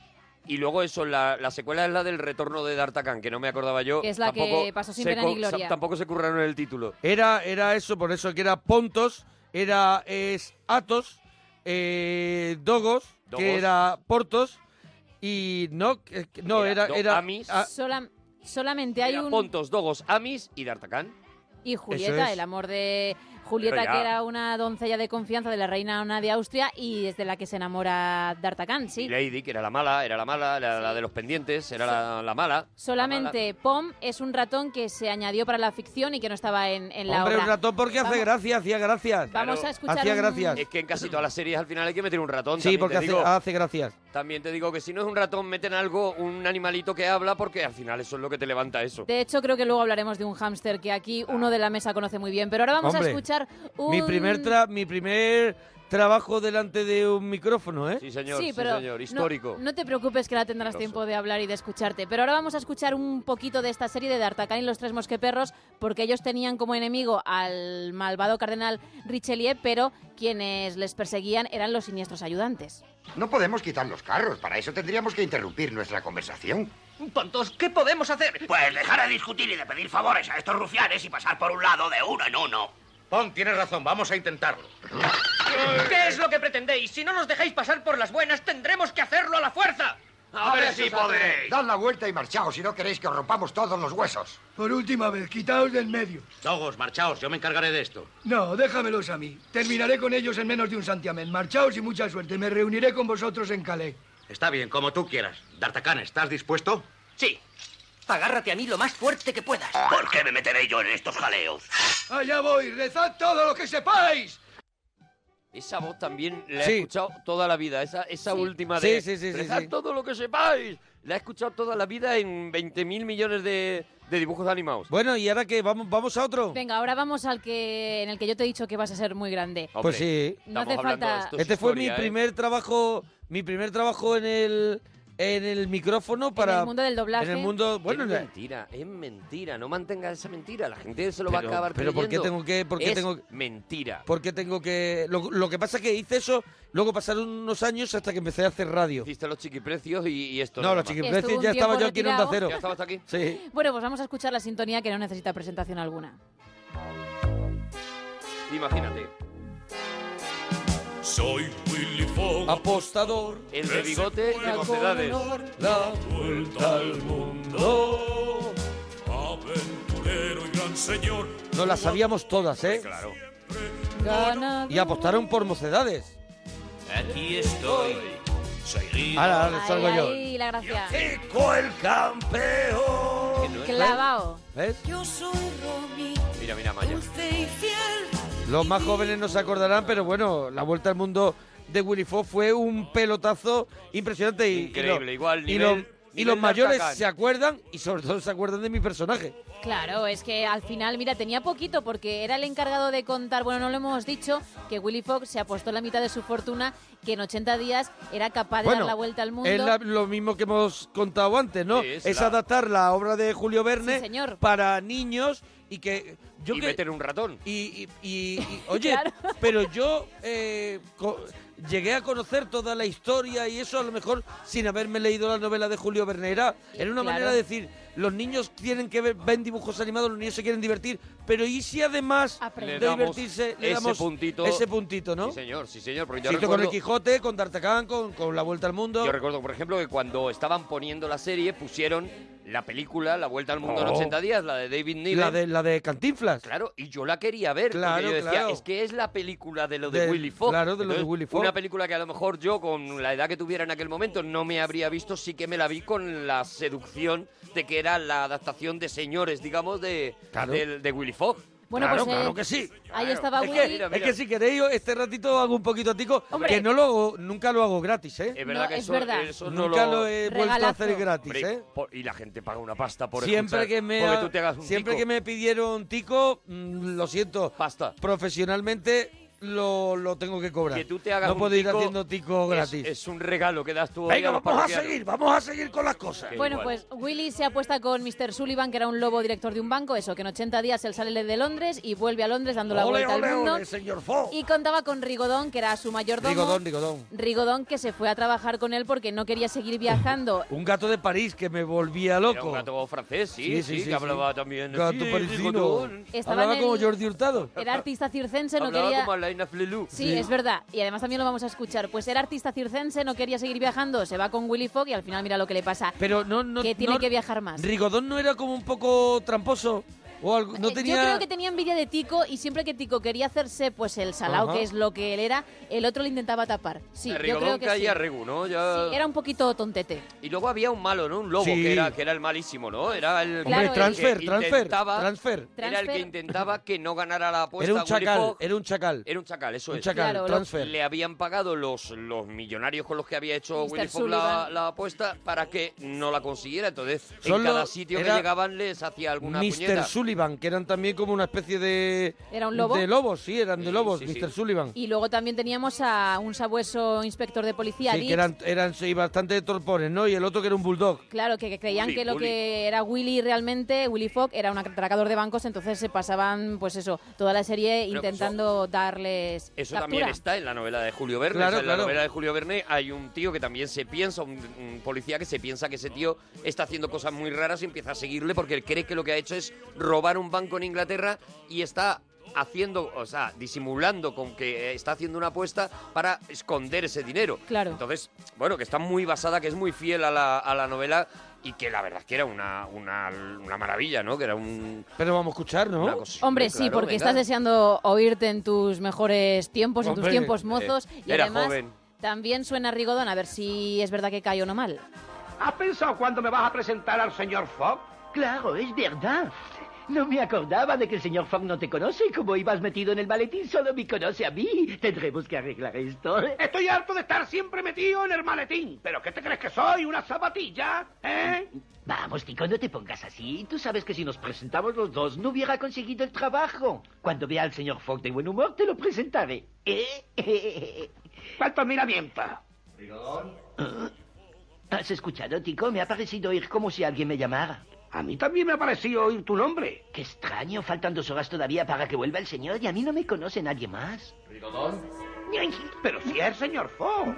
[SPEAKER 2] Y luego eso, la, la secuela es la del retorno de D'Artagnan, que no me acordaba yo.
[SPEAKER 5] Que es la que
[SPEAKER 2] Tampoco
[SPEAKER 5] pasó sin
[SPEAKER 2] se
[SPEAKER 5] pena ni
[SPEAKER 2] co-
[SPEAKER 5] gloria.
[SPEAKER 2] Tampoco se curraron el título.
[SPEAKER 1] Era, era eso, por eso que era Pontos, era es Atos, eh, Dogos,
[SPEAKER 2] Dogos.
[SPEAKER 1] que era Portos, y no, que- que- no
[SPEAKER 2] Era
[SPEAKER 1] era,
[SPEAKER 2] Do-
[SPEAKER 1] era
[SPEAKER 2] Amis.
[SPEAKER 1] ah,
[SPEAKER 5] Solam- solamente hay
[SPEAKER 2] Era
[SPEAKER 5] un...
[SPEAKER 2] Pontos, Dogos, Amis y D'Artagnan.
[SPEAKER 5] Y Julieta,
[SPEAKER 2] es.
[SPEAKER 5] el amor de Julieta,
[SPEAKER 2] Pero ya.
[SPEAKER 5] que era una doncella de confianza de la reina Ana de Austria y desde la que se enamora D'Artagnan, sí.
[SPEAKER 2] Y Lady, que era la mala, era la mala, era la de los pendientes, era la, la mala.
[SPEAKER 5] Solamente Pom es un ratón que se añadió para la ficción y que no estaba en, en la
[SPEAKER 1] hombre,
[SPEAKER 5] obra.
[SPEAKER 1] un ratón porque hace
[SPEAKER 5] Vamos-
[SPEAKER 1] gracia, hacía gracias.
[SPEAKER 5] Vamos a escuchar
[SPEAKER 1] Hacía
[SPEAKER 5] un-
[SPEAKER 1] gracias.
[SPEAKER 2] Es que en casi todas las series al final hay que meter un ratón.
[SPEAKER 1] Sí,
[SPEAKER 2] también
[SPEAKER 1] porque
[SPEAKER 2] te
[SPEAKER 1] hace,
[SPEAKER 2] digo,
[SPEAKER 1] hace gracias.
[SPEAKER 2] También te digo que si no es un ratón, meten algo, un animalito que habla, porque al final eso es lo que te levanta eso.
[SPEAKER 5] De hecho, creo que luego hablaremos de un hámster que aquí uno de la mesa conoce muy bien. Pero ahora vamos a
[SPEAKER 1] Hombre,
[SPEAKER 5] escuchar un...
[SPEAKER 1] Mi primer tra- mi primer trabajo delante de un micrófono, ¿eh?
[SPEAKER 2] Sí,
[SPEAKER 5] Sí, pero no- No, te preocupes que ahora tendrás tiempo de hablar y de escucharte. Pero ahora vamos a escuchar un poquito de esta serie de D'Artagnan y los tres mosqueperros, porque ellos tenían como enemigo al malvado cardenal Richelieu, pero quienes les perseguían eran los siniestros ayudantes.
[SPEAKER 8] No podemos quitar los carros, para eso tendríamos que interrumpir nuestra conversación.
[SPEAKER 25] Tontos, ¿qué podemos hacer?
[SPEAKER 26] Pues dejar de discutir y de pedir favores a estos rufianes y pasar por un lado de uno en uno. Pon, tienes razón, vamos a intentarlo.
[SPEAKER 25] ¿Qué es lo que pretendéis? Si no nos dejáis pasar por las buenas, tendremos que hacerlo a la fuerza.
[SPEAKER 8] Dad la vuelta y marchaos si no queréis que os rompamos todos los huesos.
[SPEAKER 10] Por última vez, quitaos del medio.
[SPEAKER 26] Dogos, marchaos, yo me encargaré de esto.
[SPEAKER 10] No, déjamelos a mí. Terminaré con ellos en menos de un santiamén. Marchaos y mucha suerte. Me reuniré con vosotros en Calais.
[SPEAKER 26] Está bien, como tú quieras. D'Artacán, ¿estás dispuesto? Sí.
[SPEAKER 25] Agárrate a mí lo más fuerte que puedas.
[SPEAKER 26] ¿Por qué me meteré yo en estos jaleos?
[SPEAKER 10] Allá voy, rezad todo lo que sepáis.
[SPEAKER 2] Esa voz también la he
[SPEAKER 10] Sí.
[SPEAKER 2] escuchado toda la vida. Esa, esa
[SPEAKER 10] Sí.
[SPEAKER 2] última
[SPEAKER 10] Sí,
[SPEAKER 2] de...
[SPEAKER 10] sí, sí, sí,
[SPEAKER 2] "Rezad
[SPEAKER 10] sí.
[SPEAKER 2] todo lo que sepáis. La he escuchado toda la vida en 20.000 millones de, de dibujos animados.
[SPEAKER 1] Bueno, ¿y ahora qué? ¿Vamos, vamos a otro?
[SPEAKER 5] Venga, ahora vamos al que en el que yo te he dicho que vas a ser muy grande.
[SPEAKER 1] pues
[SPEAKER 2] Eh,
[SPEAKER 1] sí.
[SPEAKER 5] No hace falta.
[SPEAKER 1] Este fue mi primer trabajo, mi primer trabajo en el en el micrófono para
[SPEAKER 5] el mundo del doblaje.
[SPEAKER 1] En el mundo, bueno,
[SPEAKER 2] es
[SPEAKER 1] en la-
[SPEAKER 2] mentira, es mentira. No mantengas esa mentira. La gente se lo va a
[SPEAKER 1] Pero-
[SPEAKER 2] acabar
[SPEAKER 1] pero ¿por qué
[SPEAKER 2] creyendo.
[SPEAKER 1] tengo que- por qué
[SPEAKER 2] Es
[SPEAKER 1] tengo-
[SPEAKER 2] mentira.
[SPEAKER 1] porque tengo que lo, lo que pasa es que hice eso, luego pasaron unos años hasta que empecé a hacer radio.
[SPEAKER 2] Hiciste los chiquiprecios y, y esto.
[SPEAKER 1] No,
[SPEAKER 2] nada
[SPEAKER 1] los
[SPEAKER 2] más.
[SPEAKER 1] chiquiprecios Estuvo un ya estaba tiempo yo aquí en Onda retirado. Cero.
[SPEAKER 2] Ya estabas aquí.
[SPEAKER 1] Sí.
[SPEAKER 5] Bueno, pues vamos a escuchar la sintonía que no necesita presentación alguna.
[SPEAKER 2] Imagínate.
[SPEAKER 27] Soy Willy Fogg.
[SPEAKER 1] Apostador.
[SPEAKER 2] El de bigote y mocedades.
[SPEAKER 27] La vuelta al
[SPEAKER 1] Oh.
[SPEAKER 27] mundo. Aventurero y gran señor.
[SPEAKER 1] Nos las sabíamos todas, ¿eh? Claro. Y apostaron por mocedades.
[SPEAKER 27] Aquí estoy. Soy Guido.
[SPEAKER 1] Ahora, ahora salgo
[SPEAKER 5] ahí,
[SPEAKER 1] yo.
[SPEAKER 5] ahí, la gracia.
[SPEAKER 27] el campeón.
[SPEAKER 5] Clavao.
[SPEAKER 1] ¿Ves?
[SPEAKER 28] Yo soy Romy,
[SPEAKER 2] Mira, mira, Maya.
[SPEAKER 28] dulce y fiel.
[SPEAKER 1] Los más jóvenes no se acordarán, pero bueno, la vuelta al mundo de Willy Fox fue un pelotazo impresionante. Y, y
[SPEAKER 2] Increíble,
[SPEAKER 1] lo-
[SPEAKER 2] igual
[SPEAKER 1] y,
[SPEAKER 2] nivel-
[SPEAKER 1] lo-
[SPEAKER 2] nivel
[SPEAKER 1] y los
[SPEAKER 2] de
[SPEAKER 1] mayores
[SPEAKER 2] Artacán.
[SPEAKER 1] se acuerdan y sobre todo se acuerdan de mi personaje.
[SPEAKER 5] Claro, es que al final, mira, tenía poquito porque era el encargado de contar, bueno, no lo hemos dicho, que Willy Fox se apostó la mitad de su fortuna, que en 80 días era capaz de dar la vuelta al mundo.
[SPEAKER 1] es la- lo mismo que hemos contado antes, ¿no?
[SPEAKER 2] Sí, es
[SPEAKER 1] es
[SPEAKER 2] la-
[SPEAKER 1] adaptar la obra de Julio Verne
[SPEAKER 5] Sí, señor.
[SPEAKER 1] para niños y que... Yo
[SPEAKER 2] Y
[SPEAKER 1] que-
[SPEAKER 2] meter un ratón.
[SPEAKER 1] Y, y- y- y- oye, pero yo eh, co- llegué a conocer toda la historia y eso a lo mejor sin haberme leído la novela de Julio Verne. Era, era una
[SPEAKER 5] Claro.
[SPEAKER 1] manera de decir, los niños tienen que ver, ven dibujos animados, los niños se quieren divertir, pero ¿y si además
[SPEAKER 2] Le
[SPEAKER 1] de
[SPEAKER 2] damos
[SPEAKER 1] divertirse le
[SPEAKER 2] ese
[SPEAKER 1] damos
[SPEAKER 2] puntito.
[SPEAKER 1] ese puntito, ¿no?
[SPEAKER 2] Sí, señor, sí, señor. Porque yo
[SPEAKER 1] Siento con
[SPEAKER 2] recuerdo-
[SPEAKER 1] el Quijote, con D'Artagnan, con, con La Vuelta al Mundo.
[SPEAKER 2] Yo recuerdo, por ejemplo, que cuando estaban poniendo la serie, pusieron la película La Vuelta al Mundo en
[SPEAKER 1] Oh.
[SPEAKER 2] 80 días, la de David Niven.
[SPEAKER 1] La de, la de Cantinflas.
[SPEAKER 2] Claro, y yo la quería ver. porque
[SPEAKER 1] Claro,
[SPEAKER 2] yo decía,
[SPEAKER 1] claro.
[SPEAKER 2] es que es la película de lo de,
[SPEAKER 1] Del-
[SPEAKER 2] Willy Fox.
[SPEAKER 1] claro, de lo de Willy Fox.
[SPEAKER 2] Una película que a lo mejor yo, con la edad que tuviera en aquel momento, no me habría visto, sí que me la vi con la seducción de que era la adaptación de señores, digamos, de,
[SPEAKER 1] Claro.
[SPEAKER 2] del- de Willy Fox.
[SPEAKER 5] Bueno,
[SPEAKER 1] Claro, pues, eh, claro que sí.
[SPEAKER 5] ahí estaba
[SPEAKER 1] es,
[SPEAKER 5] Willy.
[SPEAKER 1] que, es que si queréis, yo este ratito hago un poquito tico,
[SPEAKER 5] Hombre.
[SPEAKER 1] que no lo hago, nunca lo hago gratis, ¿eh?
[SPEAKER 2] Es verdad que eso, eso no
[SPEAKER 1] nunca lo, he vuelto a hacer
[SPEAKER 2] Regalazo.
[SPEAKER 1] gratis,
[SPEAKER 2] Hombre,
[SPEAKER 1] ¿eh?
[SPEAKER 2] por- y la gente paga una pasta por
[SPEAKER 1] siempre
[SPEAKER 2] escuchar-
[SPEAKER 1] que me
[SPEAKER 2] porque
[SPEAKER 1] ha-
[SPEAKER 2] tú te hagas un
[SPEAKER 1] siempre
[SPEAKER 2] tico.
[SPEAKER 1] que me pidieron tico, mm, lo siento, profesionalmente lo, lo tengo que cobrar.
[SPEAKER 2] Que tú te hagas
[SPEAKER 1] no
[SPEAKER 2] un
[SPEAKER 1] puedo ir
[SPEAKER 2] tico
[SPEAKER 1] haciendo tico
[SPEAKER 2] es-
[SPEAKER 1] gratis.
[SPEAKER 2] Es, un regalo que das tú. hoy
[SPEAKER 1] Venga,
[SPEAKER 2] a los
[SPEAKER 1] vamos a
[SPEAKER 2] parroquianos.
[SPEAKER 1] seguir, vamos a seguir con las cosas.
[SPEAKER 2] Que
[SPEAKER 5] Bueno,
[SPEAKER 2] igual.
[SPEAKER 5] pues Willy se apuesta con Mr. Sullivan, que era un lobo director de un banco, eso, que en 80 días él sale de Londres y vuelve a Londres dando la
[SPEAKER 1] Ole,
[SPEAKER 5] vuelta
[SPEAKER 1] ole,
[SPEAKER 5] al mundo.
[SPEAKER 1] ole, señor Fox.
[SPEAKER 5] Y contaba con Rigodón, que era su mayordomo.
[SPEAKER 1] Rigodón, Rigodón.
[SPEAKER 5] Rigodón, que se fue a trabajar con él porque no quería seguir viajando.
[SPEAKER 1] Un gato de París que me volvía
[SPEAKER 2] Era
[SPEAKER 1] loco.
[SPEAKER 2] un gato francés, sí, sí, que hablaba Ah, también.
[SPEAKER 1] Gato
[SPEAKER 2] sí,
[SPEAKER 1] parisino.
[SPEAKER 2] bigotón.
[SPEAKER 5] Estaba
[SPEAKER 1] Hablaba
[SPEAKER 5] en el-
[SPEAKER 1] como Jordi Hurtado.
[SPEAKER 5] Era artista circense, no
[SPEAKER 2] hablaba
[SPEAKER 5] quería...
[SPEAKER 2] como Alaina Flelou.
[SPEAKER 5] Sí, es verdad. Y además también lo vamos a escuchar. Pues era artista circense, no quería seguir viajando, se va con Willy Fogg y al final mira lo que le pasa.
[SPEAKER 1] Pero no, no,
[SPEAKER 5] que tiene
[SPEAKER 1] no-
[SPEAKER 5] que viajar más. Eh,
[SPEAKER 1] Rigodón no era como un poco tramposo o algo, no tenía
[SPEAKER 5] Yo creo que tenía envidia de Tico y siempre que Tico quería hacerse pues el salao,
[SPEAKER 1] Ajá.
[SPEAKER 5] que es lo que él era, el otro le intentaba tapar. Sí, yo creo
[SPEAKER 2] Rigodón
[SPEAKER 5] que sí.
[SPEAKER 2] caía Regu, ¿no? Ya-
[SPEAKER 5] Era un poquito tontete.
[SPEAKER 2] Y luego había un malo, ¿no? Un lobo,
[SPEAKER 1] Sí.
[SPEAKER 2] que, era, que era el malísimo, ¿no? Era el,
[SPEAKER 1] Hombre,
[SPEAKER 2] el que
[SPEAKER 1] transfer, transfer,
[SPEAKER 2] intentaba-
[SPEAKER 1] transfer.
[SPEAKER 2] Era el que
[SPEAKER 5] Transfer.
[SPEAKER 2] intentaba que no ganara la apuesta.
[SPEAKER 1] Era un
[SPEAKER 2] Willy
[SPEAKER 1] chacal,
[SPEAKER 2] Fogg.
[SPEAKER 1] era un chacal.
[SPEAKER 2] Era un chacal, eso
[SPEAKER 1] Un
[SPEAKER 2] es.
[SPEAKER 1] chacal, Claro, lo- transfer.
[SPEAKER 2] Le habían pagado los, los millonarios con los que había hecho
[SPEAKER 5] Mr.
[SPEAKER 2] Willy Fox la,
[SPEAKER 5] Sullivan.
[SPEAKER 2] la apuesta para que no la consiguiera. Entonces, en
[SPEAKER 1] Solo
[SPEAKER 2] cada sitio que
[SPEAKER 1] era
[SPEAKER 2] llegaban les hacía alguna
[SPEAKER 1] Mr.
[SPEAKER 2] puñeta.
[SPEAKER 1] Sullivan, que eran también como una especie de...
[SPEAKER 5] ¿Era un lobo?
[SPEAKER 1] De lobos, sí, eran de lobos,
[SPEAKER 2] sí,
[SPEAKER 1] Mr.
[SPEAKER 2] sí.
[SPEAKER 1] Sullivan.
[SPEAKER 5] Y luego también teníamos a un sabueso inspector de policía,
[SPEAKER 1] Sí,
[SPEAKER 5] Dick,
[SPEAKER 1] que eran, eran sí, bastante torpones, ¿no? Y el otro que era un bulldog.
[SPEAKER 5] Claro, que, que creían
[SPEAKER 1] Bully,
[SPEAKER 5] que lo
[SPEAKER 1] bully.
[SPEAKER 5] que era Willy realmente, Willy Fogg, era un atracador de bancos, entonces se pasaban, pues eso, toda la serie
[SPEAKER 2] Pero
[SPEAKER 5] intentando darles
[SPEAKER 2] Eso
[SPEAKER 5] captura.
[SPEAKER 2] también está en la novela de Julio Verne.
[SPEAKER 1] Claro,
[SPEAKER 2] O sea, en
[SPEAKER 1] claro.
[SPEAKER 2] la novela de Julio Verne hay un tío que también se piensa, un, un policía que se piensa que ese tío está haciendo cosas muy raras y empieza a seguirle porque él cree que lo que ha hecho es robar un banco en Inglaterra y está haciendo, o sea, disimulando con que eh, está haciendo una apuesta para esconder ese dinero.
[SPEAKER 5] Claro.
[SPEAKER 2] Entonces, bueno, que está muy basada, que es muy fiel a la, a la novela y que la verdad es que era una, una, una maravilla, ¿no? Que era un...
[SPEAKER 1] Pero vamos a escuchar, ¿no?
[SPEAKER 5] Hombre, sí, porque estás deseando oírte en tus mejores tiempos, en
[SPEAKER 1] Hombre,
[SPEAKER 5] tus tiempos
[SPEAKER 1] eh,
[SPEAKER 5] mozos. y
[SPEAKER 2] era
[SPEAKER 5] además,
[SPEAKER 2] joven.
[SPEAKER 5] también suena Rigodón, a ver si es verdad que cayó no mal.
[SPEAKER 26] ¿Has pensado cuándo me vas a presentar al señor Fogg? Claro, es verdad. No me acordaba de que el señor Fogg no te conoce y como ibas metido en el maletín solo me conoce a mí. Tendremos que arreglar esto. ¿eh?
[SPEAKER 10] Estoy harto de estar siempre metido en el maletín. ¿Pero qué te crees que soy? ¿Una zapatilla? ¿Eh?
[SPEAKER 26] Vamos, Tico, no te pongas así. Tú sabes que si nos presentamos los dos no hubiera conseguido el trabajo. Cuando vea al señor Fogg de buen humor te lo presentaré. ¿Eh?
[SPEAKER 10] ¿Cuánto miramiento?
[SPEAKER 26] Ah, ¿Has escuchado, Tico? Me ha parecido oír como si alguien me llamara.
[SPEAKER 10] A mí también me ha parecido oír tu nombre.
[SPEAKER 26] Qué extraño, faltan dos horas todavía para que vuelva el señor y a mí no me conoce nadie más.
[SPEAKER 10] Ay, Pero si es señor Fogg.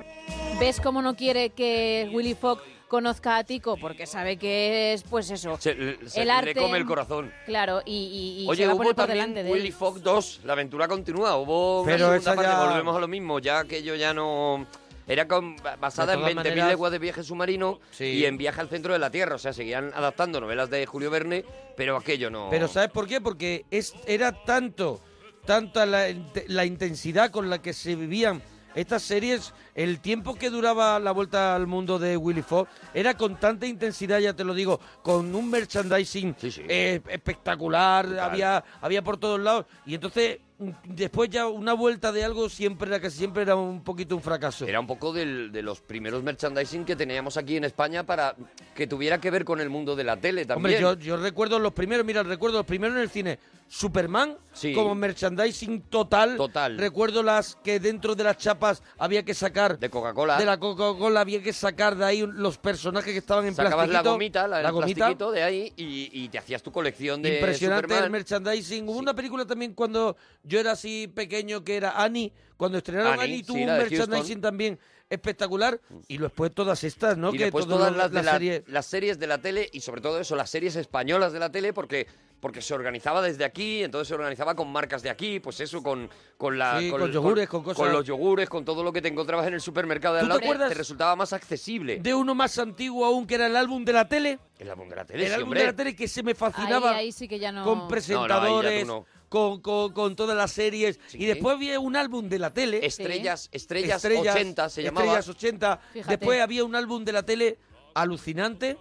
[SPEAKER 5] ¿Ves cómo no quiere que Willy Fogg conozca a Tico? Porque sabe que es, pues eso,
[SPEAKER 2] Se, se
[SPEAKER 5] el
[SPEAKER 2] le
[SPEAKER 5] arte...
[SPEAKER 2] come el corazón.
[SPEAKER 5] Claro, y, y- y se
[SPEAKER 2] Oye,
[SPEAKER 5] va a poner
[SPEAKER 2] hubo
[SPEAKER 5] por
[SPEAKER 2] también
[SPEAKER 5] delante de
[SPEAKER 2] Willy
[SPEAKER 5] él.
[SPEAKER 2] Fox 2, la aventura continúa. Hubo una
[SPEAKER 1] Pero
[SPEAKER 2] segunda
[SPEAKER 1] esa
[SPEAKER 2] parte,
[SPEAKER 1] ya-
[SPEAKER 2] volvemos a lo mismo, ya que yo ya no... Era con- basada
[SPEAKER 1] De
[SPEAKER 2] en
[SPEAKER 1] todas
[SPEAKER 2] 20.000
[SPEAKER 1] maneras-
[SPEAKER 2] leguas de viaje submarino y en viaje al centro de la Tierra. O sea, seguían adaptando novelas de Julio Verne, pero aquello no...
[SPEAKER 1] Pero ¿sabes por qué? Porque es, era tanto, tanta la, int- la intensidad con la que se vivían estas series, el tiempo que duraba la vuelta al mundo de Willy Fox era con tanta intensidad, ya te lo digo, con un merchandising eh, espectacular,
[SPEAKER 2] Brutal.
[SPEAKER 1] había, había por todos lados. Y entonces, mm, después ya una vuelta de algo siempre era casi siempre era un poquito un fracaso.
[SPEAKER 2] Era un poco del- de los primeros merchandising que teníamos aquí en España para que tuviera que ver con el mundo de la tele también.
[SPEAKER 1] Hombre, yo, yo recuerdo los primeros, mira, recuerdo los primeros en el cine. Superman como merchandising total. Total. Recuerdo las que dentro de las chapas había que sacar. De
[SPEAKER 2] Coca-Cola.
[SPEAKER 1] De la Coca-Cola había que sacar de ahí un- los personajes que estaban en
[SPEAKER 2] Sacabas la
[SPEAKER 1] plastiquito.
[SPEAKER 2] gomita, la, el
[SPEAKER 1] gomita.
[SPEAKER 2] plastiquito de ahí y, y te hacías tu colección de
[SPEAKER 1] Impresionante el
[SPEAKER 2] Superman.
[SPEAKER 1] merchandising. Hubo una película también cuando yo era así pequeño que era Annie. Cuando estrenaron
[SPEAKER 2] Annie,
[SPEAKER 1] Annie,
[SPEAKER 2] sí,
[SPEAKER 1] tuvo
[SPEAKER 2] la
[SPEAKER 1] un
[SPEAKER 2] de
[SPEAKER 1] merchandising
[SPEAKER 2] Houston.
[SPEAKER 1] también espectacular. Y después todas estas, ¿no?
[SPEAKER 2] Y
[SPEAKER 1] que
[SPEAKER 2] después
[SPEAKER 1] todo
[SPEAKER 2] todas
[SPEAKER 1] lo-
[SPEAKER 2] las, de la-
[SPEAKER 1] serie-
[SPEAKER 2] las series de la tele y sobre todo eso, las series españolas de la tele porque porque se organizaba desde aquí, entonces se organizaba con marcas de aquí, pues eso, con, con la...
[SPEAKER 1] Sí, con yogures, con cosas-
[SPEAKER 2] Con los yogures, con todo lo que te encontrabas en el supermercado de
[SPEAKER 1] ¿Tú
[SPEAKER 2] al
[SPEAKER 1] te
[SPEAKER 2] lado,
[SPEAKER 1] acuerdas
[SPEAKER 2] te resultaba más accesible.
[SPEAKER 1] de uno más antiguo aún, que era el álbum de la tele.
[SPEAKER 2] El álbum de la tele,
[SPEAKER 1] El
[SPEAKER 2] sí,
[SPEAKER 1] álbum
[SPEAKER 2] hombre.
[SPEAKER 1] de la tele que se me
[SPEAKER 5] Ahí,
[SPEAKER 1] fascinaba
[SPEAKER 5] ahí sí que ya no...
[SPEAKER 1] con presentadores,
[SPEAKER 2] no.
[SPEAKER 1] Con, con- con todas las series. Y después había un álbum de la tele.
[SPEAKER 2] Estrellas- Sí. Estrellas 80 se llamaba.
[SPEAKER 1] Estrellas 80.
[SPEAKER 2] Fíjate.
[SPEAKER 1] Después había un álbum de la tele alucinante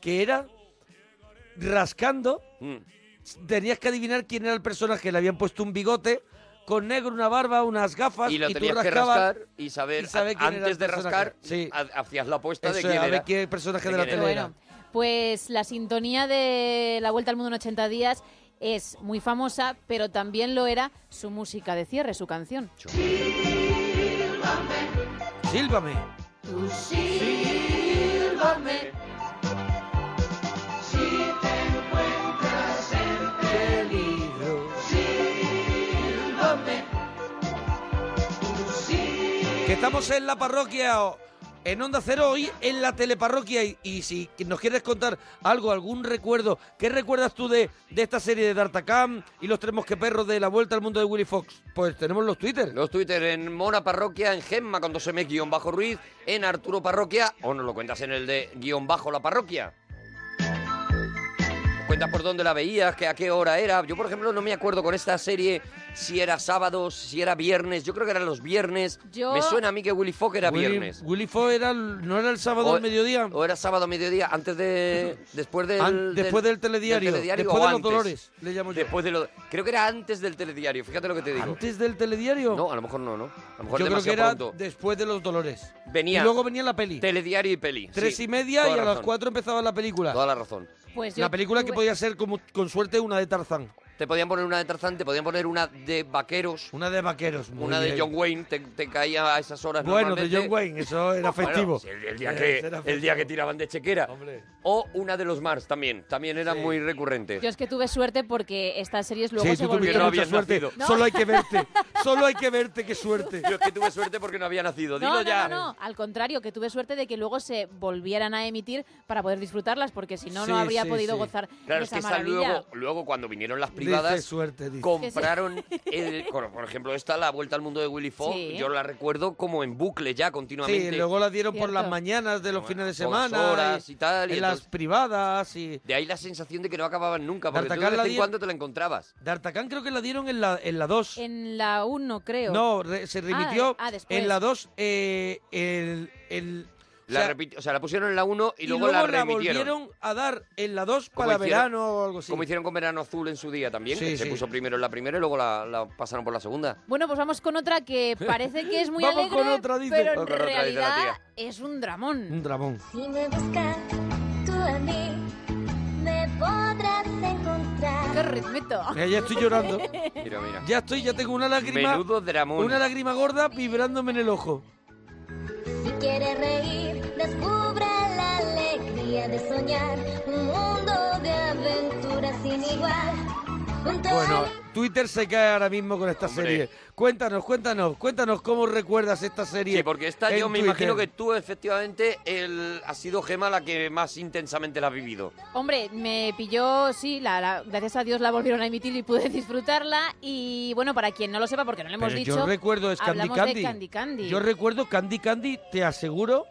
[SPEAKER 1] que era rascando.
[SPEAKER 2] Mm.
[SPEAKER 1] Tenías que adivinar quién era el personaje. Le habían puesto un bigote con negro, una barba, unas gafas.
[SPEAKER 2] Y lo
[SPEAKER 1] tú
[SPEAKER 2] tenías que
[SPEAKER 1] rascabas
[SPEAKER 2] rascar y saber,
[SPEAKER 1] y saber quién era el
[SPEAKER 2] antes de
[SPEAKER 1] personaje.
[SPEAKER 2] rascar, ha- hacías la apuesta de
[SPEAKER 1] Eso,
[SPEAKER 2] quién
[SPEAKER 1] a
[SPEAKER 2] era.
[SPEAKER 1] ver quién personaje de la
[SPEAKER 2] quién
[SPEAKER 1] tele
[SPEAKER 2] era.
[SPEAKER 1] era.
[SPEAKER 5] Pues la sintonía de La Vuelta al Mundo en 80 días es muy famosa, pero también lo era su música de cierre, su canción.
[SPEAKER 1] Sílvame.
[SPEAKER 3] Tú sílvame. Si te encuentras en peligro, sílvame. Tú sí-
[SPEAKER 1] Que estamos en la parroquia, o- en Onda Cero hoy, en la teleparroquia. Y, y si nos quieres contar algo, algún recuerdo, ¿qué recuerdas tú de, de esta serie de D'Artacán y los tres mosqueperros de la vuelta al mundo de Willy Fox? Pues tenemos los Twitter.
[SPEAKER 2] Los Twitter en Mona Parroquia, en Gemma con 12M guión bajo Ruiz, en Arturo Parroquia, o nos lo cuentas en el de guión bajo la parroquia. Cuentas por dónde la veías, que a qué hora era. Yo, por ejemplo, no me acuerdo con esta serie si era sábados, si era viernes. Yo creo que eran los viernes.
[SPEAKER 5] Yo-
[SPEAKER 2] Me suena a mí que Willy Fox era
[SPEAKER 1] Willy-
[SPEAKER 2] viernes.
[SPEAKER 1] Willy Fox era, no era el sábado
[SPEAKER 2] O-
[SPEAKER 1] al mediodía.
[SPEAKER 2] O era sábado a mediodía, antes de. Después del.
[SPEAKER 1] An- después del telediario, después
[SPEAKER 2] o
[SPEAKER 1] de los
[SPEAKER 2] antes.
[SPEAKER 1] dolores,
[SPEAKER 2] Después de lo- Creo que era antes del telediario, fíjate lo que te digo.
[SPEAKER 1] ¿Antes del telediario?
[SPEAKER 2] No, a lo mejor no, ¿no? A lo
[SPEAKER 1] Yo
[SPEAKER 2] mejor
[SPEAKER 1] creo que
[SPEAKER 2] demasiado
[SPEAKER 1] era
[SPEAKER 2] pronto.
[SPEAKER 1] después de los dolores.
[SPEAKER 2] Venía.
[SPEAKER 1] Y luego venía la peli.
[SPEAKER 2] Telediario y peli.
[SPEAKER 1] Tres
[SPEAKER 2] sí,
[SPEAKER 1] y media
[SPEAKER 2] toda
[SPEAKER 1] y a las
[SPEAKER 2] razón.
[SPEAKER 1] cuatro empezaba la película.
[SPEAKER 2] Toda la razón.
[SPEAKER 5] Pues yo
[SPEAKER 1] la película que
[SPEAKER 5] tuve-
[SPEAKER 1] podía ser, como, con suerte, una de Tarzán.
[SPEAKER 2] Te podían poner una de Tarzán, te podían poner una de Vaqueros,
[SPEAKER 1] Una de vaqueros. muy
[SPEAKER 2] una de
[SPEAKER 1] bien.
[SPEAKER 2] John Wayne, te, te caía a esas horas
[SPEAKER 1] Bueno, de
[SPEAKER 2] normalmente.
[SPEAKER 1] John Wayne, eso era
[SPEAKER 2] Bueno,
[SPEAKER 1] festivo.
[SPEAKER 2] sí, el, el día que, el día que tiraban de chequera. O una de los Mars también, también era muy recurrente.
[SPEAKER 5] Yo es que tuve suerte porque estas series luego
[SPEAKER 2] Sí,
[SPEAKER 5] se
[SPEAKER 2] tú tuviste
[SPEAKER 5] volvieron...
[SPEAKER 2] mucha Que no habías suerte. nacido. No.
[SPEAKER 1] Solo hay que verte. Solo hay que verte, qué suerte.
[SPEAKER 2] Yo es que tuve suerte porque no había nacido,
[SPEAKER 5] No,
[SPEAKER 2] dilo
[SPEAKER 5] no,
[SPEAKER 2] ya.
[SPEAKER 5] no, no, al contrario, que tuve suerte de que luego se volvieran a emitir para poder disfrutarlas, porque si no,
[SPEAKER 2] Sí,
[SPEAKER 5] no habría
[SPEAKER 2] sí,
[SPEAKER 5] podido
[SPEAKER 2] sí.
[SPEAKER 5] gozar
[SPEAKER 2] Claro,
[SPEAKER 5] de
[SPEAKER 2] es
[SPEAKER 5] esa
[SPEAKER 2] que esa
[SPEAKER 5] maravilla.
[SPEAKER 2] luego, luego cuando vinieron las
[SPEAKER 1] Dice
[SPEAKER 2] privadas,
[SPEAKER 1] suerte, dice.
[SPEAKER 2] compraron, el- por por ejemplo, esta, La Vuelta al Mundo de Willy Fox,
[SPEAKER 1] Sí.
[SPEAKER 2] yo la recuerdo como en bucle ya,
[SPEAKER 1] Sí,
[SPEAKER 2] continuamente.
[SPEAKER 1] luego la dieron por las mañanas de los fines de semana.
[SPEAKER 2] Dos horas y tal, y
[SPEAKER 1] en las
[SPEAKER 2] entonces-
[SPEAKER 1] privadas y...
[SPEAKER 2] De ahí la sensación de que no acababan nunca, porque tú
[SPEAKER 1] D'Artagnan
[SPEAKER 2] de
[SPEAKER 1] la
[SPEAKER 2] vez en
[SPEAKER 1] die-
[SPEAKER 2] cuando te la encontrabas.
[SPEAKER 1] D'Artagnan creo que la dieron en la, en la 2.
[SPEAKER 5] En Ah, la 1, creo.
[SPEAKER 1] No, re- se remitió
[SPEAKER 5] Ah, ah, después.
[SPEAKER 1] en la 2 eh, el, el-
[SPEAKER 2] La
[SPEAKER 1] sea,
[SPEAKER 2] repi- o sea, la pusieron en la 1 y,
[SPEAKER 1] y
[SPEAKER 2] luego, la remitieron.
[SPEAKER 1] volvieron a dar en la 2
[SPEAKER 2] Como
[SPEAKER 1] para
[SPEAKER 2] hicieron-
[SPEAKER 1] verano o algo así.
[SPEAKER 2] Como hicieron con Verano Azul en su día también.
[SPEAKER 1] Sí,
[SPEAKER 2] que Se
[SPEAKER 1] sí.
[SPEAKER 2] puso primero en la primera y luego la, la pasaron por la segunda.
[SPEAKER 5] Bueno, pues vamos con otra que parece que es muy
[SPEAKER 2] Vamos
[SPEAKER 5] alegre,
[SPEAKER 2] con otra, dice.
[SPEAKER 5] pero en
[SPEAKER 2] Vamos con otra, dice la
[SPEAKER 5] realidad es un dramón.
[SPEAKER 1] Un dramón.
[SPEAKER 12] Si me buscas tú a mí, me podrás encontrar.
[SPEAKER 5] ¡Qué ritmito!
[SPEAKER 1] Mira, ya estoy llorando.
[SPEAKER 2] Mira, mira.
[SPEAKER 1] Ya estoy, ya tengo una lágrima.
[SPEAKER 2] Menudo dramón.
[SPEAKER 1] Una lágrima gorda vibrándome en el ojo.
[SPEAKER 12] Si quieres reír, descubre la alegría de soñar. Un mundo de aventuras sin igual. Junto a
[SPEAKER 1] Bueno, Twitter se cae ahora mismo con esta serie. Cuéntanos, cuéntanos, cuéntanos cómo recuerdas esta serie.
[SPEAKER 2] Sí, porque esta yo
[SPEAKER 1] en
[SPEAKER 2] me imagino que
[SPEAKER 1] Twitter.
[SPEAKER 2] tú efectivamente el, has sido Gema la que más intensamente la has vivido.
[SPEAKER 5] Hombre, me pilló, sí, la, la- gracias a Dios la volvieron a emitir y pude disfrutarla. Y bueno, para quien no lo sepa, porque no lo hemos
[SPEAKER 1] Pero
[SPEAKER 5] dicho,
[SPEAKER 1] yo recuerdo es Candy
[SPEAKER 5] hablamos
[SPEAKER 1] Candy.
[SPEAKER 5] de Candy Candy.
[SPEAKER 1] Yo recuerdo Candy Candy, te aseguro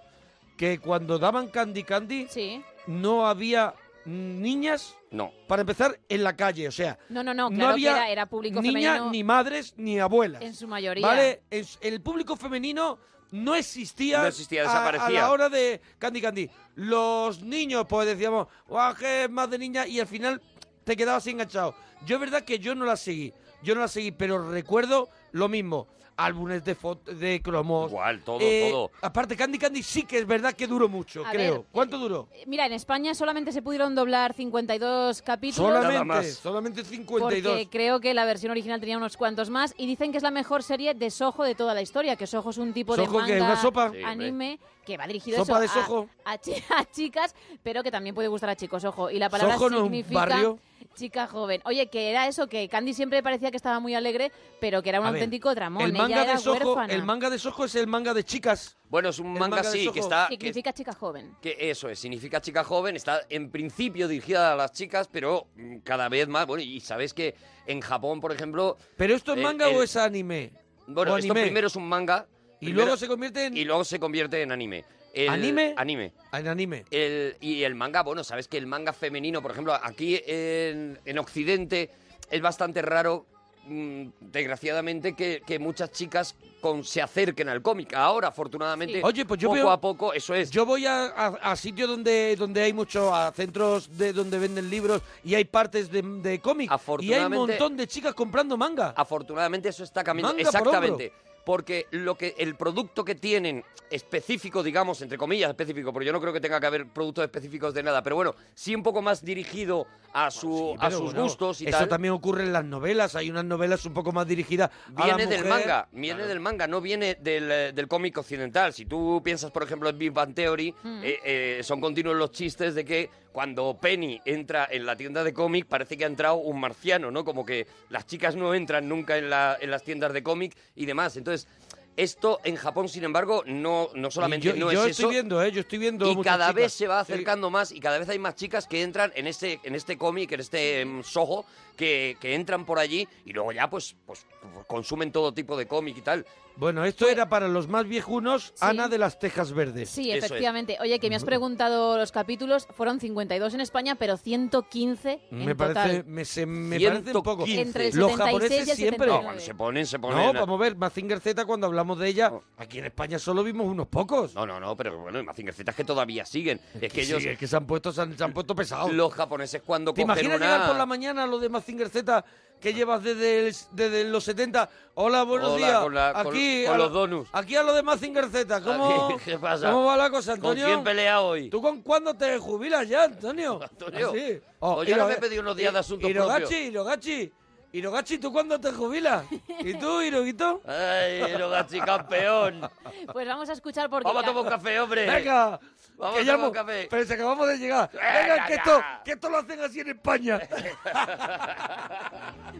[SPEAKER 1] que cuando daban Candy Candy
[SPEAKER 5] Sí.
[SPEAKER 1] no había niñas.
[SPEAKER 2] No.
[SPEAKER 1] Para empezar, en la calle, o sea.
[SPEAKER 5] No, no, no, claro
[SPEAKER 1] había
[SPEAKER 5] que era, era público
[SPEAKER 1] niñas,
[SPEAKER 5] femenino
[SPEAKER 1] ni madres, ni abuelas.
[SPEAKER 5] en su mayoría.
[SPEAKER 1] ¿Vale? Es- el público femenino no existía.
[SPEAKER 2] No existía,
[SPEAKER 1] a- A,
[SPEAKER 2] desaparecía.
[SPEAKER 1] la hora de Candy Candy. Los niños, pues decíamos, guau, que es más de niña, y al final te quedabas enganchado. Yo es verdad que yo no la seguí. Yo no la seguí, pero recuerdo lo mismo. Álbumes de fotos, de cromos. Eh,
[SPEAKER 2] Igual, todo, todo.
[SPEAKER 1] Aparte, Candy Candy sí que es verdad que duró mucho,
[SPEAKER 5] A
[SPEAKER 1] creo.
[SPEAKER 5] ver, eh,
[SPEAKER 1] ¿Cuánto duró?
[SPEAKER 5] Mira, en España solamente se pudieron doblar 52 capítulos.
[SPEAKER 1] Solamente, solamente 52.
[SPEAKER 5] Porque creo que la versión original tenía unos cuantos más y dicen que es la mejor serie de Soho de toda la historia, que Soho es un tipo
[SPEAKER 1] ¿Soho
[SPEAKER 5] de
[SPEAKER 1] qué?
[SPEAKER 5] manga
[SPEAKER 1] ¿Una sopa? Sí, hombre.
[SPEAKER 5] anime que va dirigido
[SPEAKER 1] Sopa
[SPEAKER 5] eso
[SPEAKER 1] de
[SPEAKER 5] a-
[SPEAKER 1] Soho.
[SPEAKER 5] A, chi- a chicas, pero que también puede gustar a chicos, ojo. Y la palabra
[SPEAKER 1] Soho no es un
[SPEAKER 5] significa
[SPEAKER 1] barrio.
[SPEAKER 5] chica joven. Oye, que era eso, que Candy siempre parecía que estaba muy alegre, pero que era un
[SPEAKER 1] A ver,
[SPEAKER 5] auténtico dramón.
[SPEAKER 1] El manga,
[SPEAKER 5] Ella era
[SPEAKER 1] de Soho,
[SPEAKER 5] huérfana.
[SPEAKER 1] el manga de Soho es el manga de chicas.
[SPEAKER 2] Bueno, es un
[SPEAKER 1] El
[SPEAKER 2] manga,
[SPEAKER 1] manga de
[SPEAKER 2] sí, que
[SPEAKER 1] Soho.
[SPEAKER 2] está... que-
[SPEAKER 5] Significa chica joven.
[SPEAKER 2] Que eso es, significa chica joven, está en principio dirigida a las chicas, pero mm, cada vez más, bueno, y sabes que en Japón, por ejemplo...
[SPEAKER 1] ¿Pero esto es
[SPEAKER 2] el-
[SPEAKER 1] manga o
[SPEAKER 2] Eh, el-
[SPEAKER 1] es anime?
[SPEAKER 2] Bueno,
[SPEAKER 1] o
[SPEAKER 2] esto
[SPEAKER 1] anime.
[SPEAKER 2] primero es un manga.
[SPEAKER 1] Y
[SPEAKER 2] primero-
[SPEAKER 1] luego se convierte en...
[SPEAKER 2] Y luego se convierte en anime. El-
[SPEAKER 1] ¿Anime?
[SPEAKER 2] Anime.
[SPEAKER 1] En anime.
[SPEAKER 2] El- y el manga, bueno, sabes que el manga femenino, por ejemplo, aquí en, en Occidente es bastante raro, mm, desgraciadamente, que, que muchas chicas con, se acerquen al cómic. Ahora, afortunadamente,
[SPEAKER 1] Oye, pues yo
[SPEAKER 2] poco
[SPEAKER 1] veo-
[SPEAKER 2] a poco, eso es.
[SPEAKER 1] Yo voy a, a- a sitios donde, donde hay mucho, a centros de donde venden libros y hay partes de, de cómic. Y hay un
[SPEAKER 2] Afortunadamente-
[SPEAKER 1] montón de chicas comprando manga.
[SPEAKER 2] Afortunadamente eso está cambiando.
[SPEAKER 1] Manga por
[SPEAKER 2] Exactamente. porque lo que el producto que tienen específico, digamos, entre comillas específico, porque yo no creo que tenga que haber productos específicos de nada, pero bueno, sí un poco más dirigido a su a
[SPEAKER 1] Pero
[SPEAKER 2] sus
[SPEAKER 1] bueno,
[SPEAKER 2] gustos y
[SPEAKER 1] Eso
[SPEAKER 2] tal.
[SPEAKER 1] también ocurre en las novelas. Hay unas novelas un poco más dirigidas a la
[SPEAKER 2] Viene del
[SPEAKER 1] mujer.
[SPEAKER 2] manga, viene del manga, no viene del, eh, del cómic occidental. Si tú piensas, por ejemplo, en Big Bang Theory,
[SPEAKER 5] Mm.
[SPEAKER 2] eh, eh, son continuos los chistes de que cuando Penny entra en la tienda de cómic parece que ha entrado un marciano, ¿no? Como que las chicas no entran nunca en, la- en las tiendas de cómic y demás. Entonces, esto en Japón, sin embargo, no, no solamente
[SPEAKER 1] Y yo,
[SPEAKER 2] no
[SPEAKER 1] yo
[SPEAKER 2] es
[SPEAKER 1] estoy
[SPEAKER 2] eso,
[SPEAKER 1] viendo, ¿eh? Yo estoy viendo
[SPEAKER 2] y
[SPEAKER 1] muchas
[SPEAKER 2] cada
[SPEAKER 1] chicas. Eh,
[SPEAKER 2] vez se va acercando más y cada vez hay más chicas que entran en este en este cómic, en este em, soho, que, que entran por allí y luego ya pues, pues consumen todo tipo de cómic y tal.
[SPEAKER 1] Bueno, esto
[SPEAKER 2] Pues
[SPEAKER 1] era para los más viejunos, Ana de las Tejas Verdes.
[SPEAKER 5] Sí, efectivamente. Oye, que me has preguntado los capítulos. Fueron 52 en España, pero 115 en
[SPEAKER 1] Me parece,
[SPEAKER 5] total.
[SPEAKER 1] me, se- me parece un poco.
[SPEAKER 5] 115. Entre el
[SPEAKER 1] los
[SPEAKER 5] 76
[SPEAKER 1] japoneses
[SPEAKER 5] y el
[SPEAKER 1] siempre.
[SPEAKER 5] 79. No, cuando
[SPEAKER 2] se ponen, se ponen.
[SPEAKER 1] No, vamos a ver, Mazinger Z, cuando hablamos de ella, aquí en España solo vimos unos pocos.
[SPEAKER 2] No, no, no, pero bueno, Mazinger Z es que todavía siguen. Es que
[SPEAKER 1] sí,
[SPEAKER 2] ellos
[SPEAKER 1] es que se han puesto, se han, se han puesto pesados.
[SPEAKER 2] los japoneses cuando
[SPEAKER 1] ¿Te
[SPEAKER 2] cogen
[SPEAKER 1] imaginas
[SPEAKER 2] una Ah.
[SPEAKER 1] llegar por la mañana lo de Mazinger Z que llevas desde, el- desde los 70? Hola, buenos
[SPEAKER 2] Hola,
[SPEAKER 1] días.
[SPEAKER 2] con la- con-
[SPEAKER 1] aquí
[SPEAKER 2] con
[SPEAKER 1] a la-
[SPEAKER 2] los donuts.
[SPEAKER 1] Aquí a lo de Mazinger Z. ¿Cómo,
[SPEAKER 2] ¿Qué pasa?
[SPEAKER 1] ¿Cómo va la cosa,
[SPEAKER 2] ¿Con
[SPEAKER 1] Antonio?
[SPEAKER 2] quién pelea hoy?
[SPEAKER 1] ¿Tú con cuándo te jubilas ya, Antonio?
[SPEAKER 2] Antonio,
[SPEAKER 1] Así.
[SPEAKER 2] pues yo ahora
[SPEAKER 1] Hiro-
[SPEAKER 2] me he pedido unos días de asuntos
[SPEAKER 1] Hirogachi,
[SPEAKER 2] propios.
[SPEAKER 1] Hirogachi. Hirogachi, ¿tú cuándo te jubilas? ¿Y tú, Hiroguito?
[SPEAKER 2] ¡Ay, Hirogachi, campeón!
[SPEAKER 5] Pues vamos a escuchar porque...
[SPEAKER 2] Vamos a
[SPEAKER 5] mira,
[SPEAKER 2] tomar un café, hombre.
[SPEAKER 1] ¡Venga!
[SPEAKER 2] Vamos
[SPEAKER 1] que
[SPEAKER 2] a tomar
[SPEAKER 1] llamo-
[SPEAKER 2] un café.
[SPEAKER 1] Pero si acabamos de llegar.
[SPEAKER 2] Venga,
[SPEAKER 1] Venga, que
[SPEAKER 2] ya.
[SPEAKER 1] esto, que esto lo hacen así en España.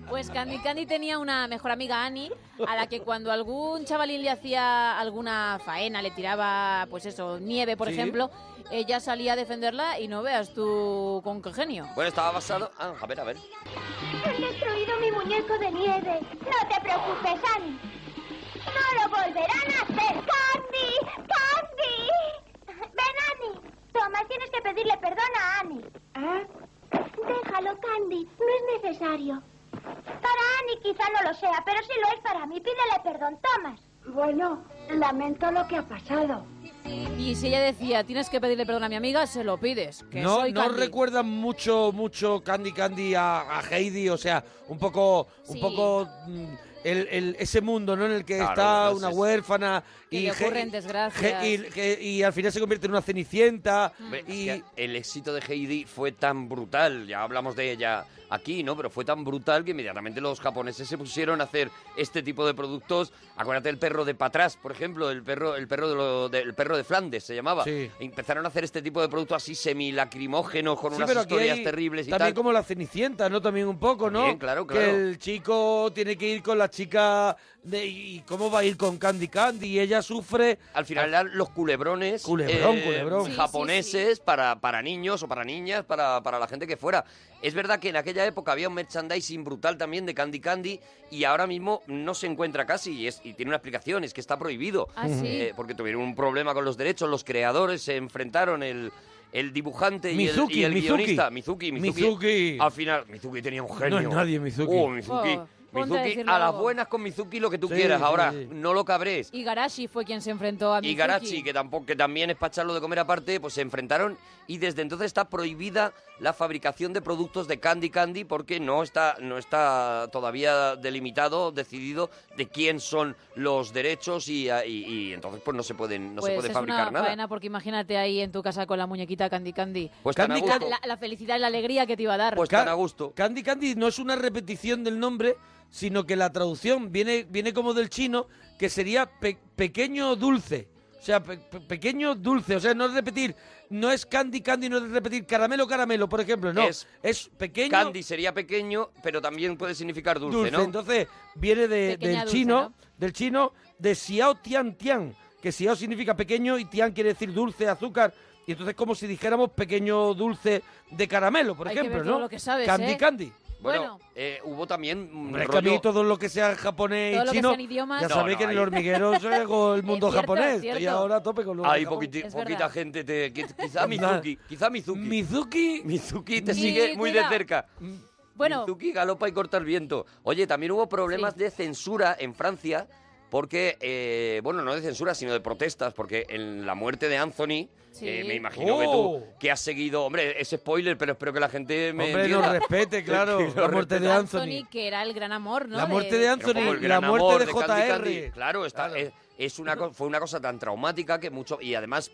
[SPEAKER 5] Pues Candy Candy tenía una mejor amiga, Annie, a la que cuando algún chavalín le hacía alguna faena, le tiraba, pues eso, nieve, por
[SPEAKER 2] Sí.
[SPEAKER 5] ejemplo, ella salía a defenderla y no veas tú con qué genio.
[SPEAKER 2] Bueno, estaba basado. Ah, a ver, a ver.
[SPEAKER 12] Han destruido mi muñeco de nieve. No te preocupes, Annie. No lo volverán a hacer. ¡Candy! ¡Candy! Ven, Annie. Thomas, tienes que pedirle perdón a Annie. Déjalo, Candy. No es necesario. Para Annie quizá no lo sea, pero sí lo es para mí. Pídele perdón, Thomas. Bueno, lamento lo que ha pasado.
[SPEAKER 5] Y si ella decía, tienes que pedirle perdón a mi amiga, se lo pides. Que
[SPEAKER 1] No,
[SPEAKER 5] soy
[SPEAKER 1] no
[SPEAKER 5] Candy.
[SPEAKER 1] recuerda mucho, mucho Candy Candy a, a Heidi, o sea, un poco,
[SPEAKER 5] Sí.
[SPEAKER 1] un poco mm, el- el- ese mundo, ¿no? En el que
[SPEAKER 2] Claro,
[SPEAKER 1] está
[SPEAKER 2] entonces-
[SPEAKER 1] una huérfana
[SPEAKER 5] Que
[SPEAKER 1] y,
[SPEAKER 5] le
[SPEAKER 1] He-
[SPEAKER 5] ocurren desgracias.
[SPEAKER 1] He- y- que- y al final se convierte en una cenicienta.
[SPEAKER 2] Hombre, es
[SPEAKER 1] Y
[SPEAKER 2] que el éxito de Heidi fue tan brutal, ya hablamos de ella aquí, ¿no? Pero fue tan brutal que inmediatamente los japoneses se pusieron a hacer este tipo de productos. Acuérdate el perro de Patrás, por ejemplo, el perro, el perro de, lo- de- el perro de Flandes se llamaba.
[SPEAKER 1] Sí.
[SPEAKER 2] E Empezaron a hacer este tipo de productos así semilacrimógenos con
[SPEAKER 1] Sí,
[SPEAKER 2] unas
[SPEAKER 1] pero aquí
[SPEAKER 2] historias
[SPEAKER 1] hay
[SPEAKER 2] terribles y
[SPEAKER 1] También
[SPEAKER 2] tal.
[SPEAKER 1] como la Cenicienta, ¿no? También un poco, ¿no?
[SPEAKER 2] También, claro,
[SPEAKER 1] Que
[SPEAKER 2] claro.
[SPEAKER 1] el chico tiene que ir con la chica de, y cómo va a ir con Candy Candy y ella sufre...
[SPEAKER 2] Al final eran los culebrones.
[SPEAKER 1] Ah. Culebrón,
[SPEAKER 2] eh,
[SPEAKER 1] culebrón. Sí, sí,
[SPEAKER 2] Japoneses Para, para niños o para niñas, para, para la gente que fuera. Es verdad que en aquella época había un merchandising brutal también de Candy Candy y ahora mismo no se encuentra casi y, es, y tiene una explicación, es que está prohibido. Eh,
[SPEAKER 5] Ah, sí.
[SPEAKER 2] porque tuvieron un problema con los derechos, los creadores se enfrentaron el... el dibujante y el-
[SPEAKER 1] Mizuki,
[SPEAKER 2] y el,
[SPEAKER 1] Mizuki.
[SPEAKER 2] guionista, Mizuki, Mizuki.
[SPEAKER 1] Mizuki.
[SPEAKER 2] Al final, Mizuki tenía un genio.
[SPEAKER 1] No es nadie, Mizuki.
[SPEAKER 2] Oh, Mizuki.
[SPEAKER 5] Oh, ponte a
[SPEAKER 2] Mizuki,
[SPEAKER 5] decirlo
[SPEAKER 2] a las
[SPEAKER 5] algo.
[SPEAKER 2] buenas con Mizuki lo que tú
[SPEAKER 1] Sí,
[SPEAKER 2] quieras.
[SPEAKER 1] sí,
[SPEAKER 2] Ahora,
[SPEAKER 1] sí.
[SPEAKER 2] no lo cabres
[SPEAKER 5] Y Garashi fue quien se enfrentó a Mizuki.
[SPEAKER 2] y Garachi, que tampoco, que también es para echarlo de comer aparte, pues se enfrentaron y desde entonces está prohibida la fabricación de productos de Candy Candy porque no está, no está todavía delimitado, decidido de quién son los derechos y, ah, y- y entonces pues no se pueden, no
[SPEAKER 5] pues
[SPEAKER 2] se puede
[SPEAKER 5] es
[SPEAKER 2] fabricar
[SPEAKER 5] una
[SPEAKER 2] nada.
[SPEAKER 5] faena porque imagínate ahí en tu casa con la muñequita Candy Candy.
[SPEAKER 2] Pues tan a gusto.
[SPEAKER 5] La, la felicidad y la alegría que te iba a dar.
[SPEAKER 2] Pues tan a gusto.
[SPEAKER 1] Candy Candy no es una repetición del nombre, sino que la traducción viene, viene como del chino, que sería pe- pequeño dulce. O sea, pe- pe- pequeño dulce. O sea, no es repetir, no es Candy Candy, no es repetir caramelo caramelo, por ejemplo, no.
[SPEAKER 2] Es
[SPEAKER 1] Es, pequeño
[SPEAKER 2] Candy sería pequeño, pero también puede significar dulce,
[SPEAKER 1] dulce.
[SPEAKER 2] ¿no?
[SPEAKER 1] Entonces, viene de-
[SPEAKER 2] Pequeña
[SPEAKER 1] del
[SPEAKER 2] dulce,
[SPEAKER 1] chino,
[SPEAKER 2] ¿no?
[SPEAKER 1] del chino de Xiao Tian Tian, que Xiao significa pequeño y Tian quiere decir dulce, azúcar. Y entonces como si dijéramos pequeño dulce de caramelo, por
[SPEAKER 5] Hay que
[SPEAKER 1] ejemplo,
[SPEAKER 5] ver
[SPEAKER 1] ¿no?
[SPEAKER 5] todo lo que sabes,
[SPEAKER 1] candy
[SPEAKER 5] ¿eh?
[SPEAKER 1] Candy.
[SPEAKER 2] Bueno, eh, hubo también un
[SPEAKER 1] Hombre, es que a
[SPEAKER 2] rollo-
[SPEAKER 1] mí todo lo que sea japonés
[SPEAKER 5] Todo lo
[SPEAKER 1] y
[SPEAKER 5] que
[SPEAKER 1] chino,
[SPEAKER 5] sean idiomas.
[SPEAKER 1] ya
[SPEAKER 5] No,
[SPEAKER 1] sabéis
[SPEAKER 2] no,
[SPEAKER 1] que en el
[SPEAKER 2] ahí-
[SPEAKER 1] hormiguero es el mundo
[SPEAKER 5] Es cierto,
[SPEAKER 1] japonés.
[SPEAKER 5] es cierto.
[SPEAKER 1] Y ahora a tope con lo
[SPEAKER 2] Hay
[SPEAKER 1] de Japón.
[SPEAKER 2] poquiti-
[SPEAKER 5] Es
[SPEAKER 2] poquita
[SPEAKER 5] verdad.
[SPEAKER 2] gente, te, qui- quizá Mizuki, quizá Mizuki.
[SPEAKER 1] Mizuki.
[SPEAKER 2] Mizuki te
[SPEAKER 5] Sí,
[SPEAKER 2] sigue muy
[SPEAKER 5] cuidado.
[SPEAKER 2] de cerca.
[SPEAKER 5] Bueno,
[SPEAKER 2] Mizuki galopa y corta el viento. Oye, también hubo problemas
[SPEAKER 5] Sí.
[SPEAKER 2] de censura en Francia porque, eh, bueno, no de censura, sino de protestas, porque en la muerte de Anthony,
[SPEAKER 5] Sí.
[SPEAKER 2] eh, me imagino que
[SPEAKER 1] Oh.
[SPEAKER 2] tú, que has seguido, hombre, es spoiler, pero espero que la gente me
[SPEAKER 1] Hombre,
[SPEAKER 2] entienda.
[SPEAKER 1] nos respete, claro,
[SPEAKER 2] Que nos
[SPEAKER 1] la muerte
[SPEAKER 2] respete.
[SPEAKER 1] de Anthony.
[SPEAKER 5] Anthony, que era el gran amor, ¿no?
[SPEAKER 1] La muerte de Anthony,
[SPEAKER 2] Era un poco Eh, el
[SPEAKER 1] la
[SPEAKER 2] gran
[SPEAKER 1] muerte
[SPEAKER 2] amor
[SPEAKER 1] de
[SPEAKER 2] Candy
[SPEAKER 1] JR.
[SPEAKER 2] Candy. Claro, está, Es, es una co- fue una cosa tan traumática que mucho y además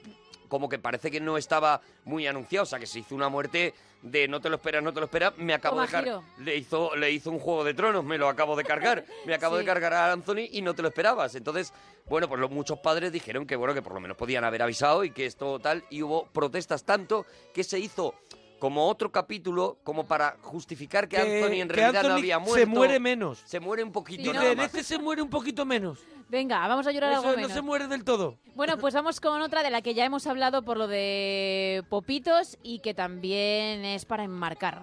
[SPEAKER 2] como que parece que no estaba muy anunciado, o sea que se hizo una muerte de no te lo esperas, no te lo esperas, me acabo
[SPEAKER 5] Toma,
[SPEAKER 2] de cargar.
[SPEAKER 5] giro.
[SPEAKER 2] Le hizo, le hizo un juego de tronos, me lo acabo de cargar, me acabo de
[SPEAKER 5] Sí.
[SPEAKER 2] cargar a Anthony y no te lo esperabas. Entonces, bueno, pues los, muchos padres dijeron que bueno, que por lo menos podían haber avisado y que esto tal, y hubo protestas tanto que se hizo como otro capítulo, como para justificar que, Anthony en
[SPEAKER 1] que
[SPEAKER 2] realidad no
[SPEAKER 1] Anthony
[SPEAKER 2] había muerto.
[SPEAKER 1] Se muere menos.
[SPEAKER 2] Se muere un poquito.
[SPEAKER 1] Dice,
[SPEAKER 2] nada
[SPEAKER 1] en
[SPEAKER 2] más.
[SPEAKER 1] este se muere un poquito menos.
[SPEAKER 5] Venga, vamos a llorar
[SPEAKER 1] Eso
[SPEAKER 5] algo
[SPEAKER 1] no
[SPEAKER 5] menos.
[SPEAKER 1] se muere del todo.
[SPEAKER 5] Bueno, pues vamos con otra de la que ya hemos hablado por lo de Popitos y que también es para enmarcar.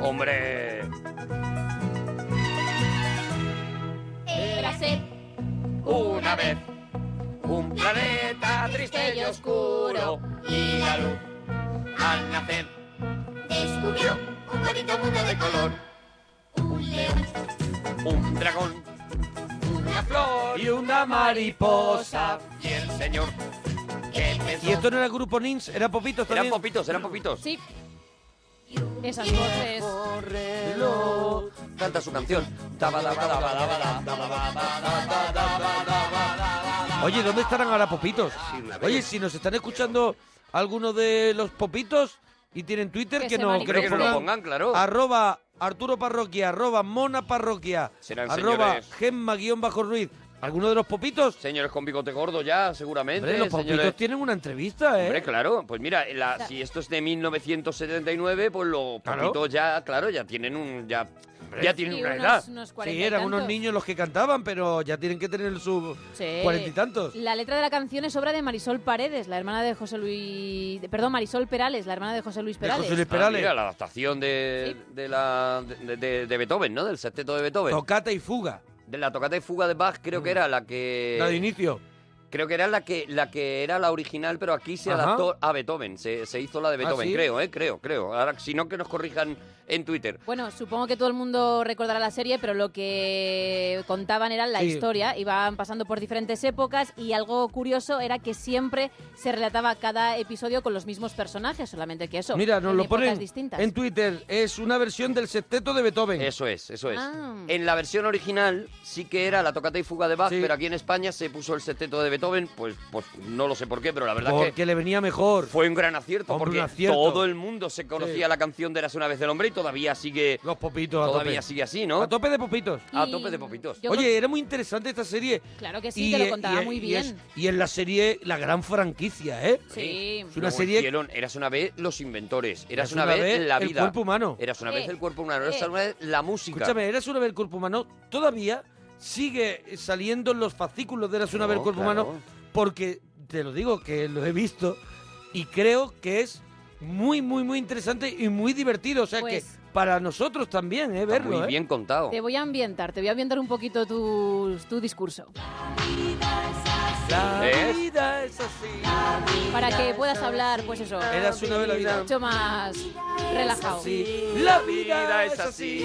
[SPEAKER 2] Hombre.
[SPEAKER 6] Érase
[SPEAKER 2] una vez un
[SPEAKER 6] planeta
[SPEAKER 2] triste
[SPEAKER 6] y oscuro y la luz
[SPEAKER 2] al nacer
[SPEAKER 6] descubrió un bonito mundo de color. Un león,
[SPEAKER 2] un dragón,
[SPEAKER 6] una flor
[SPEAKER 1] Y una mariposa.
[SPEAKER 2] y el señor.
[SPEAKER 1] Y esto no era grupo Nins, era Popitos también.
[SPEAKER 2] Eran popitos, eran popitos.
[SPEAKER 5] Sí. Esas voces.
[SPEAKER 2] Canta su canción.
[SPEAKER 1] Oye, ¿dónde estarán ahora Popitos? Oye, si nos están escuchando algunos de los Popitos y tienen Twitter,
[SPEAKER 2] Que
[SPEAKER 1] que,
[SPEAKER 2] se
[SPEAKER 1] nos,
[SPEAKER 2] manifieste. Que nos lo pongan, claro.
[SPEAKER 1] Arroba Arturo Parroquia, arroba Mona Parroquia,
[SPEAKER 2] Serán
[SPEAKER 1] arroba
[SPEAKER 2] señores.
[SPEAKER 1] Gemma-Ruiz. ¿Alguno de los Popitos?
[SPEAKER 2] Señores con bigote gordo ya, seguramente.
[SPEAKER 1] Hombre, los Popitos
[SPEAKER 2] señores-
[SPEAKER 1] tienen una entrevista, ¿eh?
[SPEAKER 2] Hombre, claro, pues mira, la- si esto es de 1979, pues los
[SPEAKER 1] Claro.
[SPEAKER 2] papitos ya, claro, ya tienen un ya, ya tienen
[SPEAKER 5] Y
[SPEAKER 2] una
[SPEAKER 5] unos-
[SPEAKER 2] edad.
[SPEAKER 5] unos
[SPEAKER 1] Sí,
[SPEAKER 5] cuarenta y
[SPEAKER 1] eran unos
[SPEAKER 5] tantos.
[SPEAKER 1] niños los que cantaban, pero ya tienen que tener sus
[SPEAKER 5] Sí.
[SPEAKER 1] cuarenta y tantos.
[SPEAKER 5] La letra de la canción es obra de Marisol Paredes, la hermana de José Luis. Perdón, Marisol Perales, la hermana de José Luis Perales.
[SPEAKER 2] Ah, mira, la adaptación de, de la de, de- de Beethoven, ¿no? Del sexteto de Beethoven.
[SPEAKER 1] Tocata y fuga. Mm.
[SPEAKER 2] De la tocata y fuga de Bach creo que era la que
[SPEAKER 1] La de inicio.
[SPEAKER 2] creo que era la que la que era la original, pero aquí se
[SPEAKER 1] Ajá.
[SPEAKER 2] adaptó a Beethoven, se, se hizo la de
[SPEAKER 1] Ah,
[SPEAKER 2] Beethoven,
[SPEAKER 1] ¿sí?
[SPEAKER 2] creo, eh, creo, creo. Ahora si no que nos corrijan en Twitter.
[SPEAKER 5] Bueno, supongo que todo el mundo recordará la serie, pero lo que contaban era la
[SPEAKER 2] Sí.
[SPEAKER 5] historia. Iban pasando por diferentes épocas y algo curioso era que siempre se relataba cada episodio con los mismos personajes, solamente que eso.
[SPEAKER 1] Mira, nos
[SPEAKER 5] en
[SPEAKER 1] lo
[SPEAKER 5] épocas
[SPEAKER 1] ponen
[SPEAKER 5] distintas.
[SPEAKER 1] en Twitter. Es una versión del septeto de Beethoven.
[SPEAKER 2] Eso es, eso es.
[SPEAKER 5] Ah.
[SPEAKER 2] En la versión original sí que era la tocata y fuga de Bach, pero aquí en España se puso el septeto de Beethoven, pues, pues no lo sé por qué, pero la verdad
[SPEAKER 1] Porque
[SPEAKER 2] es que
[SPEAKER 1] le venía mejor.
[SPEAKER 2] fue un gran acierto,
[SPEAKER 1] Hombre,
[SPEAKER 2] porque
[SPEAKER 1] un acierto.
[SPEAKER 2] todo el mundo se conocía la canción de Eras una vez del hombre y todavía sigue...
[SPEAKER 1] Los popitos a
[SPEAKER 2] Todavía
[SPEAKER 1] tope.
[SPEAKER 2] sigue así, ¿no?
[SPEAKER 1] A tope de popitos.
[SPEAKER 2] A tope de popitos.
[SPEAKER 5] yo
[SPEAKER 1] Oye,
[SPEAKER 5] creo-
[SPEAKER 1] era muy interesante esta serie.
[SPEAKER 5] Claro que sí, te lo contaba muy
[SPEAKER 1] y es-
[SPEAKER 5] bien.
[SPEAKER 1] Y en la serie, la gran franquicia, ¿eh?
[SPEAKER 5] Sí.
[SPEAKER 1] Es una
[SPEAKER 2] Luego
[SPEAKER 1] serie-
[SPEAKER 2] hicieron Eras una vez los inventores, Eras una, vez, la
[SPEAKER 1] el
[SPEAKER 2] vida.
[SPEAKER 1] cuerpo humano.
[SPEAKER 2] Eras una vez
[SPEAKER 1] Eh,
[SPEAKER 2] el cuerpo humano,
[SPEAKER 1] eh.
[SPEAKER 2] Eras una vez la música.
[SPEAKER 1] Escúchame, Eras una vez el cuerpo humano todavía sigue saliendo en los fascículos de Eras una
[SPEAKER 2] No,
[SPEAKER 1] vez el cuerpo
[SPEAKER 2] claro.
[SPEAKER 1] humano porque, te lo digo, que lo he visto y creo que es muy, muy, muy interesante y muy divertido. O sea
[SPEAKER 5] Pues-
[SPEAKER 1] que para nosotros también, ¿eh? Verlo,
[SPEAKER 2] muy bien contado.
[SPEAKER 5] Te voy a ambientar, te voy a ambientar un poquito tu, tu discurso.
[SPEAKER 1] La
[SPEAKER 2] ¿Ves?
[SPEAKER 1] vida es así.
[SPEAKER 5] Para que puedas hablar, pues eso.
[SPEAKER 1] Eras una vez la vida.
[SPEAKER 5] Mucho más relajado.
[SPEAKER 1] La vida es así.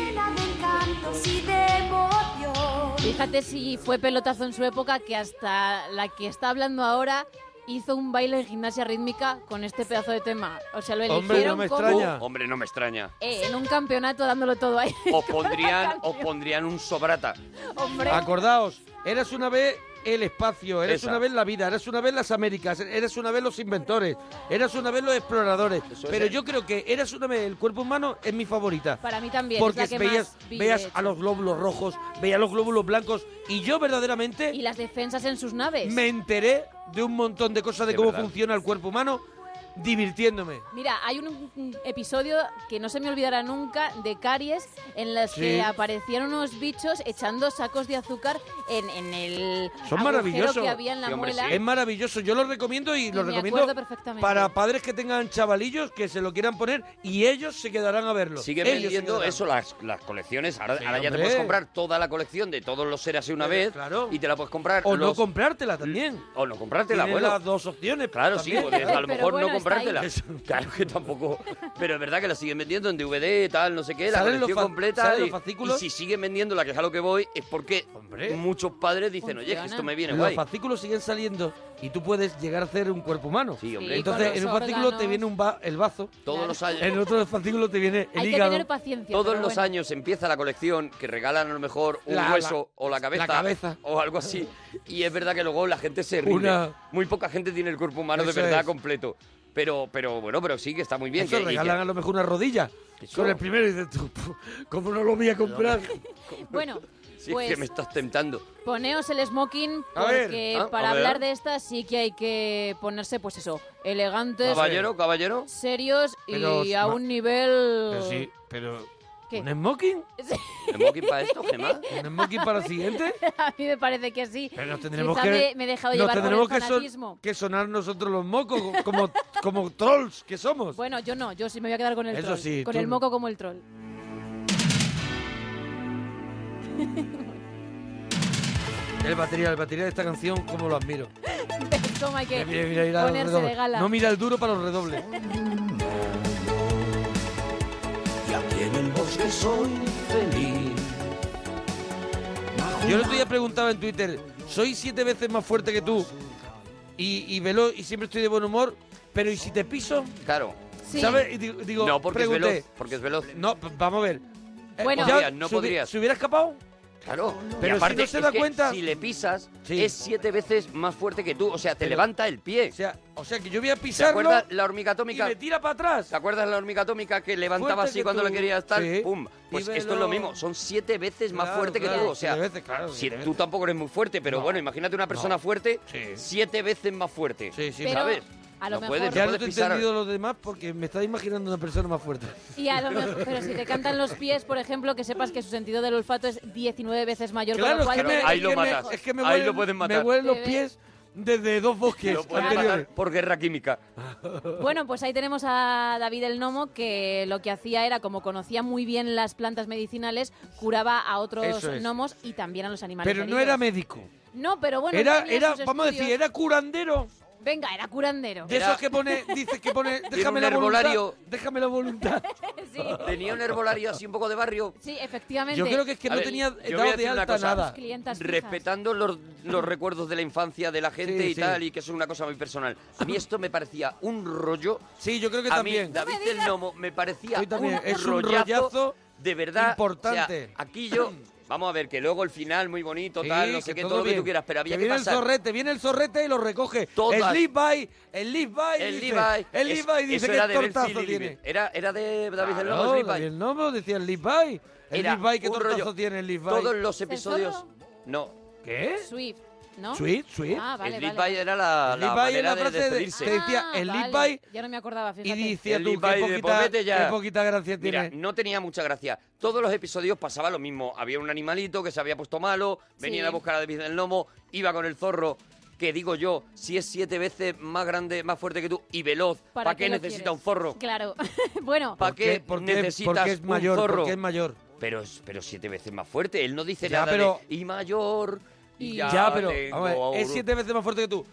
[SPEAKER 5] Fíjate si fue pelotazo en su época que hasta la que está hablando ahora hizo un baile en gimnasia rítmica con este pedazo de tema. O sea, lo eligieron como
[SPEAKER 2] Oh, hombre, no me extraña.
[SPEAKER 5] eh, en un campeonato dándolo todo ahí.
[SPEAKER 2] Os pondrían, os pondrían un sobrata.
[SPEAKER 5] Hombre.
[SPEAKER 1] Acordaos, eras una vez el espacio, eras
[SPEAKER 2] Esa.
[SPEAKER 1] una vez la vida, eras una vez las Américas, eras una vez los inventores, eras una vez los exploradores. Pero yo creo que eras una vez el cuerpo humano es mi favorita.
[SPEAKER 5] Para mí también.
[SPEAKER 1] Porque
[SPEAKER 5] es la que
[SPEAKER 1] veías,
[SPEAKER 5] más vi, de
[SPEAKER 1] veías
[SPEAKER 5] hecho.
[SPEAKER 1] a los glóbulos rojos, veías a los glóbulos blancos y yo verdaderamente
[SPEAKER 5] Y las defensas en sus naves.
[SPEAKER 1] me enteré de un montón de cosas de,
[SPEAKER 2] De
[SPEAKER 1] cómo
[SPEAKER 2] verdad.
[SPEAKER 1] funciona el cuerpo humano divirtiéndome.
[SPEAKER 5] Mira, hay un, un episodio que no se me olvidará nunca de caries en las
[SPEAKER 1] Sí.
[SPEAKER 5] que aparecieron unos bichos echando sacos de azúcar en, en el
[SPEAKER 1] Son
[SPEAKER 5] agujero
[SPEAKER 1] maravillosos.
[SPEAKER 5] que había en la muela.
[SPEAKER 1] Es maravilloso. Yo lo recomiendo y lo
[SPEAKER 5] me
[SPEAKER 1] recomiendo
[SPEAKER 5] acuerdo perfectamente.
[SPEAKER 1] para padres que tengan chavalillos que se lo quieran poner y ellos se quedarán a verlo.
[SPEAKER 2] Sigue
[SPEAKER 1] Ellos se
[SPEAKER 2] vendiendo
[SPEAKER 1] quedarán.
[SPEAKER 2] eso, las, las colecciones. Ahora,
[SPEAKER 1] Sí,
[SPEAKER 2] ahora ya te
[SPEAKER 1] hombre.
[SPEAKER 2] puedes comprar toda la colección de todos los seres una
[SPEAKER 1] Pero,
[SPEAKER 2] vez. Y te la puedes comprar.
[SPEAKER 1] O no
[SPEAKER 2] los-
[SPEAKER 1] comprártela también.
[SPEAKER 2] O no comprártela,
[SPEAKER 1] Tiene
[SPEAKER 2] bueno.
[SPEAKER 1] las dos opciones.
[SPEAKER 2] Claro,
[SPEAKER 1] también.
[SPEAKER 2] sí, pues, a lo
[SPEAKER 1] Pero
[SPEAKER 2] mejor
[SPEAKER 1] bueno,
[SPEAKER 2] no
[SPEAKER 1] está
[SPEAKER 2] comprártela.
[SPEAKER 1] ahí.
[SPEAKER 2] Claro que tampoco. Pero es verdad que la siguen vendiendo en DVD, tal, no sé qué, la
[SPEAKER 1] ¿Salen los
[SPEAKER 2] colección
[SPEAKER 1] fa-
[SPEAKER 2] completa.
[SPEAKER 1] salen
[SPEAKER 2] Y,
[SPEAKER 1] los fascículos?
[SPEAKER 2] y si siguen vendiendo la que es a lo que voy, es porque muchos padres dicen, oye, que esto me viene
[SPEAKER 1] Los
[SPEAKER 2] guay.
[SPEAKER 1] fascículos siguen saliendo y tú puedes llegar a hacer un cuerpo humano.
[SPEAKER 2] hombre. Sí,
[SPEAKER 1] Entonces,
[SPEAKER 2] con los
[SPEAKER 1] en un fascículo te
[SPEAKER 2] órganos.
[SPEAKER 1] viene un va- el bazo.
[SPEAKER 2] Todos los años.
[SPEAKER 1] En otro fascículo te viene el hígado.
[SPEAKER 5] paciencia.
[SPEAKER 2] Todos
[SPEAKER 1] pero
[SPEAKER 2] los
[SPEAKER 1] bueno.
[SPEAKER 2] años empieza la colección que regalan a lo mejor un
[SPEAKER 1] La-
[SPEAKER 2] hueso
[SPEAKER 1] la-
[SPEAKER 2] o la cabeza,
[SPEAKER 1] la cabeza.
[SPEAKER 2] o algo así. Y es verdad que luego la gente se rinde.
[SPEAKER 1] Una-
[SPEAKER 2] Muy poca gente tiene el cuerpo humano
[SPEAKER 1] Eso
[SPEAKER 2] de verdad
[SPEAKER 1] es.
[SPEAKER 2] completo. Pero, pero bueno, pero sí que está muy bien.
[SPEAKER 1] Eso,
[SPEAKER 2] que- y
[SPEAKER 1] regalan a lo mejor una rodilla.
[SPEAKER 2] Eso.
[SPEAKER 1] Con el primero y dices tú, ¿cómo no lo voy a comprar?
[SPEAKER 5] Bueno,
[SPEAKER 2] que- sí, es
[SPEAKER 5] pues
[SPEAKER 2] que me estás tentando.
[SPEAKER 5] poneos el smoking
[SPEAKER 2] A ver.
[SPEAKER 5] porque
[SPEAKER 2] Ah, a
[SPEAKER 5] para
[SPEAKER 2] ver.
[SPEAKER 5] hablar de estas sí que hay que ponerse, pues eso, elegantes,
[SPEAKER 2] Caballero, caballero.
[SPEAKER 5] serios
[SPEAKER 2] Pero,
[SPEAKER 5] y a
[SPEAKER 2] ma-
[SPEAKER 5] un nivel...
[SPEAKER 1] pero...
[SPEAKER 5] ¿Qué?
[SPEAKER 1] ¿Un smoking?
[SPEAKER 2] ¿Smoking para esto, Gemma?
[SPEAKER 1] ¿Un smoking para el siguiente?
[SPEAKER 5] A mí me parece que sí.
[SPEAKER 1] Pero nos tendremos
[SPEAKER 5] Quizá
[SPEAKER 1] que,
[SPEAKER 5] me- me he dejado
[SPEAKER 1] nos
[SPEAKER 5] llevar por
[SPEAKER 1] tendremos
[SPEAKER 5] el
[SPEAKER 1] que son-
[SPEAKER 5] fanatismo.
[SPEAKER 1] que sonar nosotros los mocos, como, como trolls que somos.
[SPEAKER 5] Bueno, yo no, yo sí me voy a quedar con el
[SPEAKER 1] Eso
[SPEAKER 5] troll.
[SPEAKER 1] sí,
[SPEAKER 5] con
[SPEAKER 1] tú
[SPEAKER 5] el
[SPEAKER 1] no.
[SPEAKER 5] moco como el troll.
[SPEAKER 1] El batería, el batería de esta canción, como lo admiro.
[SPEAKER 5] Toma hay que
[SPEAKER 1] Mira, mira, mira los
[SPEAKER 5] ponerse
[SPEAKER 1] redobles.
[SPEAKER 5] de gala.
[SPEAKER 1] No mira el duro para los redobles.
[SPEAKER 27] Y aquí en el bosque soy feliz.
[SPEAKER 1] Yo el otro día preguntaba en Twitter, soy siete veces más fuerte que tú y, y veloz y siempre estoy de buen humor, pero ¿y si te piso?
[SPEAKER 2] Claro.
[SPEAKER 5] Sí.
[SPEAKER 1] ¿Sabes? Y di- digo,
[SPEAKER 2] no, porque
[SPEAKER 1] pregunté,
[SPEAKER 2] es veloz. Porque es veloz.
[SPEAKER 1] No, p- vamos a ver. Eh,
[SPEAKER 2] Bueno.
[SPEAKER 1] ya
[SPEAKER 2] Podrías, no
[SPEAKER 1] se hubi-
[SPEAKER 2] podrías.
[SPEAKER 1] ¿Se hubiera escapado?
[SPEAKER 2] Claro.
[SPEAKER 1] Pero
[SPEAKER 2] y
[SPEAKER 1] si
[SPEAKER 2] aparte,
[SPEAKER 1] no se da
[SPEAKER 2] es que
[SPEAKER 1] cuenta-
[SPEAKER 2] Si le pisas,
[SPEAKER 1] Sí.
[SPEAKER 2] es siete veces más fuerte que tú. O sea, te
[SPEAKER 1] Pero-
[SPEAKER 2] levanta el pie. O
[SPEAKER 1] sea, que yo voy a
[SPEAKER 2] ¿Te
[SPEAKER 1] pisarlo
[SPEAKER 2] acuerdas la hormiga atómica?
[SPEAKER 1] y me tira para atrás.
[SPEAKER 2] ¿Te acuerdas la hormiga atómica que levantaba
[SPEAKER 1] Fuerte
[SPEAKER 2] así
[SPEAKER 1] que
[SPEAKER 2] cuando
[SPEAKER 1] tú.
[SPEAKER 2] le quería estar?
[SPEAKER 1] Sí.
[SPEAKER 2] ¡Pum! Pues
[SPEAKER 1] Y
[SPEAKER 2] esto es lo
[SPEAKER 1] velo.
[SPEAKER 2] mismo. Son siete veces más
[SPEAKER 1] Claro,
[SPEAKER 2] fuerte que
[SPEAKER 1] claro,
[SPEAKER 2] tú. O sea,
[SPEAKER 1] siete veces, claro,
[SPEAKER 2] si
[SPEAKER 1] siete
[SPEAKER 2] tú tampoco eres muy fuerte, pero bueno, imagínate una persona fuerte, siete veces más fuerte.
[SPEAKER 1] Sí, sí,
[SPEAKER 5] Pero
[SPEAKER 2] ¿sabes?
[SPEAKER 5] a lo
[SPEAKER 2] no
[SPEAKER 5] mejor-
[SPEAKER 2] puedes, no
[SPEAKER 1] ya no
[SPEAKER 2] puedes
[SPEAKER 1] te he
[SPEAKER 2] pisar.
[SPEAKER 1] entendido los demás porque me estaba imaginando una persona más fuerte.
[SPEAKER 5] Y a lo mejor, pero si te cantan los pies, por ejemplo, que sepas que su sentido del olfato es 19 veces mayor. con
[SPEAKER 1] Claro,
[SPEAKER 5] lo
[SPEAKER 1] es
[SPEAKER 5] cual
[SPEAKER 1] que me,
[SPEAKER 5] no-
[SPEAKER 2] ahí lo
[SPEAKER 1] es que me-
[SPEAKER 2] matas,
[SPEAKER 1] es que me
[SPEAKER 2] ahí
[SPEAKER 1] huelen,
[SPEAKER 2] lo pueden matar.
[SPEAKER 1] me huelen los
[SPEAKER 5] Te ve.
[SPEAKER 1] pies desde dos bosques
[SPEAKER 2] Lo puedes
[SPEAKER 1] anteriores.
[SPEAKER 2] matar por guerra química.
[SPEAKER 5] Bueno, pues ahí tenemos a David el Nomo, que lo que hacía era, como conocía muy bien las plantas medicinales, curaba a otros
[SPEAKER 1] Eso es.
[SPEAKER 5] gnomos y también a los animales
[SPEAKER 1] Pero no
[SPEAKER 5] heridos.
[SPEAKER 1] era médico.
[SPEAKER 5] No, pero bueno...
[SPEAKER 1] Era,
[SPEAKER 5] tenía
[SPEAKER 1] era
[SPEAKER 5] sus
[SPEAKER 1] vamos a decir,
[SPEAKER 5] estudios.
[SPEAKER 1] era curandero.
[SPEAKER 5] Venga, era curandero.
[SPEAKER 1] De esos que pone, dice que pone, déjame
[SPEAKER 2] un
[SPEAKER 1] la voluntad,
[SPEAKER 2] herbolario.
[SPEAKER 1] déjame la voluntad.
[SPEAKER 2] Tenía un herbolario así un poco de barrio.
[SPEAKER 5] Sí, efectivamente.
[SPEAKER 1] Yo creo que es que
[SPEAKER 2] A
[SPEAKER 1] no
[SPEAKER 2] ver,
[SPEAKER 1] tenía
[SPEAKER 2] yo voy a
[SPEAKER 1] dado de
[SPEAKER 2] decir una
[SPEAKER 1] alta
[SPEAKER 2] cosa.
[SPEAKER 1] nada.
[SPEAKER 5] Clientas fijas.
[SPEAKER 2] Respetando los, los recuerdos de la infancia de la gente
[SPEAKER 1] Sí,
[SPEAKER 2] y
[SPEAKER 1] sí.
[SPEAKER 2] tal, y que eso es una cosa muy personal. A mí esto me parecía un rollo.
[SPEAKER 1] Sí, yo creo que
[SPEAKER 2] a
[SPEAKER 1] también.
[SPEAKER 2] Mí, David del Nomo me parecía
[SPEAKER 1] Yo también,
[SPEAKER 2] un,
[SPEAKER 1] es un
[SPEAKER 2] rollazo
[SPEAKER 1] rollazo
[SPEAKER 2] de verdad.
[SPEAKER 1] importante.
[SPEAKER 2] O sea, aquí yo. Vamos a ver, que luego el final muy bonito, tal, no
[SPEAKER 1] Sí,
[SPEAKER 2] sé qué,
[SPEAKER 1] que
[SPEAKER 2] todo lo que
[SPEAKER 1] bien.
[SPEAKER 2] tú quieras, pero había que,
[SPEAKER 1] viene el
[SPEAKER 2] pasar.
[SPEAKER 1] zorrete, viene el zorrete y lo recoge.
[SPEAKER 2] Todas.
[SPEAKER 1] El Levi, el Levi,
[SPEAKER 2] El
[SPEAKER 1] dice,
[SPEAKER 2] Levi.
[SPEAKER 1] el
[SPEAKER 2] Es-
[SPEAKER 1] Levi dice
[SPEAKER 2] eso
[SPEAKER 1] que
[SPEAKER 2] era de
[SPEAKER 1] tortazo
[SPEAKER 2] Belfield y
[SPEAKER 1] tiene.
[SPEAKER 2] Levi. Era, era de David del
[SPEAKER 1] Claro,
[SPEAKER 2] Nomo, el Levi.
[SPEAKER 1] David el Nomo decía el Levi. El
[SPEAKER 2] Era
[SPEAKER 1] Levi, qué
[SPEAKER 2] un
[SPEAKER 1] tortazo
[SPEAKER 2] rollo.
[SPEAKER 1] tiene el Levi.
[SPEAKER 2] Todos los
[SPEAKER 5] ¿Es el
[SPEAKER 2] episodios.
[SPEAKER 5] zorro?
[SPEAKER 2] No.
[SPEAKER 1] ¿Qué?
[SPEAKER 5] Swift, ¿no?
[SPEAKER 1] Sweet, sweet.
[SPEAKER 5] Ah, vale,
[SPEAKER 2] el
[SPEAKER 5] vale. Ah,
[SPEAKER 2] Levi era la,
[SPEAKER 1] El
[SPEAKER 2] la
[SPEAKER 1] Levi
[SPEAKER 2] manera
[SPEAKER 1] era la
[SPEAKER 2] de
[SPEAKER 1] frase de-
[SPEAKER 2] despedirse.
[SPEAKER 1] te decía, el
[SPEAKER 5] vale.
[SPEAKER 1] Levi
[SPEAKER 5] Ya no me acordaba,
[SPEAKER 1] Y
[SPEAKER 5] fíjate.
[SPEAKER 1] decía
[SPEAKER 2] El
[SPEAKER 1] tú, qué
[SPEAKER 2] Levi de
[SPEAKER 1] poquita,
[SPEAKER 2] "Póngete ya".
[SPEAKER 1] qué poquita gracia tiene.
[SPEAKER 2] Mira, no tenía mucha gracia. Todos los episodios pasaba lo mismo. Había un animalito que se había puesto malo, venían
[SPEAKER 5] Sí.
[SPEAKER 2] a buscar a David del Lomo, iba con el zorro, que digo yo, si es siete veces más grande, más fuerte que tú y veloz, ¿para, qué,
[SPEAKER 5] lo
[SPEAKER 2] necesita
[SPEAKER 5] quieres?
[SPEAKER 2] un zorro?
[SPEAKER 5] Claro. bueno,
[SPEAKER 2] ¿Para qué,
[SPEAKER 1] por qué-
[SPEAKER 2] necesitas
[SPEAKER 1] porque es mayor,
[SPEAKER 2] un zorro?
[SPEAKER 1] porque es mayor.
[SPEAKER 2] Pero, es- pero siete veces más fuerte. Él no dice
[SPEAKER 1] Ya,
[SPEAKER 2] nada
[SPEAKER 1] pero-
[SPEAKER 2] de, y mayor, y ya,
[SPEAKER 1] pero
[SPEAKER 2] tengo
[SPEAKER 1] vamos a ver, es
[SPEAKER 2] auro".
[SPEAKER 1] siete veces más fuerte que tú.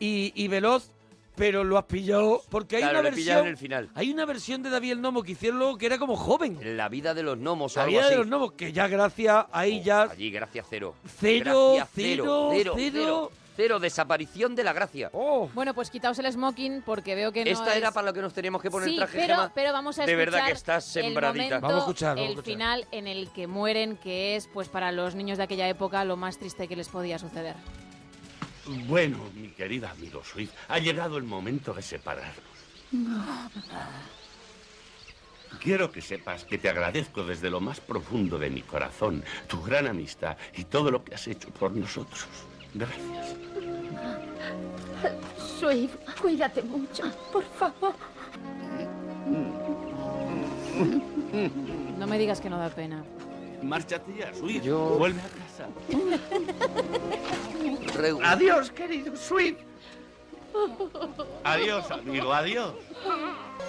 [SPEAKER 1] Y, y veloz, pero lo has pillado. Porque hay
[SPEAKER 2] Claro,
[SPEAKER 1] una
[SPEAKER 2] lo he pillado
[SPEAKER 1] versión.
[SPEAKER 2] en el final.
[SPEAKER 1] Hay una versión de David el Nomo que hicieron luego que era como joven.
[SPEAKER 2] La vida de los gnomos o
[SPEAKER 1] La
[SPEAKER 2] algo
[SPEAKER 1] vida de
[SPEAKER 2] así. Oh,
[SPEAKER 1] los gnomos, que ya gracias, ahí ya.
[SPEAKER 2] Allí, gracias cero.
[SPEAKER 1] Cero,
[SPEAKER 2] Gracia
[SPEAKER 1] cero,
[SPEAKER 2] cero,
[SPEAKER 1] cero.
[SPEAKER 2] cero, cero, desaparición de la gracia.
[SPEAKER 1] Oh.
[SPEAKER 5] bueno, pues quitaos el smoking porque veo que no
[SPEAKER 2] Esta era
[SPEAKER 5] es-
[SPEAKER 2] para lo que nos teníamos que poner
[SPEAKER 5] sí,
[SPEAKER 2] traje
[SPEAKER 5] pero,
[SPEAKER 2] Gema.
[SPEAKER 5] pero vamos a
[SPEAKER 2] De
[SPEAKER 5] escuchar
[SPEAKER 2] verdad que estás
[SPEAKER 5] el
[SPEAKER 2] sembradita.
[SPEAKER 5] momento,
[SPEAKER 2] Vamos a escuchar, vamos a
[SPEAKER 5] el
[SPEAKER 2] escuchar.
[SPEAKER 5] final en el que mueren, que es, pues para los niños de aquella época, lo más triste que les podía suceder.
[SPEAKER 21] Bueno, mi querida amigo Swift, ha llegado el momento de separarnos. Quiero que sepas que te agradezco desde lo más profundo de mi corazón tu gran amistad y todo lo que has hecho por nosotros. Gracias.
[SPEAKER 17] Swift, cuídate mucho, por favor.
[SPEAKER 2] Mm.
[SPEAKER 5] No me digas que no da pena.
[SPEAKER 21] Márchate ya, Swift. Vuelve a casa.
[SPEAKER 17] Adiós, querido Swift.
[SPEAKER 21] Adiós, amigo, adiós.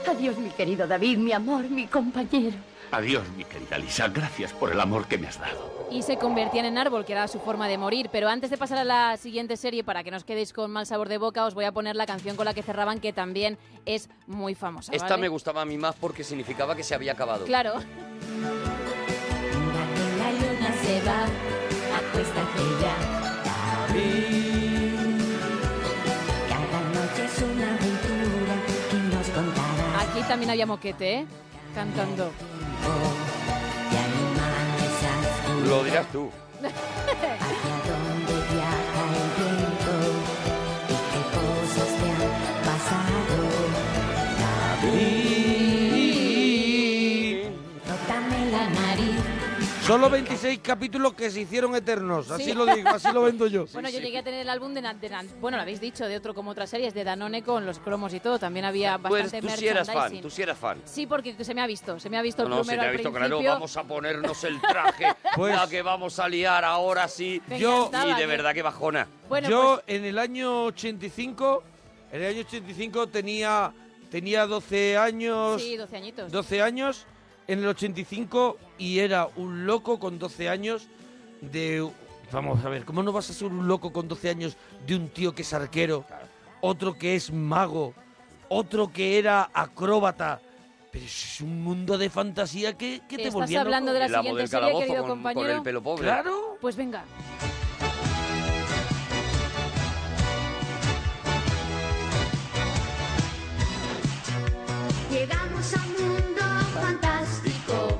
[SPEAKER 17] Adiós, mi querido David, mi amor, mi compañero.
[SPEAKER 21] Adiós, mi querida Lisa. Gracias por el amor que me has dado.
[SPEAKER 5] Y se convertían en árbol, que era su forma de morir. Pero antes de pasar a la siguiente serie, para que no os quedéis con mal sabor de boca, os voy a poner la canción con la que cerraban, que también es muy famosa.
[SPEAKER 2] Esta
[SPEAKER 5] ¿vale?
[SPEAKER 2] me gustaba a mí más porque significaba que se había acabado.
[SPEAKER 5] Claro.
[SPEAKER 3] La luna se va, acuéstate ya. Cada noche es una aventura que nos contará.
[SPEAKER 5] Aquí también había moquete, ¿eh? Cantando.
[SPEAKER 2] Lo dirás tú.
[SPEAKER 3] Donde viaja el viento y qué cosas te han pasado. David, tócame la nariz.
[SPEAKER 1] Solo 26 capítulos que se hicieron eternos. Así
[SPEAKER 5] Sí.
[SPEAKER 1] lo digo, así lo vendo yo.
[SPEAKER 5] Bueno, yo llegué a tener el álbum de, Nan- de Nan- bueno, lo habéis dicho, de otro como otras series, de Danone con los cromos y todo. También había
[SPEAKER 2] Tú, eres-
[SPEAKER 5] bastante
[SPEAKER 2] Pues tú sí eras fan,
[SPEAKER 5] merchandising.
[SPEAKER 2] tú sí eras fan.
[SPEAKER 5] Sí, porque se me ha visto, se me ha visto
[SPEAKER 2] No,
[SPEAKER 5] el
[SPEAKER 2] no, se
[SPEAKER 5] plumero
[SPEAKER 2] te ha
[SPEAKER 5] al
[SPEAKER 2] visto, claro,
[SPEAKER 5] principio. Pues
[SPEAKER 2] vamos a ponernos el traje, la que vamos a liar ahora sí.
[SPEAKER 5] Me Yo- encantaba,
[SPEAKER 2] Y de
[SPEAKER 5] que-
[SPEAKER 2] verdad que bajona.
[SPEAKER 1] yo
[SPEAKER 5] pues-
[SPEAKER 1] en el año 85, en el año 85 tenía, tenía 12 años.
[SPEAKER 5] Sí, 12 añitos.
[SPEAKER 1] 12 años en el 85 y era un loco con 12 años de... Vamos a ver, ¿cómo no vas a ser un loco con 12 años de un tío que es arquero, otro que es mago, otro que era acróbata? Pero eso es un mundo de fantasía que, que te
[SPEAKER 5] ¿Estás
[SPEAKER 1] volvía loco.
[SPEAKER 5] hablando de la El amo siguiente del serie, calabozo querido con- con compañero? el pelo
[SPEAKER 2] pobre.
[SPEAKER 1] Claro.
[SPEAKER 5] Pues venga.
[SPEAKER 3] Llegamos a un mundo fantástico,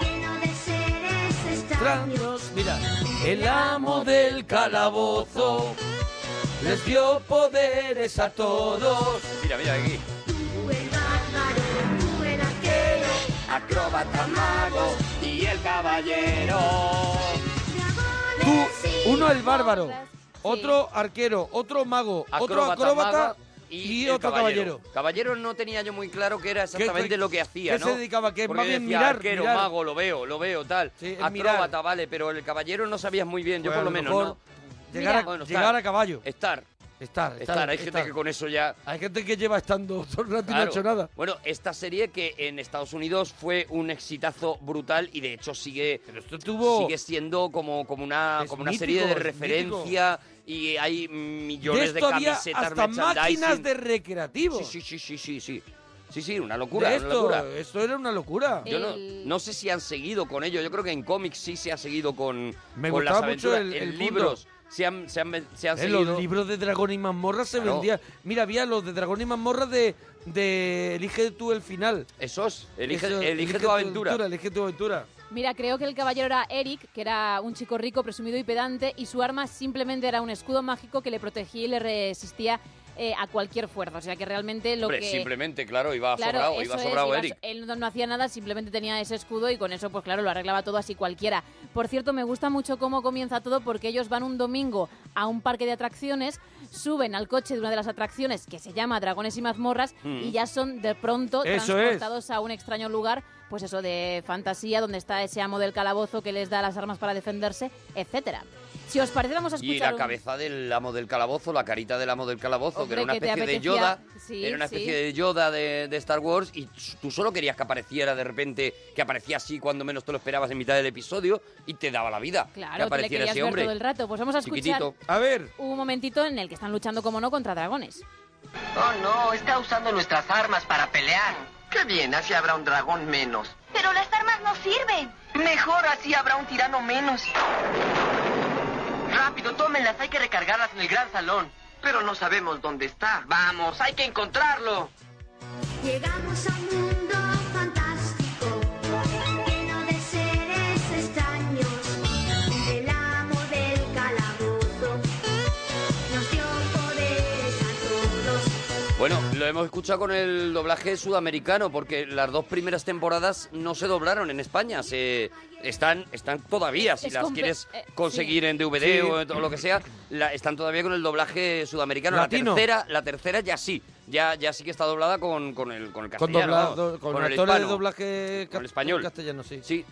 [SPEAKER 3] lleno de seres extraños.
[SPEAKER 1] Mira, el amo del calabozo les dio poderes a todos.
[SPEAKER 2] Mira, mira aquí.
[SPEAKER 3] Tú el bárbaro, tú el arquero, acróbata mago y el caballero.
[SPEAKER 1] Tú, uno el bárbaro, otro arquero, otro mago, otro acróbata
[SPEAKER 2] mago
[SPEAKER 1] y,
[SPEAKER 2] el
[SPEAKER 1] otro caballero.
[SPEAKER 2] Caballero no tenía yo muy claro que era exactamente
[SPEAKER 1] qué-
[SPEAKER 2] lo que hacía,
[SPEAKER 1] qué
[SPEAKER 2] ¿no?
[SPEAKER 1] se dedicaba? Que
[SPEAKER 2] Porque
[SPEAKER 1] más bien
[SPEAKER 2] decía,
[SPEAKER 1] mirar,
[SPEAKER 2] arquero,
[SPEAKER 1] mirar.
[SPEAKER 2] mago, lo veo, lo veo, tal.
[SPEAKER 1] mirar.
[SPEAKER 2] Acróbata, vale, pero el caballero no sabías muy bien, yo
[SPEAKER 1] Pues
[SPEAKER 2] por
[SPEAKER 1] a
[SPEAKER 2] lo
[SPEAKER 1] lo
[SPEAKER 2] menos,
[SPEAKER 1] mejor
[SPEAKER 2] ¿no?
[SPEAKER 1] llegar a- llegar
[SPEAKER 2] estar,
[SPEAKER 1] a caballo.
[SPEAKER 2] Estar.
[SPEAKER 1] Estar,
[SPEAKER 2] Estar, hay gente que con eso ya...
[SPEAKER 1] Hay gente que lleva estando todo el rato y no ha
[SPEAKER 2] Claro.
[SPEAKER 1] hecho nada.
[SPEAKER 2] Bueno, esta serie que en Estados Unidos fue un exitazo brutal y de hecho sigue
[SPEAKER 1] tuvo-
[SPEAKER 2] sigue siendo como, como una como una
[SPEAKER 1] mítico,
[SPEAKER 2] serie de
[SPEAKER 1] es mítico.
[SPEAKER 2] referencia y hay millones
[SPEAKER 1] De
[SPEAKER 2] de,
[SPEAKER 1] esto había
[SPEAKER 2] camisetas,
[SPEAKER 1] hasta
[SPEAKER 2] merchandising.
[SPEAKER 1] máquinas de recreativo.
[SPEAKER 2] Sí, sí, sí, sí, sí, sí. Sí, sí, una locura,
[SPEAKER 1] De
[SPEAKER 2] una
[SPEAKER 1] esto,
[SPEAKER 2] locura.
[SPEAKER 1] esto era una locura.
[SPEAKER 2] Yo no, no sé si han seguido con ello. Yo creo que en cómics sí se ha seguido con,
[SPEAKER 1] Me
[SPEAKER 2] con las
[SPEAKER 1] gustaba mucho
[SPEAKER 2] aventuras.
[SPEAKER 1] el-
[SPEAKER 2] en
[SPEAKER 1] el mundo.
[SPEAKER 2] libros se han, se han, se han
[SPEAKER 1] Eh,
[SPEAKER 2] seguido.
[SPEAKER 1] los libros de Dragón y Mazmorra se
[SPEAKER 2] Claro.
[SPEAKER 1] vendían. Mira, había los de Dragón y Mazmorra de, de Elige tú el final.
[SPEAKER 2] Esos, elige,
[SPEAKER 1] Eso,
[SPEAKER 2] elige tu aventura.
[SPEAKER 1] Elige tu aventura.
[SPEAKER 5] Mira, creo que el caballero era Eric, que era un chico rico, presumido y pedante, y su arma simplemente era un escudo mágico que le protegía y le resistía eh, a cualquier fuerza. O sea que realmente lo
[SPEAKER 2] Hombre,
[SPEAKER 5] que...
[SPEAKER 2] simplemente, claro, iba
[SPEAKER 5] Claro,
[SPEAKER 2] sobrado, iba
[SPEAKER 5] eso es, eh,
[SPEAKER 2] sobrado
[SPEAKER 5] iba
[SPEAKER 2] Eric.
[SPEAKER 5] so- Él no, no hacía nada, simplemente tenía ese escudo y con eso, pues claro, lo arreglaba todo así cualquiera. Por cierto, me gusta mucho cómo comienza todo porque ellos van un domingo a un parque de atracciones, suben al coche de una de las atracciones que se llama Dragones y Mazmorras
[SPEAKER 15] Mm.
[SPEAKER 5] y ya son de pronto
[SPEAKER 15] Eso es.
[SPEAKER 5] transportados a un extraño lugar, pues eso de fantasía, donde está ese amo del calabozo que les da las armas para defenderse, etcétera. Si os parece, vamos a escuchar
[SPEAKER 2] Y la
[SPEAKER 5] un-
[SPEAKER 2] cabeza del amo del calabozo, la carita del amo del calabozo, que era una
[SPEAKER 5] Hombre, que te
[SPEAKER 2] especie de
[SPEAKER 5] apetecía.
[SPEAKER 2] Yoda.
[SPEAKER 5] Sí,
[SPEAKER 2] era una
[SPEAKER 5] sí.
[SPEAKER 2] especie de Yoda de, de Star Wars y s- tú solo querías que apareciera de repente, que aparecía así cuando menos te lo esperabas en mitad del episodio y te daba la vida. que
[SPEAKER 5] Claro, te le
[SPEAKER 2] apareciera
[SPEAKER 5] querías
[SPEAKER 2] ese
[SPEAKER 5] ver
[SPEAKER 2] hombre.
[SPEAKER 5] todo el rato. Pues vamos a escuchar
[SPEAKER 2] Chiquitito.
[SPEAKER 1] A ver.
[SPEAKER 5] un momentito en el que están luchando, como no, contra dragones.
[SPEAKER 13] Oh no, está usando nuestras armas para pelear. Qué bien, así habrá un dragón menos.
[SPEAKER 12] Pero las armas no sirven.
[SPEAKER 13] Mejor así habrá un tirano menos. Rápido, tómenlas, hay que recargarlas en el gran salón. Pero no sabemos dónde está. Vamos, hay que encontrarlo.
[SPEAKER 16] Llegamos a un mundo fantástico, lleno de seres extraños. El amo del calabozo nos dio poderes a todos.
[SPEAKER 2] Bueno, lo hemos escuchado con el doblaje sudamericano, porque las dos primeras temporadas no se doblaron en España. Se, están, están todavía, si
[SPEAKER 4] Es
[SPEAKER 2] las
[SPEAKER 4] comple-
[SPEAKER 2] quieres
[SPEAKER 4] eh,
[SPEAKER 2] conseguir
[SPEAKER 4] sí.
[SPEAKER 2] en DVD
[SPEAKER 4] Sí.
[SPEAKER 2] o en todo lo que sea, la- están todavía con el doblaje sudamericano.
[SPEAKER 1] Latino.
[SPEAKER 2] La tercera, la tercera ya sí. Ya, ya sí que está doblada con, con el, con el
[SPEAKER 1] Con,
[SPEAKER 2] castellano.
[SPEAKER 1] doblado,
[SPEAKER 2] vamos,
[SPEAKER 1] con,
[SPEAKER 2] el
[SPEAKER 1] actores de
[SPEAKER 2] hispano.
[SPEAKER 1] doblaje
[SPEAKER 2] Con el español.
[SPEAKER 1] castellano, sí.
[SPEAKER 2] Sí.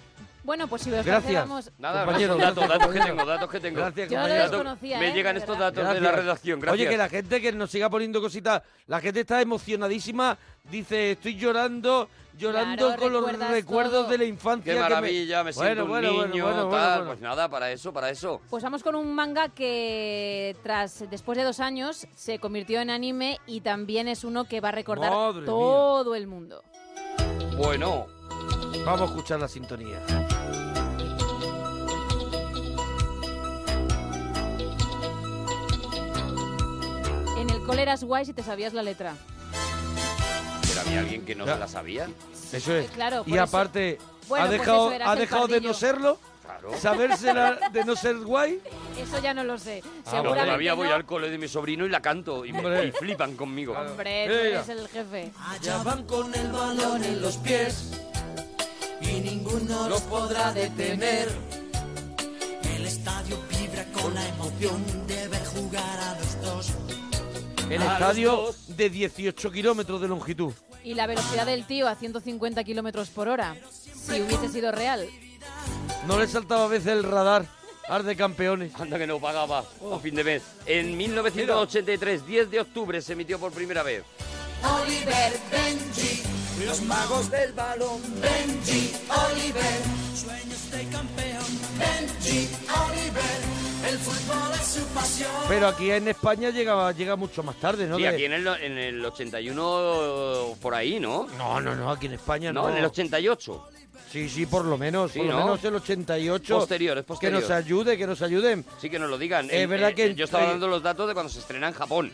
[SPEAKER 5] Bueno, pues si os parece,
[SPEAKER 1] Gracias.
[SPEAKER 5] vamos-
[SPEAKER 2] Nada,
[SPEAKER 1] Compañero,
[SPEAKER 2] datos,
[SPEAKER 1] gracias,
[SPEAKER 2] datos que
[SPEAKER 1] compañero.
[SPEAKER 2] tengo, datos que tengo.
[SPEAKER 1] Gracias,
[SPEAKER 5] Yo lo
[SPEAKER 1] compañero.
[SPEAKER 5] desconocía,
[SPEAKER 2] Me ¿eh? llegan De estos verdad. datos de la redacción, gracias.
[SPEAKER 1] Oye, que la gente que nos siga poniendo cositas, la gente está emocionadísima, dice, estoy llorando, llorando
[SPEAKER 2] Claro,
[SPEAKER 1] con los
[SPEAKER 2] recuerdas
[SPEAKER 1] recuerdos
[SPEAKER 2] todo.
[SPEAKER 1] de la infancia.
[SPEAKER 2] Qué
[SPEAKER 1] que
[SPEAKER 2] maravilla, me siento
[SPEAKER 1] Bueno,
[SPEAKER 2] un
[SPEAKER 1] bueno, bueno,
[SPEAKER 2] niño,
[SPEAKER 1] bueno, bueno,
[SPEAKER 2] tal.
[SPEAKER 1] bueno.
[SPEAKER 2] Pues nada, para eso, para eso.
[SPEAKER 5] Pues vamos con un manga que tras después de dos años se convirtió en anime y también es uno que va a recordar
[SPEAKER 1] Madre mía.
[SPEAKER 5] todo el mundo.
[SPEAKER 2] Bueno.
[SPEAKER 1] Vamos a escuchar la sintonía.
[SPEAKER 5] En el cole eras guay si te sabías la letra.
[SPEAKER 2] Pero había alguien que no se la
[SPEAKER 5] Ah,
[SPEAKER 2] sabía.
[SPEAKER 1] Eso es.
[SPEAKER 5] Claro, por
[SPEAKER 1] y
[SPEAKER 5] eso-
[SPEAKER 1] aparte,
[SPEAKER 5] Bueno,
[SPEAKER 1] ha
[SPEAKER 5] pues
[SPEAKER 1] dejado,
[SPEAKER 5] eso eras
[SPEAKER 1] ha
[SPEAKER 5] el
[SPEAKER 1] dejado de no
[SPEAKER 5] pardillo.
[SPEAKER 1] serlo,
[SPEAKER 2] Claro.
[SPEAKER 1] sabérsela de no ser guay.
[SPEAKER 5] Eso ya no lo sé.
[SPEAKER 2] Ah,
[SPEAKER 5] Seguramente
[SPEAKER 2] bueno, todavía voy
[SPEAKER 5] no.
[SPEAKER 2] al cole de mi sobrino y la canto y, me- y flipan conmigo.
[SPEAKER 5] Hombre, tú
[SPEAKER 2] Mira.
[SPEAKER 5] eres el jefe.
[SPEAKER 29] Allá van con el balón en los pies y ninguno los podrá detener. El estadio vibra con la emoción de ver jugar a los dos.
[SPEAKER 1] El
[SPEAKER 29] A los
[SPEAKER 1] estadio de 18 kilómetros de longitud.
[SPEAKER 5] Y la velocidad del tío a 150 kilómetros por hora. Si hubiese sido real.
[SPEAKER 1] No le saltaba a veces el radar. Ar de campeones. Oh.
[SPEAKER 2] Anda que no pagaba a fin de mes. En 1983, 10 de octubre, se emitió por primera vez.
[SPEAKER 29] Oliver, Benji, los magos del balón. Benji, Oliver, sueños de campeón. Benji, Oliver, el fútbol es su pasión.
[SPEAKER 1] Pero aquí en España llegaba, llega mucho más tarde, ¿no?
[SPEAKER 2] Sí,
[SPEAKER 1] De-
[SPEAKER 2] aquí en el, en el 81, por ahí, ¿no?
[SPEAKER 1] No, no, no, aquí en España no.
[SPEAKER 2] en el 88.
[SPEAKER 1] Sí, sí, por lo menos.
[SPEAKER 2] Sí,
[SPEAKER 1] por lo
[SPEAKER 2] ¿no?
[SPEAKER 1] menos el 88.
[SPEAKER 2] Posterior, es
[SPEAKER 1] Que nos
[SPEAKER 2] posterior.
[SPEAKER 1] ayude, que nos ayuden.
[SPEAKER 2] Sí, que nos lo digan. eh,
[SPEAKER 1] Es verdad que
[SPEAKER 2] Yo estaba
[SPEAKER 1] entre-
[SPEAKER 2] dando los datos de cuando se estrena en Japón.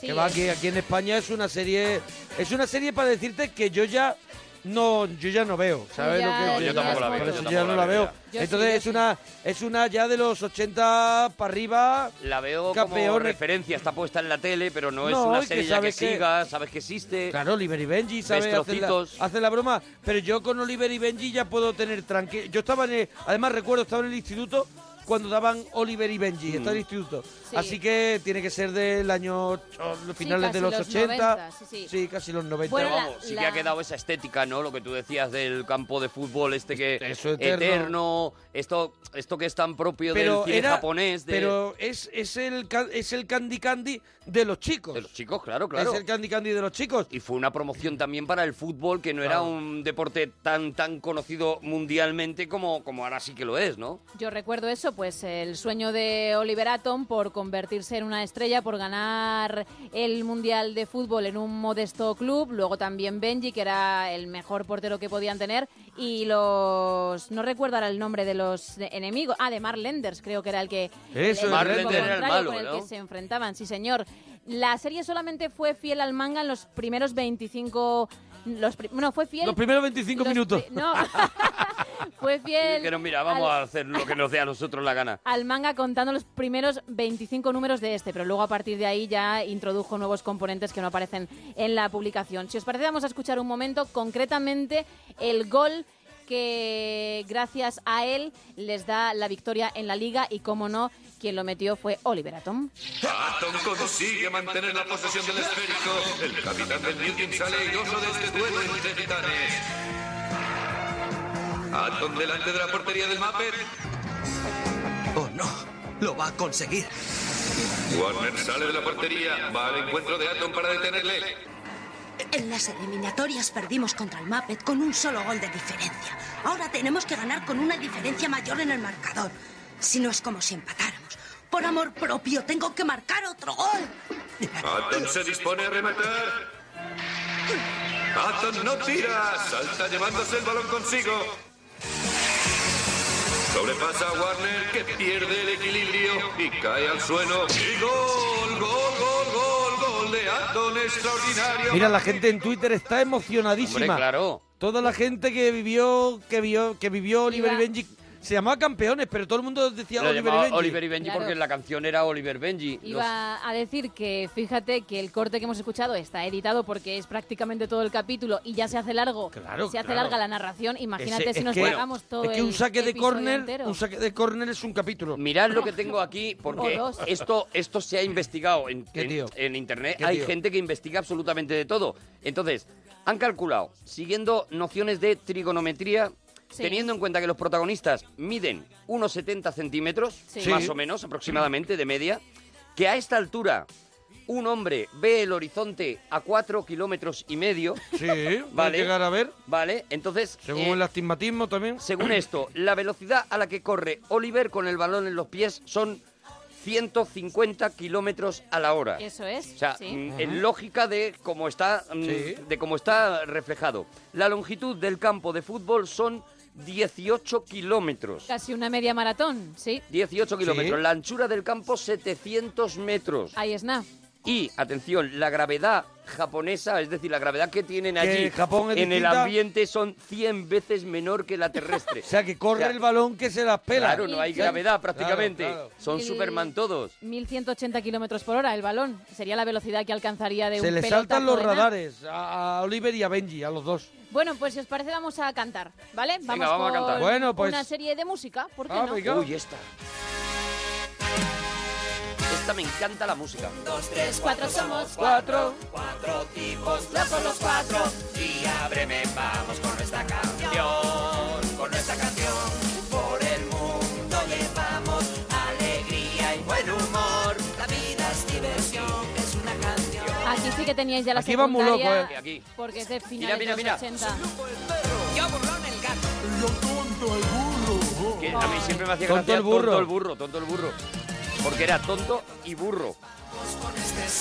[SPEAKER 1] que va, que aquí en España es una serie. Es una serie para decirte que yo ya. No, yo ya no veo, ¿sabes?
[SPEAKER 2] ya-
[SPEAKER 1] lo que
[SPEAKER 2] No, yo
[SPEAKER 1] ya-
[SPEAKER 2] tampoco la veo,
[SPEAKER 1] por
[SPEAKER 2] yo
[SPEAKER 1] eso
[SPEAKER 2] tampoco
[SPEAKER 1] ya no
[SPEAKER 2] la
[SPEAKER 1] la
[SPEAKER 2] veo
[SPEAKER 1] veo.
[SPEAKER 2] ya. Yo sí,
[SPEAKER 1] Entonces
[SPEAKER 2] yo
[SPEAKER 1] es una es una ya de los 80 para arriba.
[SPEAKER 2] La veo como
[SPEAKER 1] Campeones.
[SPEAKER 2] referencia, está puesta en la tele, pero no, es
[SPEAKER 1] No, y
[SPEAKER 2] una
[SPEAKER 1] que
[SPEAKER 2] serie ya que
[SPEAKER 1] sabes que-
[SPEAKER 2] siga, sabes que existe.
[SPEAKER 1] Claro, Oliver y Benji, ¿sabes? Hacen la,
[SPEAKER 2] Destrocitos.
[SPEAKER 1] hacen la broma. Pero yo con Oliver y Benji ya puedo tener tranquilo. Yo estaba en el- Además, recuerdo, estaba en el instituto cuando daban Oliver y Benji. Estaba en el
[SPEAKER 2] Mm.
[SPEAKER 1] instituto.
[SPEAKER 5] Sí.
[SPEAKER 1] Así que tiene que ser del año... ocho- los finales
[SPEAKER 5] casi
[SPEAKER 1] de los,
[SPEAKER 5] los
[SPEAKER 1] 80.
[SPEAKER 5] 90, sí, sí.
[SPEAKER 1] casi los 90.
[SPEAKER 5] Bueno,
[SPEAKER 2] Pero
[SPEAKER 5] la-
[SPEAKER 2] vamos, sí que
[SPEAKER 5] la-
[SPEAKER 2] ha quedado esa estética, ¿no? Lo que tú decías del campo de fútbol, este que.
[SPEAKER 1] eterno.
[SPEAKER 2] esto, esto que es tan propio del cine japonés. de-
[SPEAKER 1] Pero es, es, el, ca- es el Candy Candy de los chicos. De los
[SPEAKER 2] chicos, claro, claro.
[SPEAKER 1] Es el Candy Candy de los chicos.
[SPEAKER 2] Y fue una promoción también para el fútbol, que no era
[SPEAKER 1] Claro.
[SPEAKER 2] un deporte tan, tan conocido mundialmente como, como ahora sí que lo es, ¿no?
[SPEAKER 5] Yo recuerdo eso bueno, pues el sueño de Oliver Atom por convertirse en una estrella, por ganar el Mundial de Fútbol en un modesto club, luego también Benji, que era el mejor portero que podían tener, y los... no recuerdo ahora el nombre de los enemigos, ah, de Mark Lenders creo que era el que...
[SPEAKER 1] Eso,
[SPEAKER 5] el
[SPEAKER 1] Mark
[SPEAKER 5] equipo
[SPEAKER 1] Lenders era el
[SPEAKER 5] contrario
[SPEAKER 1] malo,
[SPEAKER 5] con el que
[SPEAKER 1] ¿no?
[SPEAKER 5] se enfrentaban, sí señor. La serie solamente fue fiel al manga en los primeros 25... Los pri- bueno, fue fiel...
[SPEAKER 1] Los primeros 25 minutos.
[SPEAKER 5] No, fue fiel...
[SPEAKER 2] Dijeron, mira, vamos
[SPEAKER 5] al-
[SPEAKER 2] a hacer lo que nos dé a nosotros la gana.
[SPEAKER 5] al manga contando los primeros 25 números de este, pero luego a partir de ahí ya introdujo nuevos componentes que no aparecen en la publicación. Si os parece, vamos a escuchar un momento concretamente el gol que gracias a él les da la victoria en la liga y, como no, quien lo metió fue Oliver Atom.
[SPEAKER 21] Atom consigue mantener la posesión del esférico. El capitán del New Team sale airoso de este duelo entre titanes. Atom delante de la portería del Mapper.
[SPEAKER 17] Oh, no. Lo va a conseguir.
[SPEAKER 21] Warner sale de la portería. Va al encuentro de Atom para detenerle.
[SPEAKER 18] En las eliminatorias perdimos contra el Muppet con un solo gol de diferencia. Ahora tenemos que ganar con una diferencia mayor en el marcador. Si no es como si empatáramos. Por amor propio, tengo que marcar otro gol.
[SPEAKER 21] Atom se dispone a rematar. Atom no tira. Salta llevándose el balón consigo. Sobrepasa a Warner que pierde el equilibrio y cae al suelo. Y gol, gol, gol, gol, gol de Atom extraordinario.
[SPEAKER 1] Mira, la gente en Twitter está emocionadísima.
[SPEAKER 2] Hombre, claro.
[SPEAKER 1] Toda la gente que vivió, que vio, que vivió Oliver y
[SPEAKER 2] Iba-
[SPEAKER 1] Benji se llamaba campeones, pero todo el mundo decía
[SPEAKER 2] Lo
[SPEAKER 1] Oliver y
[SPEAKER 2] llamaba
[SPEAKER 1] Benji.
[SPEAKER 2] Oliver y Benji
[SPEAKER 5] Claro.
[SPEAKER 2] porque la canción era Oliver Benji. Los-
[SPEAKER 5] Iba a decir que fíjate que el corte que hemos escuchado está editado porque es prácticamente todo el capítulo y ya se hace largo.
[SPEAKER 1] Claro,
[SPEAKER 5] se hace
[SPEAKER 1] claro.
[SPEAKER 5] larga la narración. Imagínate
[SPEAKER 1] Ese-
[SPEAKER 5] si
[SPEAKER 1] es
[SPEAKER 5] nos
[SPEAKER 1] que-
[SPEAKER 5] cargamos todo
[SPEAKER 1] Es que un
[SPEAKER 5] el
[SPEAKER 1] saque de
[SPEAKER 5] episodio
[SPEAKER 1] córner,
[SPEAKER 5] entero.
[SPEAKER 1] un saque de córner es un capítulo.
[SPEAKER 2] Mirad lo que tengo aquí, porque
[SPEAKER 5] O dos.
[SPEAKER 2] esto, esto se ha investigado en, en- en internet.
[SPEAKER 1] ¿Qué
[SPEAKER 2] Hay
[SPEAKER 1] tío?
[SPEAKER 2] gente que investiga absolutamente de todo. Entonces, han calculado, siguiendo nociones de trigonometría,
[SPEAKER 5] Sí.
[SPEAKER 2] teniendo en cuenta que los protagonistas miden unos 70 centímetros,
[SPEAKER 5] Sí.
[SPEAKER 2] más
[SPEAKER 5] Sí.
[SPEAKER 2] o menos, aproximadamente, de media, que a esta altura un hombre ve el horizonte a 4 kilómetros y medio.
[SPEAKER 1] Sí, vale. llegar a ver.
[SPEAKER 2] Vale, entonces...
[SPEAKER 1] Según
[SPEAKER 2] eh,
[SPEAKER 1] el astigmatismo también.
[SPEAKER 2] según esto, la velocidad a la que corre Oliver con el balón en los pies son 150 kilómetros a la hora.
[SPEAKER 5] Eso es.
[SPEAKER 2] O sea,
[SPEAKER 5] sí.
[SPEAKER 2] mm, en lógica de cómo está mm,
[SPEAKER 1] Sí.
[SPEAKER 2] de cómo está reflejado. La longitud del campo de fútbol son 18 kilómetros.
[SPEAKER 5] Casi una media maratón, sí.
[SPEAKER 2] 18 kilómetros.
[SPEAKER 5] Sí.
[SPEAKER 2] La anchura del campo 700 metros.
[SPEAKER 5] Ahí es nada.
[SPEAKER 2] Y, atención, la gravedad japonesa, es decir, la gravedad que tienen
[SPEAKER 1] Que
[SPEAKER 2] allí
[SPEAKER 1] Japón es
[SPEAKER 2] en el
[SPEAKER 1] distinta.
[SPEAKER 2] ambiente son 100 veces menor que la terrestre.
[SPEAKER 1] O sea, que corre
[SPEAKER 2] O sea,
[SPEAKER 1] el balón que se las pela.
[SPEAKER 2] Claro, no hay
[SPEAKER 1] O sea,
[SPEAKER 2] gravedad prácticamente.
[SPEAKER 1] claro, claro.
[SPEAKER 2] Son
[SPEAKER 5] Y-
[SPEAKER 2] Superman todos.
[SPEAKER 5] 1180 kilómetros por hora el balón. Sería la velocidad que alcanzaría de
[SPEAKER 1] Se
[SPEAKER 5] un
[SPEAKER 1] le
[SPEAKER 5] pelotazo
[SPEAKER 1] saltan los
[SPEAKER 5] de nada.
[SPEAKER 1] radares a, a Oliver y a Benji, a los dos.
[SPEAKER 5] Bueno, pues si os parece vamos a cantar, ¿vale? Vamos,
[SPEAKER 1] vamos a
[SPEAKER 5] con
[SPEAKER 1] cantar. Bueno, pues-
[SPEAKER 5] una serie de música, ¿por qué
[SPEAKER 1] Ah,
[SPEAKER 5] no?
[SPEAKER 1] venga. Uy,
[SPEAKER 2] esta. Esta me encanta la música.
[SPEAKER 29] Dos, tres, cuatro somos
[SPEAKER 2] cuatro.
[SPEAKER 29] Cuatro tipos, locos los cuatro. Y ábreme, vamos con nuestra canción. Con nuestra canción. Por el mundo llevamos alegría y buen humor. La vida es diversión, es una canción.
[SPEAKER 5] Aquí sí que teníais ya la
[SPEAKER 29] Aquí
[SPEAKER 5] secundaria
[SPEAKER 29] vamos loco, eh.
[SPEAKER 2] Aquí.
[SPEAKER 5] porque es de
[SPEAKER 29] Mira,
[SPEAKER 5] finales
[SPEAKER 29] mira,
[SPEAKER 5] de
[SPEAKER 29] mira.
[SPEAKER 5] los 80.
[SPEAKER 29] Yo burlón el gato. Yo tonto el burro.
[SPEAKER 2] Que a mí siempre me hacía
[SPEAKER 1] Tonto
[SPEAKER 2] gracia
[SPEAKER 1] el burro.
[SPEAKER 2] tonto el burro, tonto el burro. Porque era tonto y burro.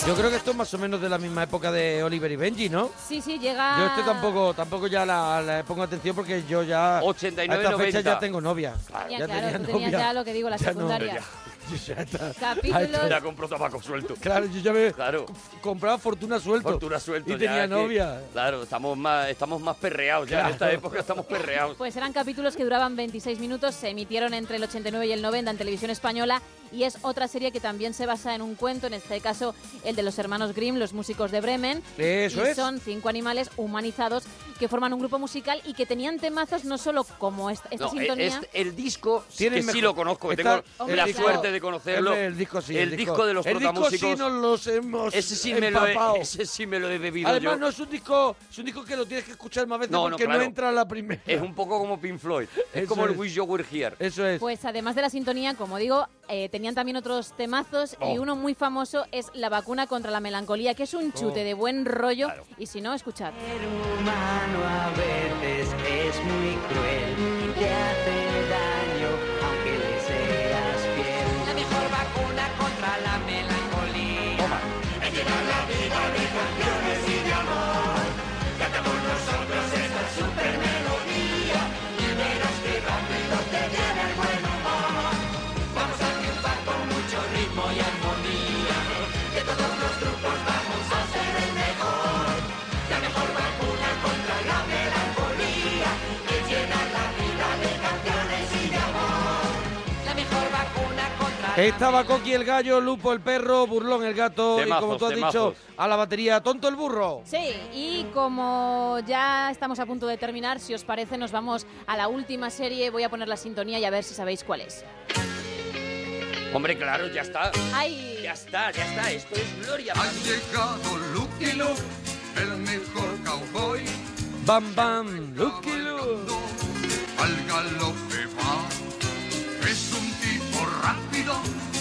[SPEAKER 1] Yo creo que esto es más o menos de la misma época de Oliver y Benji, ¿no?
[SPEAKER 5] Sí, sí, llega...
[SPEAKER 1] Yo este tampoco, tampoco ya la, la pongo atención porque yo ya
[SPEAKER 2] 89,
[SPEAKER 1] a esta fecha
[SPEAKER 2] 90.
[SPEAKER 1] ya tengo novia.
[SPEAKER 5] Ya,
[SPEAKER 1] ya
[SPEAKER 5] claro,
[SPEAKER 1] tenía
[SPEAKER 5] tú tenías
[SPEAKER 1] novia.
[SPEAKER 5] ya lo que digo, la
[SPEAKER 1] Ya no.
[SPEAKER 5] secundaria.
[SPEAKER 1] Yo ya está- a
[SPEAKER 5] Capítulos...
[SPEAKER 1] esta-
[SPEAKER 2] Ya compró tabaco suelto.
[SPEAKER 1] Claro, yo ya me
[SPEAKER 2] Claro.
[SPEAKER 1] compraba fortuna suelto.
[SPEAKER 2] Fortuna suelto.
[SPEAKER 1] Y
[SPEAKER 2] ya
[SPEAKER 1] tenía
[SPEAKER 2] que-
[SPEAKER 1] novia.
[SPEAKER 2] claro, estamos más, estamos más perreados. Ya en esta
[SPEAKER 1] Claro.
[SPEAKER 2] época estamos perreados.
[SPEAKER 5] Pues eran capítulos que duraban 26 minutos, se emitieron entre el 89 y el 90 en televisión española y es otra serie que también se basa en un cuento, en este caso el de los hermanos Grimm, los músicos de Bremen.
[SPEAKER 1] Eso
[SPEAKER 5] y
[SPEAKER 1] es.
[SPEAKER 5] Son cinco animales humanizados que forman un grupo musical y que tenían temazos no solo como esta, esta
[SPEAKER 2] No, e-
[SPEAKER 5] sintonía.
[SPEAKER 2] es- el disco
[SPEAKER 1] Tienen
[SPEAKER 2] que sí
[SPEAKER 1] mejor-
[SPEAKER 2] lo conozco, que
[SPEAKER 1] Está-
[SPEAKER 2] tengo
[SPEAKER 1] el
[SPEAKER 2] la
[SPEAKER 1] disco-
[SPEAKER 2] suerte de conocerlo.
[SPEAKER 1] El, el disco sí.
[SPEAKER 2] El, disco de los
[SPEAKER 1] El disco
[SPEAKER 2] protamúsicos.
[SPEAKER 1] sí nos los hemos
[SPEAKER 2] ese, sí me lo
[SPEAKER 1] empapado.
[SPEAKER 2] he, ese sí me lo he bebido
[SPEAKER 1] Además,
[SPEAKER 2] yo.
[SPEAKER 1] no es un disco, es un disco que lo tienes que escuchar más veces
[SPEAKER 2] No, no,
[SPEAKER 1] porque no,
[SPEAKER 2] claro.
[SPEAKER 1] entra a la primera.
[SPEAKER 2] Es un poco como Pink Floyd. Es
[SPEAKER 1] Eso
[SPEAKER 2] como el
[SPEAKER 1] es.
[SPEAKER 2] Wish You Were Here.
[SPEAKER 1] Eso es.
[SPEAKER 5] Pues además de la sintonía, como digo, eh, tenían también otros temazos y
[SPEAKER 2] Oh.
[SPEAKER 5] uno muy famoso es La vacuna contra la melancolía, que es un chute
[SPEAKER 13] Oh.
[SPEAKER 5] de buen rollo y si no, escuchad.
[SPEAKER 13] humano a veces es muy cruel y te hace daño, aunque le sea
[SPEAKER 1] Estaba Coqui el gallo, Lupo el perro, Burlón el gato y
[SPEAKER 2] Temazos,
[SPEAKER 1] como tú has
[SPEAKER 2] temazos.
[SPEAKER 1] dicho, a la batería Tonto el burro.
[SPEAKER 5] Sí, y como ya estamos a punto de terminar, si os parece, nos vamos a la última serie. Voy a poner la sintonía y a ver si sabéis cuál es.
[SPEAKER 2] Hombre, claro, ya está.
[SPEAKER 5] ¡Ay!
[SPEAKER 2] Ya está, ya está. Esto es gloria.
[SPEAKER 27] Ha llegado Lucky Luke, el mejor cowboy.
[SPEAKER 1] Bam, bam, Lucky Luke.
[SPEAKER 27] Al galope va. Es un tipo rápido,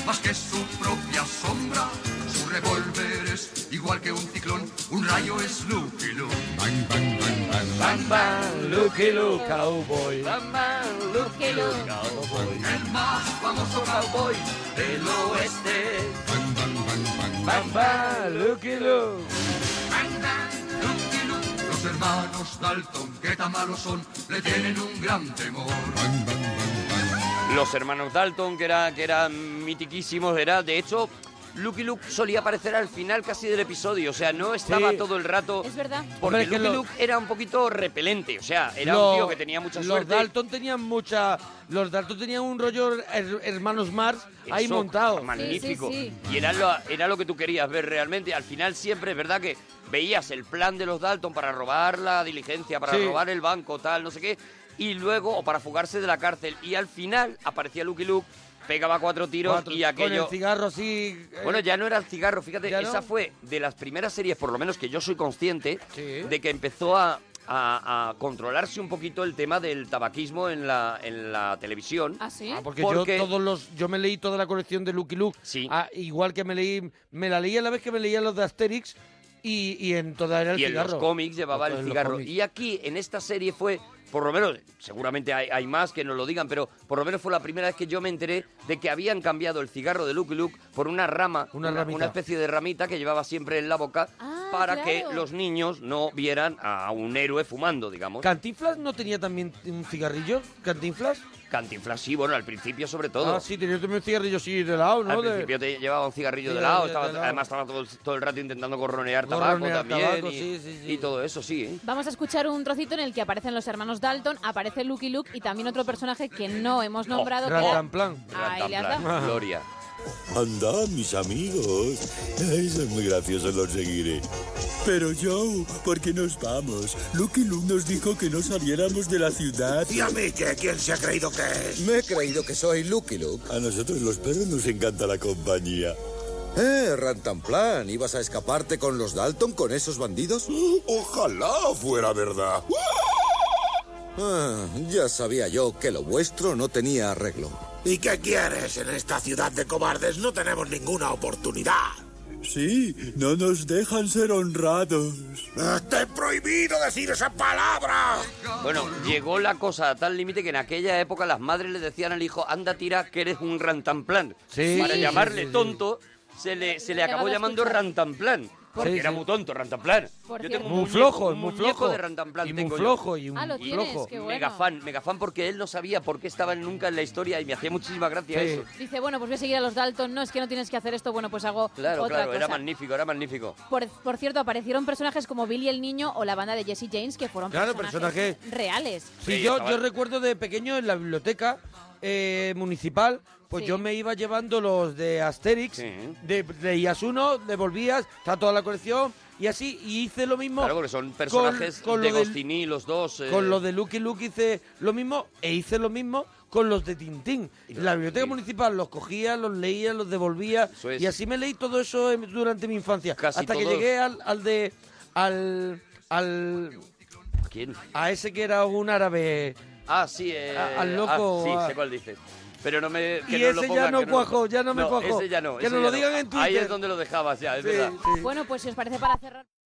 [SPEAKER 27] más que su propia sombra. Su revólver es igual que un ciclón, un rayo es Lucky Luke. Bang, bang, bang, bang,
[SPEAKER 1] Bam, bam, Lucky Luke, cowboy.
[SPEAKER 27] Lucky Luke, cowboy. El más famoso cowboy del oeste.
[SPEAKER 1] Bam, bam, Lucky Luke.
[SPEAKER 27] Los hermanos Dalton, que tan malos son, le tienen un gran temor.
[SPEAKER 2] Los hermanos Dalton, que, era, que eran mitiquísimos, era de hecho. Lucky Luke solía aparecer al final casi del episodio, o sea, no estaba
[SPEAKER 1] Sí.
[SPEAKER 2] todo el rato.
[SPEAKER 5] Es verdad.
[SPEAKER 2] Porque
[SPEAKER 1] Hombre, es que
[SPEAKER 2] Lucky
[SPEAKER 1] lo-
[SPEAKER 2] Luke era un poquito repelente, o sea, era
[SPEAKER 1] Lo-
[SPEAKER 2] un tío que tenía mucha
[SPEAKER 1] los
[SPEAKER 2] suerte.
[SPEAKER 1] Dalton tenían mucha. Los Dalton tenían un rollo her- hermanos Mars ahí
[SPEAKER 2] Eso,
[SPEAKER 1] montado.
[SPEAKER 2] Magnífico. Y era lo, era lo que tú querías ver realmente. Al final siempre es verdad que veías el plan de los Dalton para robar la diligencia, para
[SPEAKER 1] Sí.
[SPEAKER 2] robar el banco, tal, no sé qué. Y luego, o para fugarse de la cárcel. Y al final aparecía Lucky Luke, pegaba cuatro tiros
[SPEAKER 1] Cuatro-
[SPEAKER 2] y
[SPEAKER 1] Con el
[SPEAKER 2] aquello...
[SPEAKER 1] cigarro así. eh,
[SPEAKER 2] Bueno, ya no era el cigarro, fíjate,
[SPEAKER 1] ¿Ya no?
[SPEAKER 2] esa fue de las primeras series, por lo menos que yo soy consciente, de que empezó a, a- a controlarse un poquito el tema del tabaquismo en la, en la televisión.
[SPEAKER 5] ¿Ah, sí? Ah,
[SPEAKER 1] Porque, yo todos los, yo me leí toda la colección de Lucky Luke. Ah, igual que me leí, me la leí a la vez que me leía los de Asterix y, y en toda era el
[SPEAKER 2] y en
[SPEAKER 1] cigarro.
[SPEAKER 2] los cómics llevaba el
[SPEAKER 1] Todos en los
[SPEAKER 2] cigarro.
[SPEAKER 1] cómics.
[SPEAKER 2] Y aquí, en esta serie, fue, por lo menos, seguramente hay, hay más que nos lo digan, pero por lo menos fue la primera vez que yo me enteré de que habían cambiado el cigarro de Lucky Luke por una rama,
[SPEAKER 1] Una ramita.
[SPEAKER 2] especie de ramita que llevaba siempre en la boca para que
[SPEAKER 1] claro.
[SPEAKER 2] los niños no vieran a un héroe fumando, digamos.
[SPEAKER 1] ¿Cantinflas no tenía también un cigarrillo? ¿Cantinflas?
[SPEAKER 2] Cantinflas sí, bueno, al principio sobre todo.
[SPEAKER 1] Ah, sí, tenía también un cigarrillo así de lado, ¿no?
[SPEAKER 2] Al
[SPEAKER 1] De-
[SPEAKER 2] principio te llevaba un cigarrillo de
[SPEAKER 1] Cigarrillo
[SPEAKER 2] lado,
[SPEAKER 1] de
[SPEAKER 2] estaba-
[SPEAKER 1] lado.
[SPEAKER 2] además estaba todo, el- todo el rato intentando gorronear tabaco
[SPEAKER 1] Gorronear
[SPEAKER 2] también
[SPEAKER 1] tabaco,
[SPEAKER 2] y,
[SPEAKER 1] sí, sí,
[SPEAKER 2] y todo eso, sí. ¿eh?
[SPEAKER 5] Vamos a escuchar un trocito en el que aparecen los hermanos Dalton, aparece Lucky Luke y también otro personaje que no hemos
[SPEAKER 2] Oh,
[SPEAKER 5] nombrado. que era-
[SPEAKER 1] Rantanplan.
[SPEAKER 5] Ahí le has dado.
[SPEAKER 3] Rantanplan,
[SPEAKER 2] Gloria.
[SPEAKER 3] Anda, mis amigos. Eso es muy gracioso, los seguiré. Pero Joe, ¿por qué nos vamos? Lucky Luke nos dijo que no saliéramos de la ciudad.
[SPEAKER 17] ¿Y a mí qué? ¿Quién se ha creído que es?
[SPEAKER 3] Me he creído que soy Lucky Luke. A nosotros los perros nos encanta la compañía.
[SPEAKER 17] Eh, Rantanplan, ¿ibas a escaparte con los Dalton, con esos bandidos?
[SPEAKER 3] ¡Oh!
[SPEAKER 17] Ojalá fuera verdad. Ah, ya sabía yo que lo vuestro no tenía arreglo. ¿Y qué quieres? En esta ciudad de cobardes no tenemos ninguna oportunidad.
[SPEAKER 3] Sí, no nos dejan ser honrados.
[SPEAKER 17] ¡Te he prohibido decir esa palabra!
[SPEAKER 2] Bueno, llegó la cosa a tal límite que en aquella época las madres le decían al hijo, anda tira que eres un rantanplan.
[SPEAKER 1] Sí,
[SPEAKER 2] Para
[SPEAKER 1] sí,
[SPEAKER 2] llamarle
[SPEAKER 1] sí, sí.
[SPEAKER 2] tonto, se le, se le acabó
[SPEAKER 1] Acabas de
[SPEAKER 2] llamando
[SPEAKER 1] escuchar.
[SPEAKER 2] rantanplan. Porque
[SPEAKER 1] Sí,
[SPEAKER 2] era
[SPEAKER 1] sí.
[SPEAKER 2] muy tonto, rantanplan.
[SPEAKER 1] Por
[SPEAKER 2] Yo
[SPEAKER 1] cierto.
[SPEAKER 2] tengo
[SPEAKER 1] Muy
[SPEAKER 2] un
[SPEAKER 1] flojo,
[SPEAKER 2] muñeco, un
[SPEAKER 1] muy
[SPEAKER 2] muñeco
[SPEAKER 1] flojo.
[SPEAKER 2] de rantanplan.
[SPEAKER 1] Y muy
[SPEAKER 2] tengo yo.
[SPEAKER 1] flojo, y un
[SPEAKER 5] Ah, lo tienes, flojo. qué bueno.
[SPEAKER 2] Megafan, megafan porque él no sabía por qué estaban nunca en la historia y me hacía muchísima gracia
[SPEAKER 1] Sí.
[SPEAKER 2] eso.
[SPEAKER 5] Dice, bueno, pues voy a seguir a los Dalton. No, es que no tienes que hacer esto. Bueno, pues hago
[SPEAKER 2] Claro,
[SPEAKER 5] otra
[SPEAKER 2] claro,
[SPEAKER 5] cosa.
[SPEAKER 2] era magnífico, era magnífico.
[SPEAKER 5] Por, por cierto, aparecieron personajes como Billy el Niño o la banda de Jesse James, que fueron
[SPEAKER 1] Claro,
[SPEAKER 5] personajes
[SPEAKER 1] personaje.
[SPEAKER 5] reales.
[SPEAKER 1] Sí,
[SPEAKER 2] Sí,
[SPEAKER 1] yo,
[SPEAKER 2] estaba-
[SPEAKER 1] yo recuerdo de pequeño en la biblioteca eh, municipal, pues
[SPEAKER 5] Sí.
[SPEAKER 1] yo me iba llevando los de Asterix, de, leías uno, devolvías, está toda la colección, y así, y hice lo mismo.
[SPEAKER 2] Claro, porque son personajes de Goscinny, los dos. eh,
[SPEAKER 1] Con lo de Lucky Luke hice lo mismo e hice lo mismo con los de Tintín. La biblioteca municipal los cogía, los leía, los devolvía
[SPEAKER 2] es.
[SPEAKER 1] y así me leí todo eso en- durante mi infancia. hasta que
[SPEAKER 2] todos.
[SPEAKER 1] llegué al, al de... al... al...
[SPEAKER 2] ¿Quién?
[SPEAKER 1] A ese que era un árabe...
[SPEAKER 2] Ah, sí, eh,
[SPEAKER 1] A- al loco,
[SPEAKER 2] ah, sí,
[SPEAKER 1] a-
[SPEAKER 2] sé cuál dices. Pero no me. que
[SPEAKER 1] Y
[SPEAKER 2] no lo
[SPEAKER 1] ese ya
[SPEAKER 2] pongan,
[SPEAKER 1] no
[SPEAKER 2] que lo
[SPEAKER 1] cuajó,
[SPEAKER 2] pongan.
[SPEAKER 1] ya no me cuajó.
[SPEAKER 2] Ese ya no.
[SPEAKER 1] Que
[SPEAKER 2] ese
[SPEAKER 1] nos
[SPEAKER 2] ya
[SPEAKER 1] lo digan en
[SPEAKER 2] Ahí
[SPEAKER 1] Twitter.
[SPEAKER 2] es donde lo dejabas ya, es
[SPEAKER 1] Sí,
[SPEAKER 2] verdad.
[SPEAKER 5] Bueno, pues si os parece para cerrar.